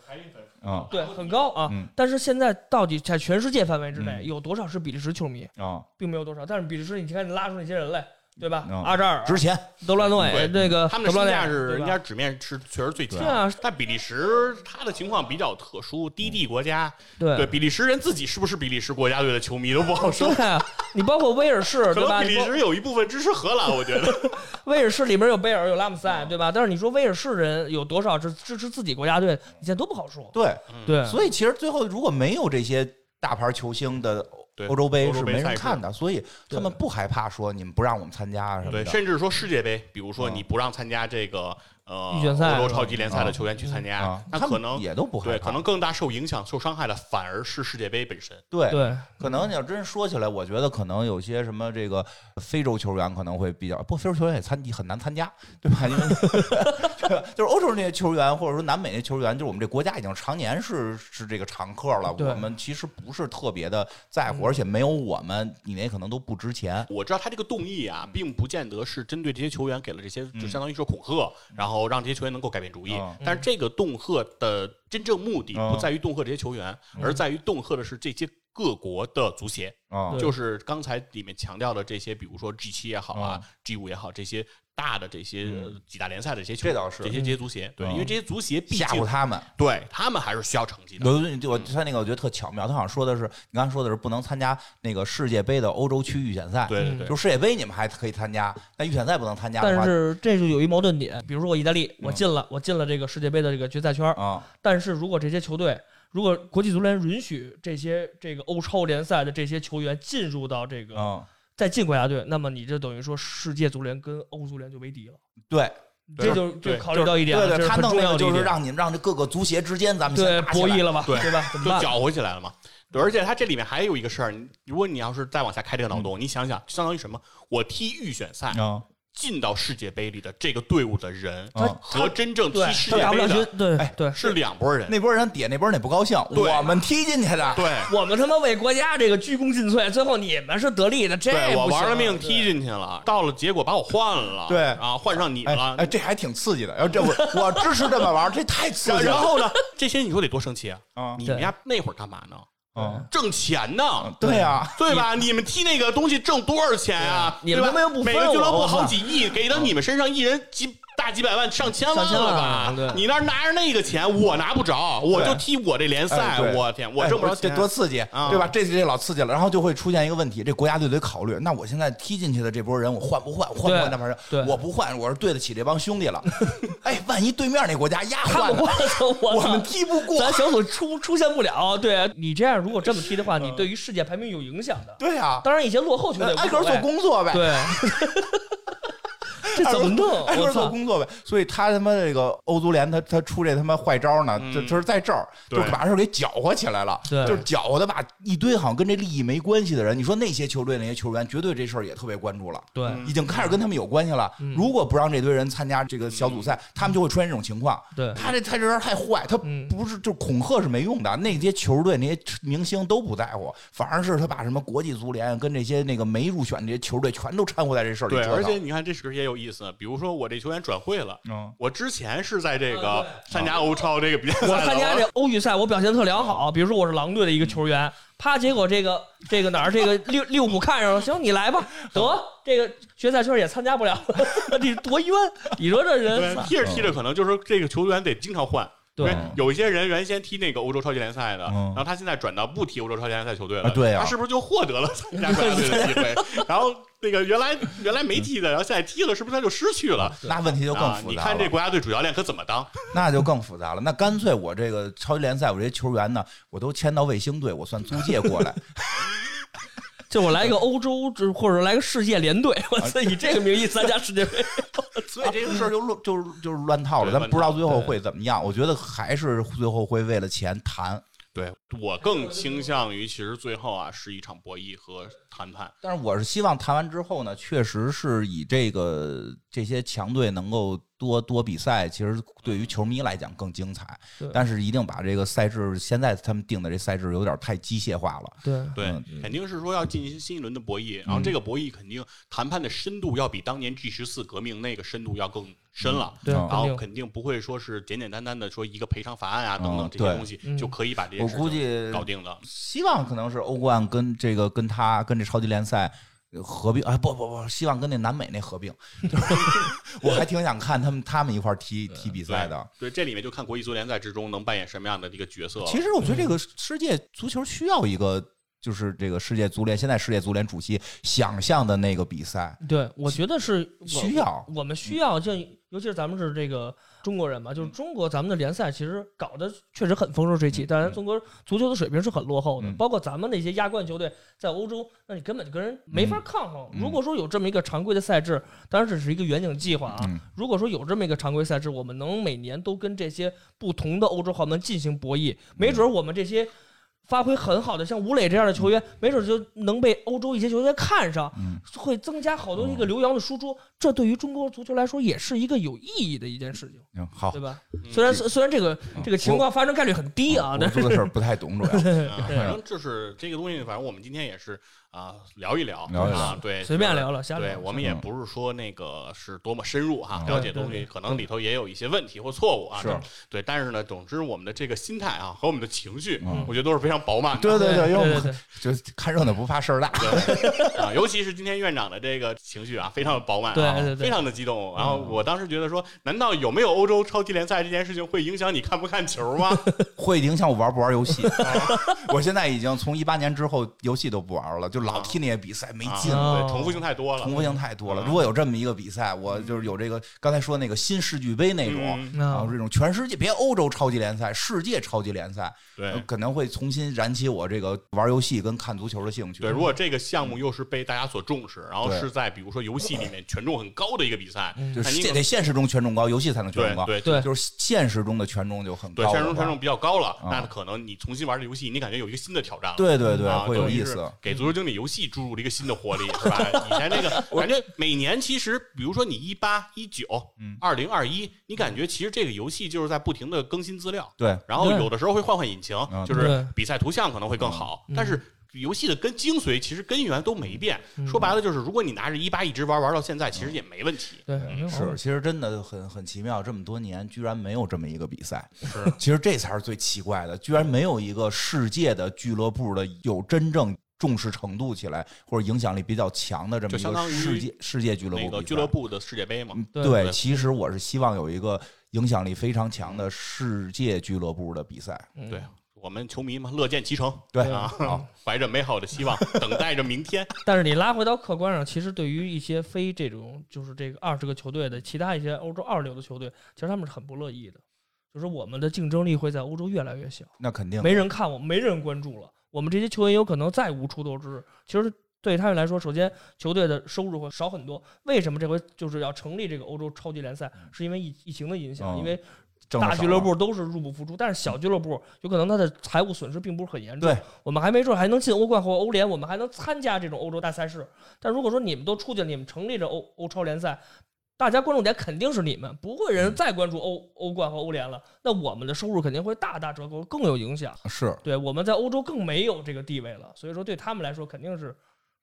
Speaker 2: 嗯
Speaker 3: 对，很高啊。
Speaker 2: 嗯
Speaker 3: 但是现在到底在全世界范围之内
Speaker 2: 嗯
Speaker 3: 有多少是比利时球迷，
Speaker 2: 啊，
Speaker 3: 并没有多少。但是比利时，你看你拉出那些人来，对吧
Speaker 2: 嗯？
Speaker 3: 阿扎尔、
Speaker 2: 值钱。
Speaker 3: 德布拉
Speaker 1: 对
Speaker 3: 内，那个
Speaker 1: 他们
Speaker 3: 德
Speaker 1: 的身
Speaker 3: 布拉
Speaker 1: 价
Speaker 3: 内
Speaker 1: 是
Speaker 3: 对吧
Speaker 1: 人家纸面是确实最强
Speaker 3: 对啊，嗯
Speaker 1: 但比利时他的情况比较特殊，低地国家，
Speaker 3: 对
Speaker 1: 对比利时人自己是不是比利时国家队的球迷都不 好说。
Speaker 3: 对啊，你包括威尔士，
Speaker 1: 可
Speaker 3: 对吧？
Speaker 1: 能比
Speaker 3: 你
Speaker 1: 利
Speaker 3: 包
Speaker 1: 时有一部分支持荷兰，我觉 得。
Speaker 3: 威尔士里面有贝尔，有拉姆
Speaker 1: 嗯
Speaker 3: 塞，对吧？但是你说威尔士人有多少支支持自己国家队，你现在都不好说。
Speaker 2: 对，
Speaker 1: 嗯
Speaker 3: 对，
Speaker 2: 所以其实最后如果没有这些大牌球星的
Speaker 1: 对
Speaker 2: 欧洲杯
Speaker 1: 欧洲
Speaker 2: 是
Speaker 1: 杯
Speaker 2: 没
Speaker 1: 赛
Speaker 2: 人
Speaker 1: 事
Speaker 2: 看的，所以他们不害怕说你们不让我们参加啊什么
Speaker 1: 对，
Speaker 2: 的。嗯
Speaker 1: 甚至说世界杯，比如说你不让参加这个呃
Speaker 3: 预选赛
Speaker 1: 欧洲超级联赛的球员去参加
Speaker 2: 啊，，
Speaker 1: 那
Speaker 2: 他
Speaker 1: 可
Speaker 2: 们
Speaker 1: 能
Speaker 2: 也都不害
Speaker 1: 对，
Speaker 2: 怕。
Speaker 1: 可能更大受影响、受伤害的反而是世界杯本身。
Speaker 2: 对
Speaker 3: 对，
Speaker 2: 可能你要真说起来，我觉得可能有些什么这个非洲球员可能会比较，不，非洲球员也参很难参加，对吧？因为 对吧就是欧洲那些球员，或者说南美那球员，就是我们这国家已经常年是是这个常客了，
Speaker 3: 对嗯
Speaker 2: 我们其实不是特别的在乎，而且没有我们，你那可能都不值钱。
Speaker 1: 我知道他这个动议啊，
Speaker 2: 嗯
Speaker 1: 并不见得是针对这些球员给了这些，就相当于说恐吓，然后让这些球员能够改变主意
Speaker 2: 嗯。
Speaker 1: 但是这个恫吓的真正目的
Speaker 2: 嗯
Speaker 1: 不在于恫吓这些球员，而在于恫吓的是这些各国的足协。
Speaker 2: 啊
Speaker 3: 对
Speaker 1: 就是刚才里面强调的这些，比如说 G 七也好啊、g 五也好，这些大的这些
Speaker 2: 嗯
Speaker 1: 呃几大联赛的这些球，
Speaker 2: 这倒是
Speaker 1: 这些这些足协，对，
Speaker 2: 嗯
Speaker 1: 因为这些足协毕
Speaker 2: 吓唬
Speaker 1: 竟
Speaker 2: 他们。
Speaker 1: 对他们还是需要成绩的，
Speaker 2: 有我他那个我觉得特巧妙，他好像说的是你刚才说的是不能参加那个世界杯的欧洲区预选赛，
Speaker 1: 对对对
Speaker 2: 就世界杯你们还可以参加，但预选赛不能参加的
Speaker 3: 但
Speaker 2: 话，
Speaker 3: 是这就有一矛盾点，比如说我意大利，我进了，我进了这个世界杯的这个决赛圈儿，
Speaker 2: 啊，
Speaker 3: 但是如果这些球队，如果国际足联允许这些这个欧超联赛的这些球员进入到这个
Speaker 2: 嗯，
Speaker 3: 再进国家队，那么你这等于说世界足联跟欧足联就为敌了，
Speaker 2: 对，
Speaker 1: 对
Speaker 3: 这就
Speaker 1: 对
Speaker 3: 就考虑到一点了，
Speaker 2: 对对，
Speaker 3: 这
Speaker 2: 他
Speaker 3: 是很
Speaker 2: 弄
Speaker 3: 重
Speaker 2: 那
Speaker 3: 要
Speaker 2: 个
Speaker 3: 的一
Speaker 2: 就是
Speaker 3: 点，
Speaker 2: 让你让这各个足协之间咱们
Speaker 3: 对
Speaker 2: 先打起
Speaker 3: 博
Speaker 2: 来
Speaker 3: 弈了吧，
Speaker 1: 对
Speaker 3: 对吧？怎么
Speaker 1: 就
Speaker 3: 办？
Speaker 1: 搅和起来了嘛。对，而且他这里面还有一个事儿，你如果你要是再往下开这个脑洞，你想想，相当于什么？我踢预选赛
Speaker 3: 嗯
Speaker 2: 啊！
Speaker 1: 进到世界杯里的这个队伍的人
Speaker 2: 他，
Speaker 1: 和真正踢
Speaker 3: 对，
Speaker 1: 世
Speaker 3: 他
Speaker 1: 界
Speaker 3: 打不
Speaker 1: 杯
Speaker 3: 了
Speaker 1: 的
Speaker 3: 军，
Speaker 2: 哎
Speaker 3: 对对。
Speaker 1: 是两拨人。
Speaker 2: 那波人底下那波人也不高兴，
Speaker 1: 对
Speaker 2: 我们踢进去的，
Speaker 1: 对，
Speaker 3: 我们他妈为国家这个鞠躬尽瘁，最后你们是得利的，这
Speaker 1: 对我
Speaker 3: 不行啊
Speaker 1: 玩了命踢进去了，到了结果把我换了，
Speaker 2: 对
Speaker 1: 啊，换上你
Speaker 2: 哎
Speaker 1: 了，
Speaker 2: 哎，这还挺刺激的。要这我我支持这么玩，这太刺激了。
Speaker 1: 然后呢，这些你说得多生气啊！
Speaker 2: 啊
Speaker 1: 你们
Speaker 3: 对
Speaker 1: 家那会儿干嘛呢？
Speaker 3: 嗯
Speaker 2: 啊，
Speaker 1: 挣钱呢，
Speaker 2: 嗯对啊呀，
Speaker 1: 对吧？你们踢那个东西挣多少钱啊？
Speaker 3: 对你
Speaker 1: 对吧
Speaker 3: 们他妈又不分
Speaker 1: 每个俱乐
Speaker 3: 我
Speaker 1: 部
Speaker 3: 我
Speaker 1: 好
Speaker 3: 操
Speaker 1: 几亿，给到你们身上一人几大几百万、上千万
Speaker 3: 上千
Speaker 1: 了
Speaker 3: 万
Speaker 1: 吧？
Speaker 3: 对
Speaker 1: 你那儿拿着那个钱，我拿不着，我就
Speaker 2: 对
Speaker 1: 踢我这联
Speaker 2: 哎
Speaker 1: 赛，
Speaker 2: 对
Speaker 1: 我天，我挣不着
Speaker 2: 哎这
Speaker 1: 钱，
Speaker 2: 多刺激，
Speaker 1: 啊
Speaker 3: 嗯
Speaker 2: 对吧？这这老刺激了，然后就会出现一个问题，这国家队得考虑，那我现在踢进去的这波人，我换不换？我换不换
Speaker 3: 对
Speaker 2: 那帮人？
Speaker 3: 对
Speaker 2: 我不换，我是对得起这帮兄 弟了。哎，万一对面那国家丫
Speaker 3: 他
Speaker 2: 换
Speaker 3: 们
Speaker 2: 了，
Speaker 3: 我 操
Speaker 2: 我
Speaker 3: 操
Speaker 2: 们踢嗯不过
Speaker 3: 咱。小组出出现不了。对你这样如果这么踢的话，
Speaker 2: 嗯
Speaker 3: 你对于世界排名有影响的。
Speaker 2: 对呀，
Speaker 3: 当然，一些落后球队
Speaker 2: 呃挨个
Speaker 3: 无所
Speaker 2: 做
Speaker 3: 谓。
Speaker 2: 工作呗。
Speaker 3: 对， 这怎么弄？
Speaker 2: 挨个
Speaker 3: 我
Speaker 2: 做
Speaker 3: 操！
Speaker 2: 工作呗。所以他他妈这个欧足联他他出这他妈坏招呢，
Speaker 1: 嗯
Speaker 2: 这就是在这儿就
Speaker 1: 对
Speaker 2: 把事儿给搅和起来了，
Speaker 3: 对
Speaker 2: 就是搅和的吧，一堆好像跟这利益没关系的人，你说那些球队那些球员绝对这事儿也特别关注了。
Speaker 3: 对
Speaker 1: 嗯
Speaker 2: 已经开始跟他们有关系了。如果不让这堆人参加这个小组赛，他们就会出现这种情况。
Speaker 3: 对
Speaker 2: 他这他这人太坏，他
Speaker 3: 嗯
Speaker 2: 不是就恐吓是没用的。那些球队那些明星都不在乎，反而是他把什么国际足联跟这些那个没入选的这些球队全都掺和在这事儿里
Speaker 1: 对，
Speaker 2: 折腾。
Speaker 1: 而且你看这事也有意思，比如说我这球员转会了，
Speaker 2: 嗯
Speaker 1: 我之前是在这
Speaker 3: 啊
Speaker 1: 个参加欧超这个比赛的，
Speaker 3: 我参加这欧预赛，我表现得特良好。比如说我是狼队的一个球员，啪，结果这个这个哪儿这个利利物浦看上了，行，你来吧，得这个决赛圈也参加 不了，你多冤！你说这人
Speaker 2: 嗯
Speaker 1: 对，踢着踢着可能就是这个球员得经常换。因为
Speaker 3: 对
Speaker 1: 有一些人原先踢那个欧洲超级联赛的，
Speaker 2: 嗯
Speaker 1: 然后他现在转到不踢欧洲超级联赛球队了，
Speaker 2: 啊对啊
Speaker 1: 他是不是就获得了参加国家 队的机会？然后那个原来原来没踢的，然后现在踢了，是不是他就失去了？
Speaker 2: 那问题就更
Speaker 1: 啊，
Speaker 2: 复
Speaker 1: 你
Speaker 2: 杂了。
Speaker 1: 看这国家队主教练可怎么当？
Speaker 2: 那就更复杂了。那干脆我这个超级联赛，我这些球员呢，我都签到卫星队，我算租借过来。
Speaker 3: 就我来一个欧洲，就是或者来个世界联队，我操，以这个名义参加世界杯，
Speaker 2: 所以这个事儿就乱，就是就是乱套了。
Speaker 1: 对
Speaker 2: 咱们不知道最后
Speaker 3: 乱套
Speaker 2: 会怎么样。我觉得还是最后会为了钱谈。
Speaker 1: 对我更倾向于，其实最后啊是一场博弈和谈判。
Speaker 2: 但是我是希望谈完之后呢，确实是以这个这些强队能够多多比赛，其实对于球迷来讲更精彩
Speaker 3: 对。
Speaker 2: 但是一定把这个赛制，现在他们定的这赛制有点太机械化了。
Speaker 3: 对
Speaker 1: 对
Speaker 2: 嗯，
Speaker 1: 肯定是说要进行新一轮的博弈，然后这个博弈肯定谈判的深度要比当年 G 十四革命那个深度要更深了。
Speaker 3: 对，
Speaker 2: 嗯
Speaker 1: 然后
Speaker 3: 肯定
Speaker 1: 肯定不会说是简简单单的说一个赔偿法案啊等
Speaker 2: 嗯
Speaker 1: 等这
Speaker 2: 对
Speaker 1: 些东西
Speaker 3: 嗯
Speaker 1: 就可以把这些
Speaker 2: 我
Speaker 1: 事
Speaker 2: 估
Speaker 1: 情
Speaker 2: 计
Speaker 1: 搞定的。
Speaker 2: 希望可能是欧冠跟这个跟他跟这超级联赛呃合并啊，不不不，希望跟那南美那合并。 就是我还挺想看他们他们一块儿踢踢比赛的。
Speaker 1: 对，这里面就看国际足联在之中能扮演什么样的一个角色了。
Speaker 2: 其实我觉得这个
Speaker 3: 嗯
Speaker 2: 世界足球需要一个，就是这个世界足联现在世界足联主席想象的那个比赛，
Speaker 3: 对，我觉得是我
Speaker 2: 需要
Speaker 3: 我们需要，就
Speaker 2: 嗯
Speaker 3: 尤其是咱们是这个中国人嘛，就是中国咱们的联赛其实搞得确实很风生水起，但是中国足球的水平是很落后的，
Speaker 2: 嗯
Speaker 3: 包括咱们那些亚冠球队在欧洲，那你根本就跟人没法抗衡。
Speaker 2: 嗯
Speaker 3: 如果说有这么一个常规的赛制，当然只是一个远景计划啊。
Speaker 2: 嗯
Speaker 3: 如果说有这么一个常规赛制，我们能每年都跟这些不同的欧洲豪门进行博
Speaker 2: 嗯
Speaker 3: 弈，没准儿我们这些。发挥很好的，像吴磊这样的球员，没准儿就能被欧洲一些球队看上，
Speaker 2: 嗯
Speaker 3: 会增加好多一个留洋的输出，这对于中国足球来说也是一个有意义的一件事情，
Speaker 2: 嗯，好
Speaker 3: 对。吧？虽然虽然这个这个情况发生概率很低啊，
Speaker 2: 嗯我
Speaker 3: 但
Speaker 2: 做
Speaker 3: 是
Speaker 2: 的事儿不太懂，主要
Speaker 1: 啊反正就是这个东西，反正我们今天也是啊聊一聊
Speaker 2: 聊一聊
Speaker 1: 啊，对，
Speaker 3: 随便
Speaker 1: 就是
Speaker 3: 聊聊瞎
Speaker 1: 对
Speaker 3: 聊
Speaker 1: 我们也
Speaker 2: 嗯
Speaker 1: 不是说那个是多么深入哈，
Speaker 2: 嗯
Speaker 1: 了解东
Speaker 3: 对对
Speaker 1: 西可能里头也有一些问题或错误啊。
Speaker 2: 是
Speaker 1: 但对，但是呢，总之我们的这个心态啊和我们的情绪
Speaker 2: 嗯，
Speaker 1: 我觉得都是非常饱满的
Speaker 2: 对对对，因为我
Speaker 3: 对对对
Speaker 2: 们就是看热闹不怕事儿大。
Speaker 1: 啊，尤其是今天院长的这个情绪啊，非常的饱满，
Speaker 3: 对嗯
Speaker 1: 啊，
Speaker 3: 对对
Speaker 1: 非常的激动。然后我当时觉得说，难道有没有欧洲超级联赛这件事情会影响你看不看球吗？
Speaker 2: 会影响我玩不玩游戏。 我现在已经从一八年之后游戏都不玩了，就老踢那些比赛没
Speaker 1: 啊
Speaker 2: 劲，
Speaker 3: 哦
Speaker 1: 对，重复性嗯太多了，
Speaker 2: 重复性太多了。如果有这么一个比赛，我就是有这个刚才说那个新世俱杯那种
Speaker 1: 嗯，
Speaker 3: 啊
Speaker 2: 然后这种全世界别欧洲超级联赛，世界超级联赛，呃
Speaker 1: 对。
Speaker 2: 可能会重新燃起我这个玩游戏跟看足球的兴趣。
Speaker 1: 对，如果这个项目又是被大家所重视，然后
Speaker 2: 对
Speaker 1: 是在比如说游戏里面权重很高的一个比赛，
Speaker 3: 嗯
Speaker 2: 就
Speaker 1: 那
Speaker 2: 是
Speaker 1: 你
Speaker 2: 现得现实中权重高，游戏才能权重高。
Speaker 1: 对对
Speaker 3: 对
Speaker 2: 就是现实中的权重就很
Speaker 1: 对，
Speaker 2: 高。
Speaker 1: 权重权重。比较高了，
Speaker 2: 啊
Speaker 1: 那可能你重新玩这游戏，你感觉有一个新的挑战了。
Speaker 2: 对对对，
Speaker 1: 啊，
Speaker 2: 会有
Speaker 1: 等于
Speaker 2: 意
Speaker 1: 是
Speaker 2: 思。
Speaker 1: 给足球经理游戏注入了一个新的 活力，是吧？以前那个感觉每年其实，比如说你一八、一九、
Speaker 3: 嗯
Speaker 1: 二零、二一，你感觉其实这个游戏就是在不停的更新资料，
Speaker 2: 对，
Speaker 1: 然后
Speaker 3: 对啊
Speaker 1: 有的时候会换换引擎
Speaker 2: 嗯，
Speaker 1: 就是
Speaker 3: 对嗯
Speaker 1: 比赛图像可能会更好，但是。游戏的根精髓其实根源都没变，
Speaker 3: 嗯
Speaker 1: 说白了就是，如果你拿着一八一直玩玩到现在，其实也没问题。
Speaker 3: 对，没有
Speaker 2: 是，其实真的很很奇妙，这么多年居然没有这么一个比赛，
Speaker 1: 是
Speaker 2: 其实这才是最奇怪的，居然没有一个世界的俱乐部的有真正重视程度起来或者影响力比较强的这么
Speaker 1: 就
Speaker 2: 一
Speaker 1: 相当
Speaker 2: 个
Speaker 1: 于
Speaker 2: 世界世界
Speaker 3: 嗯
Speaker 2: 俱乐部
Speaker 1: 那个
Speaker 2: 比赛
Speaker 1: 俱乐。部的世界杯嘛，
Speaker 2: 嗯
Speaker 3: 对
Speaker 2: 对，
Speaker 1: 对
Speaker 2: 其实我是希望有一个影响力非常强的世界俱乐部的比赛。
Speaker 3: 嗯
Speaker 1: 对我们球迷嘛，乐见其成
Speaker 2: 对
Speaker 1: 啊，好怀着美好的 希望，等待着明天。
Speaker 3: 但是你拉回到客观上，其实对于一些非这种就是这个二十个球队的其他一些欧洲二流的球队，其实他们是很不乐意的，就是我们的竞争力会在欧洲越来越小，
Speaker 2: 那肯定
Speaker 3: 没人看我们，没人关注了，我们这些球员有可能再无出头之日。其实对他们来说，首先球队的收入会少很多。为什么这回就是要成立这个欧洲超级联赛？是因为疫疫情的影响，
Speaker 2: 嗯
Speaker 3: 因为
Speaker 2: 挣得
Speaker 3: 大
Speaker 2: 少
Speaker 3: 俱乐
Speaker 2: 了
Speaker 3: 部都是入不敷出，但是小俱乐部有可能他的财务损失并不是很严重。
Speaker 2: 对
Speaker 3: 我们还没准还能进欧冠或欧联，我们还能参加这种欧洲大赛事。但如果说你们都出去了，你们成立这欧欧超联赛，大家关注点肯定是你们，不会人再关注欧欧冠和欧联了。那我们的收入肯定会大大折扣，更有影响。
Speaker 2: 是
Speaker 3: 对，我们在欧洲更没有这个地位了，所以说对他们来说肯定是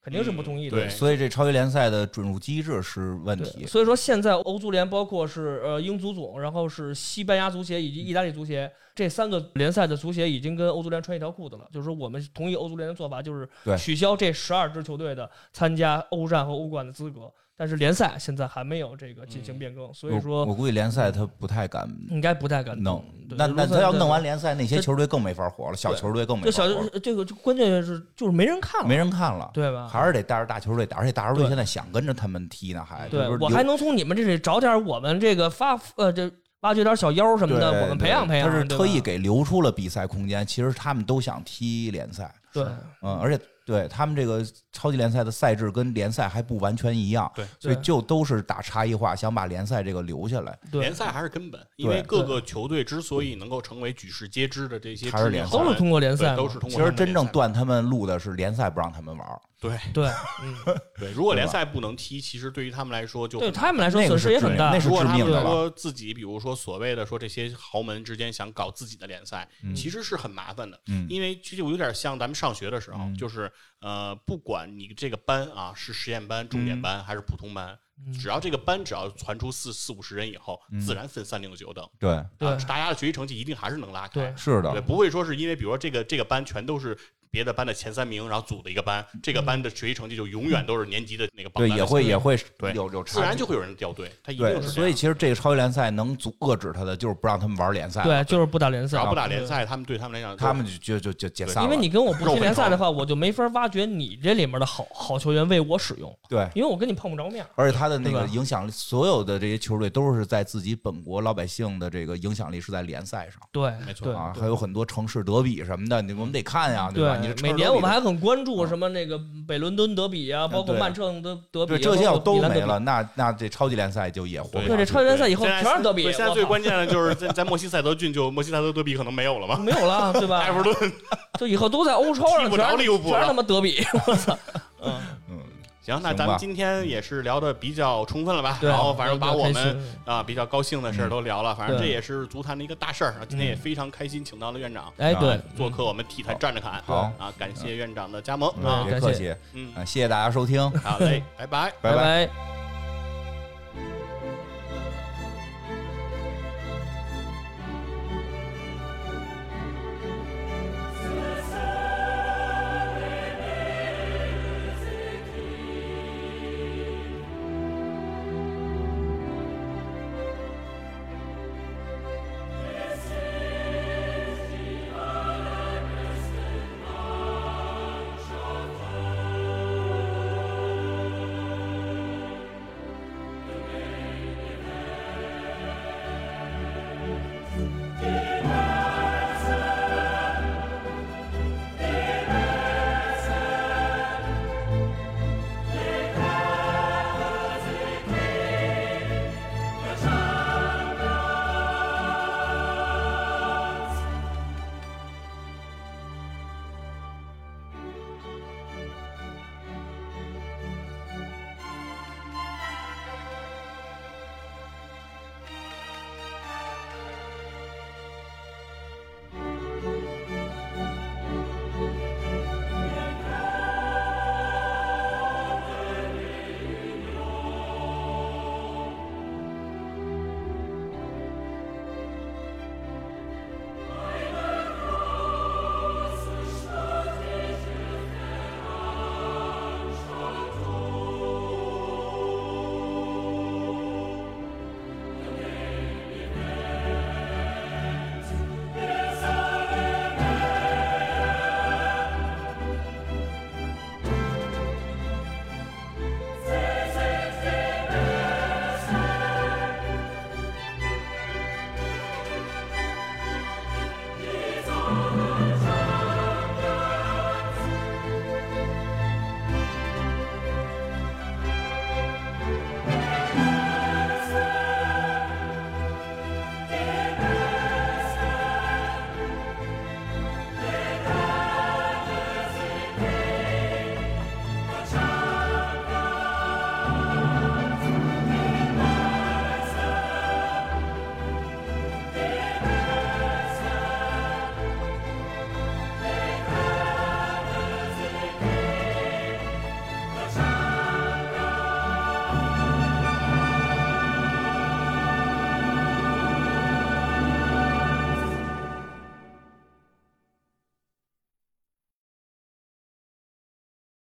Speaker 3: 肯定是不同意
Speaker 1: 嗯
Speaker 3: 的。
Speaker 1: 对
Speaker 2: 所以这超级联赛的准入机制是问
Speaker 3: 对
Speaker 2: 题。
Speaker 3: 所以说现在欧足联包括是呃英足总，然后是西班牙足协以及意大利足协这三个联赛的足协已经跟欧足联穿一条裤子了，就是说我们同意欧足联的做法，就是
Speaker 2: 对
Speaker 3: 取消这十二支球队的参加欧战和欧冠的资格，但是联赛现在还没有这个进行变更，所以
Speaker 2: 嗯我
Speaker 3: 说
Speaker 2: 我估计联赛他不太敢
Speaker 3: 应该不太敢
Speaker 2: 弄
Speaker 3: 动，对
Speaker 2: 那
Speaker 3: 卢
Speaker 2: 那
Speaker 3: 森
Speaker 2: 他要
Speaker 3: 对
Speaker 2: 弄
Speaker 3: 对
Speaker 2: 完联赛，那些
Speaker 3: 这
Speaker 2: 球队更没法活了，小球队更没
Speaker 3: 就
Speaker 2: 法
Speaker 3: 小
Speaker 2: 活了，
Speaker 3: 这个就关键是就是没人看了，
Speaker 2: 没人看了，
Speaker 3: 对吧？
Speaker 2: 还是得带着大球队打，而且大球队
Speaker 3: 对
Speaker 2: 现在想跟着他们踢呢，还
Speaker 3: 对
Speaker 2: 就是
Speaker 3: 我
Speaker 2: 有
Speaker 3: 还能从你们这里找点我们这个发呃这挖掘点小妖什么的，
Speaker 2: 对
Speaker 3: 我们
Speaker 2: 对
Speaker 3: 培养培养。
Speaker 2: 他是
Speaker 3: 对
Speaker 2: 特意
Speaker 3: 吧
Speaker 2: 给留出了比赛空间。其实他们都想踢联赛，
Speaker 3: 对
Speaker 2: 嗯，而且对他们这个超级联赛的赛制跟联赛还不完全一样，
Speaker 1: 对
Speaker 2: 所以
Speaker 3: 对
Speaker 2: 就都是打差异化，想把联赛这个留下来。
Speaker 3: 对
Speaker 1: 联赛还是根本，因为各个球队之所以能够成为举世皆知的这些
Speaker 2: 还是
Speaker 1: 知名
Speaker 2: 联赛
Speaker 1: 球
Speaker 3: 都
Speaker 1: 员
Speaker 3: 是通过联赛嘛，
Speaker 1: 对都是通过
Speaker 2: 其
Speaker 1: 他
Speaker 2: 实
Speaker 1: 们
Speaker 2: 真正
Speaker 1: 联赛
Speaker 2: 断他们路的是联赛不让他们玩儿，
Speaker 1: 对
Speaker 3: 对，嗯，
Speaker 1: 对，如果
Speaker 2: 对吧
Speaker 1: 联赛不能踢，其实对于他们来说就
Speaker 3: 对
Speaker 1: 很
Speaker 3: 他们来说
Speaker 2: 那个
Speaker 3: 损
Speaker 2: 是
Speaker 3: 失也
Speaker 2: 致
Speaker 3: 很
Speaker 2: 命
Speaker 3: 大
Speaker 2: 那。是
Speaker 1: 如果
Speaker 2: 致
Speaker 1: 他
Speaker 2: 命的
Speaker 1: 们
Speaker 2: 了。
Speaker 1: 说自己，比如说所谓的说这些豪门之间想搞自己的联赛，
Speaker 2: 嗯
Speaker 1: 其实是很麻烦的，
Speaker 2: 嗯
Speaker 1: 因为其实有点像咱们上学的时候，
Speaker 2: 嗯
Speaker 1: 就是呃，不管你这个班啊是实验班、重
Speaker 3: 嗯
Speaker 1: 点班还是普通班，只要这个班只要传出四四五十人以后，自然分三六九等，
Speaker 2: 对，
Speaker 3: 嗯对
Speaker 1: 啊大家的学习成绩一定还是能拉开
Speaker 3: 对，
Speaker 2: 是的
Speaker 1: 对，，不会说是因为比如说这个这个班全都是。别的班的前三名，然后组的一个班，这个班的学习成绩就永远都是年级的那个榜
Speaker 2: 对，
Speaker 1: 单
Speaker 2: 也
Speaker 1: 的
Speaker 2: 会
Speaker 1: 前
Speaker 2: 也
Speaker 1: 三
Speaker 2: 会
Speaker 1: 对
Speaker 2: 有有差
Speaker 1: 自然
Speaker 2: 距
Speaker 1: 就会有人掉队，他一定
Speaker 2: 对，
Speaker 1: 是这样
Speaker 2: 所以其实这个超级联赛能阻遏制他的，就是不让他们玩联赛。，
Speaker 3: 对，就是不打联
Speaker 1: 只
Speaker 3: 赛
Speaker 1: 要，不打联赛，他们对他们来讲，
Speaker 2: 啊他们就就就就解散
Speaker 3: 因
Speaker 2: 了。
Speaker 3: 为你跟我不
Speaker 1: 肉
Speaker 3: 踢
Speaker 1: 很
Speaker 3: 联赛
Speaker 1: 长
Speaker 3: 的话，我就没法挖掘你这里面的好好球员为我使用，
Speaker 2: 对，
Speaker 3: 因为我跟你碰不着面儿。
Speaker 2: 而且他的那个
Speaker 3: 对吧
Speaker 2: 影响力，所有的这些球队都是在自己本国老百姓的这个影响力是在联赛上
Speaker 3: 对，
Speaker 1: 没错
Speaker 3: 对
Speaker 2: 啊，还有很多城市德比什么的，你我们得看呀，吧？
Speaker 3: 对，
Speaker 2: 你这
Speaker 3: 每年我们
Speaker 2: 还
Speaker 3: 还很关注什么那个北伦敦德比啊，包括
Speaker 2: 啊嗯对
Speaker 3: 曼城的德比
Speaker 2: 对
Speaker 3: 啊，
Speaker 2: 这些要
Speaker 3: 包括米
Speaker 2: 都
Speaker 3: 兰
Speaker 2: 没
Speaker 3: 德比
Speaker 2: 了，那那这超级联赛就也活不
Speaker 3: 对
Speaker 2: 了
Speaker 3: 这超级联赛以后
Speaker 1: 对现在
Speaker 3: 全是德比
Speaker 1: 对现在
Speaker 3: 我
Speaker 1: 最
Speaker 3: 靠
Speaker 1: 关键的就是在在莫西塞德郡，就莫西塞德德比可能没有了 吧？
Speaker 3: 没有了，对 吧
Speaker 1: 埃？弗顿
Speaker 3: 就以后都在欧超上，
Speaker 1: 哎踢不
Speaker 3: 全
Speaker 1: 着
Speaker 3: 是
Speaker 1: 利物浦
Speaker 3: 全是
Speaker 1: 了
Speaker 3: 他妈德比，我操！嗯，
Speaker 1: 行，那
Speaker 2: 行
Speaker 1: 咱们
Speaker 2: 吧
Speaker 1: 今天也是聊的比较充分了吧？
Speaker 3: 对
Speaker 1: 然后反正把我
Speaker 3: 比较开
Speaker 1: 们
Speaker 3: 心
Speaker 1: 啊比较高兴的事
Speaker 2: 嗯
Speaker 1: 儿都聊了，反正这
Speaker 3: 对嗯
Speaker 1: 也是足坛的一个大事儿。啊今天也非常开心，请到了院长
Speaker 3: 哎，对，
Speaker 1: 啊做客我们体坛站着侃，
Speaker 2: 好
Speaker 1: 啊，感谢院长的加盟
Speaker 2: 嗯
Speaker 1: 啊，
Speaker 2: 别
Speaker 3: 感
Speaker 2: 客
Speaker 3: 谢
Speaker 2: 气
Speaker 1: 嗯，
Speaker 2: 啊，谢谢大家收听，
Speaker 1: 好嘞，拜拜。
Speaker 2: 拜。
Speaker 3: 拜。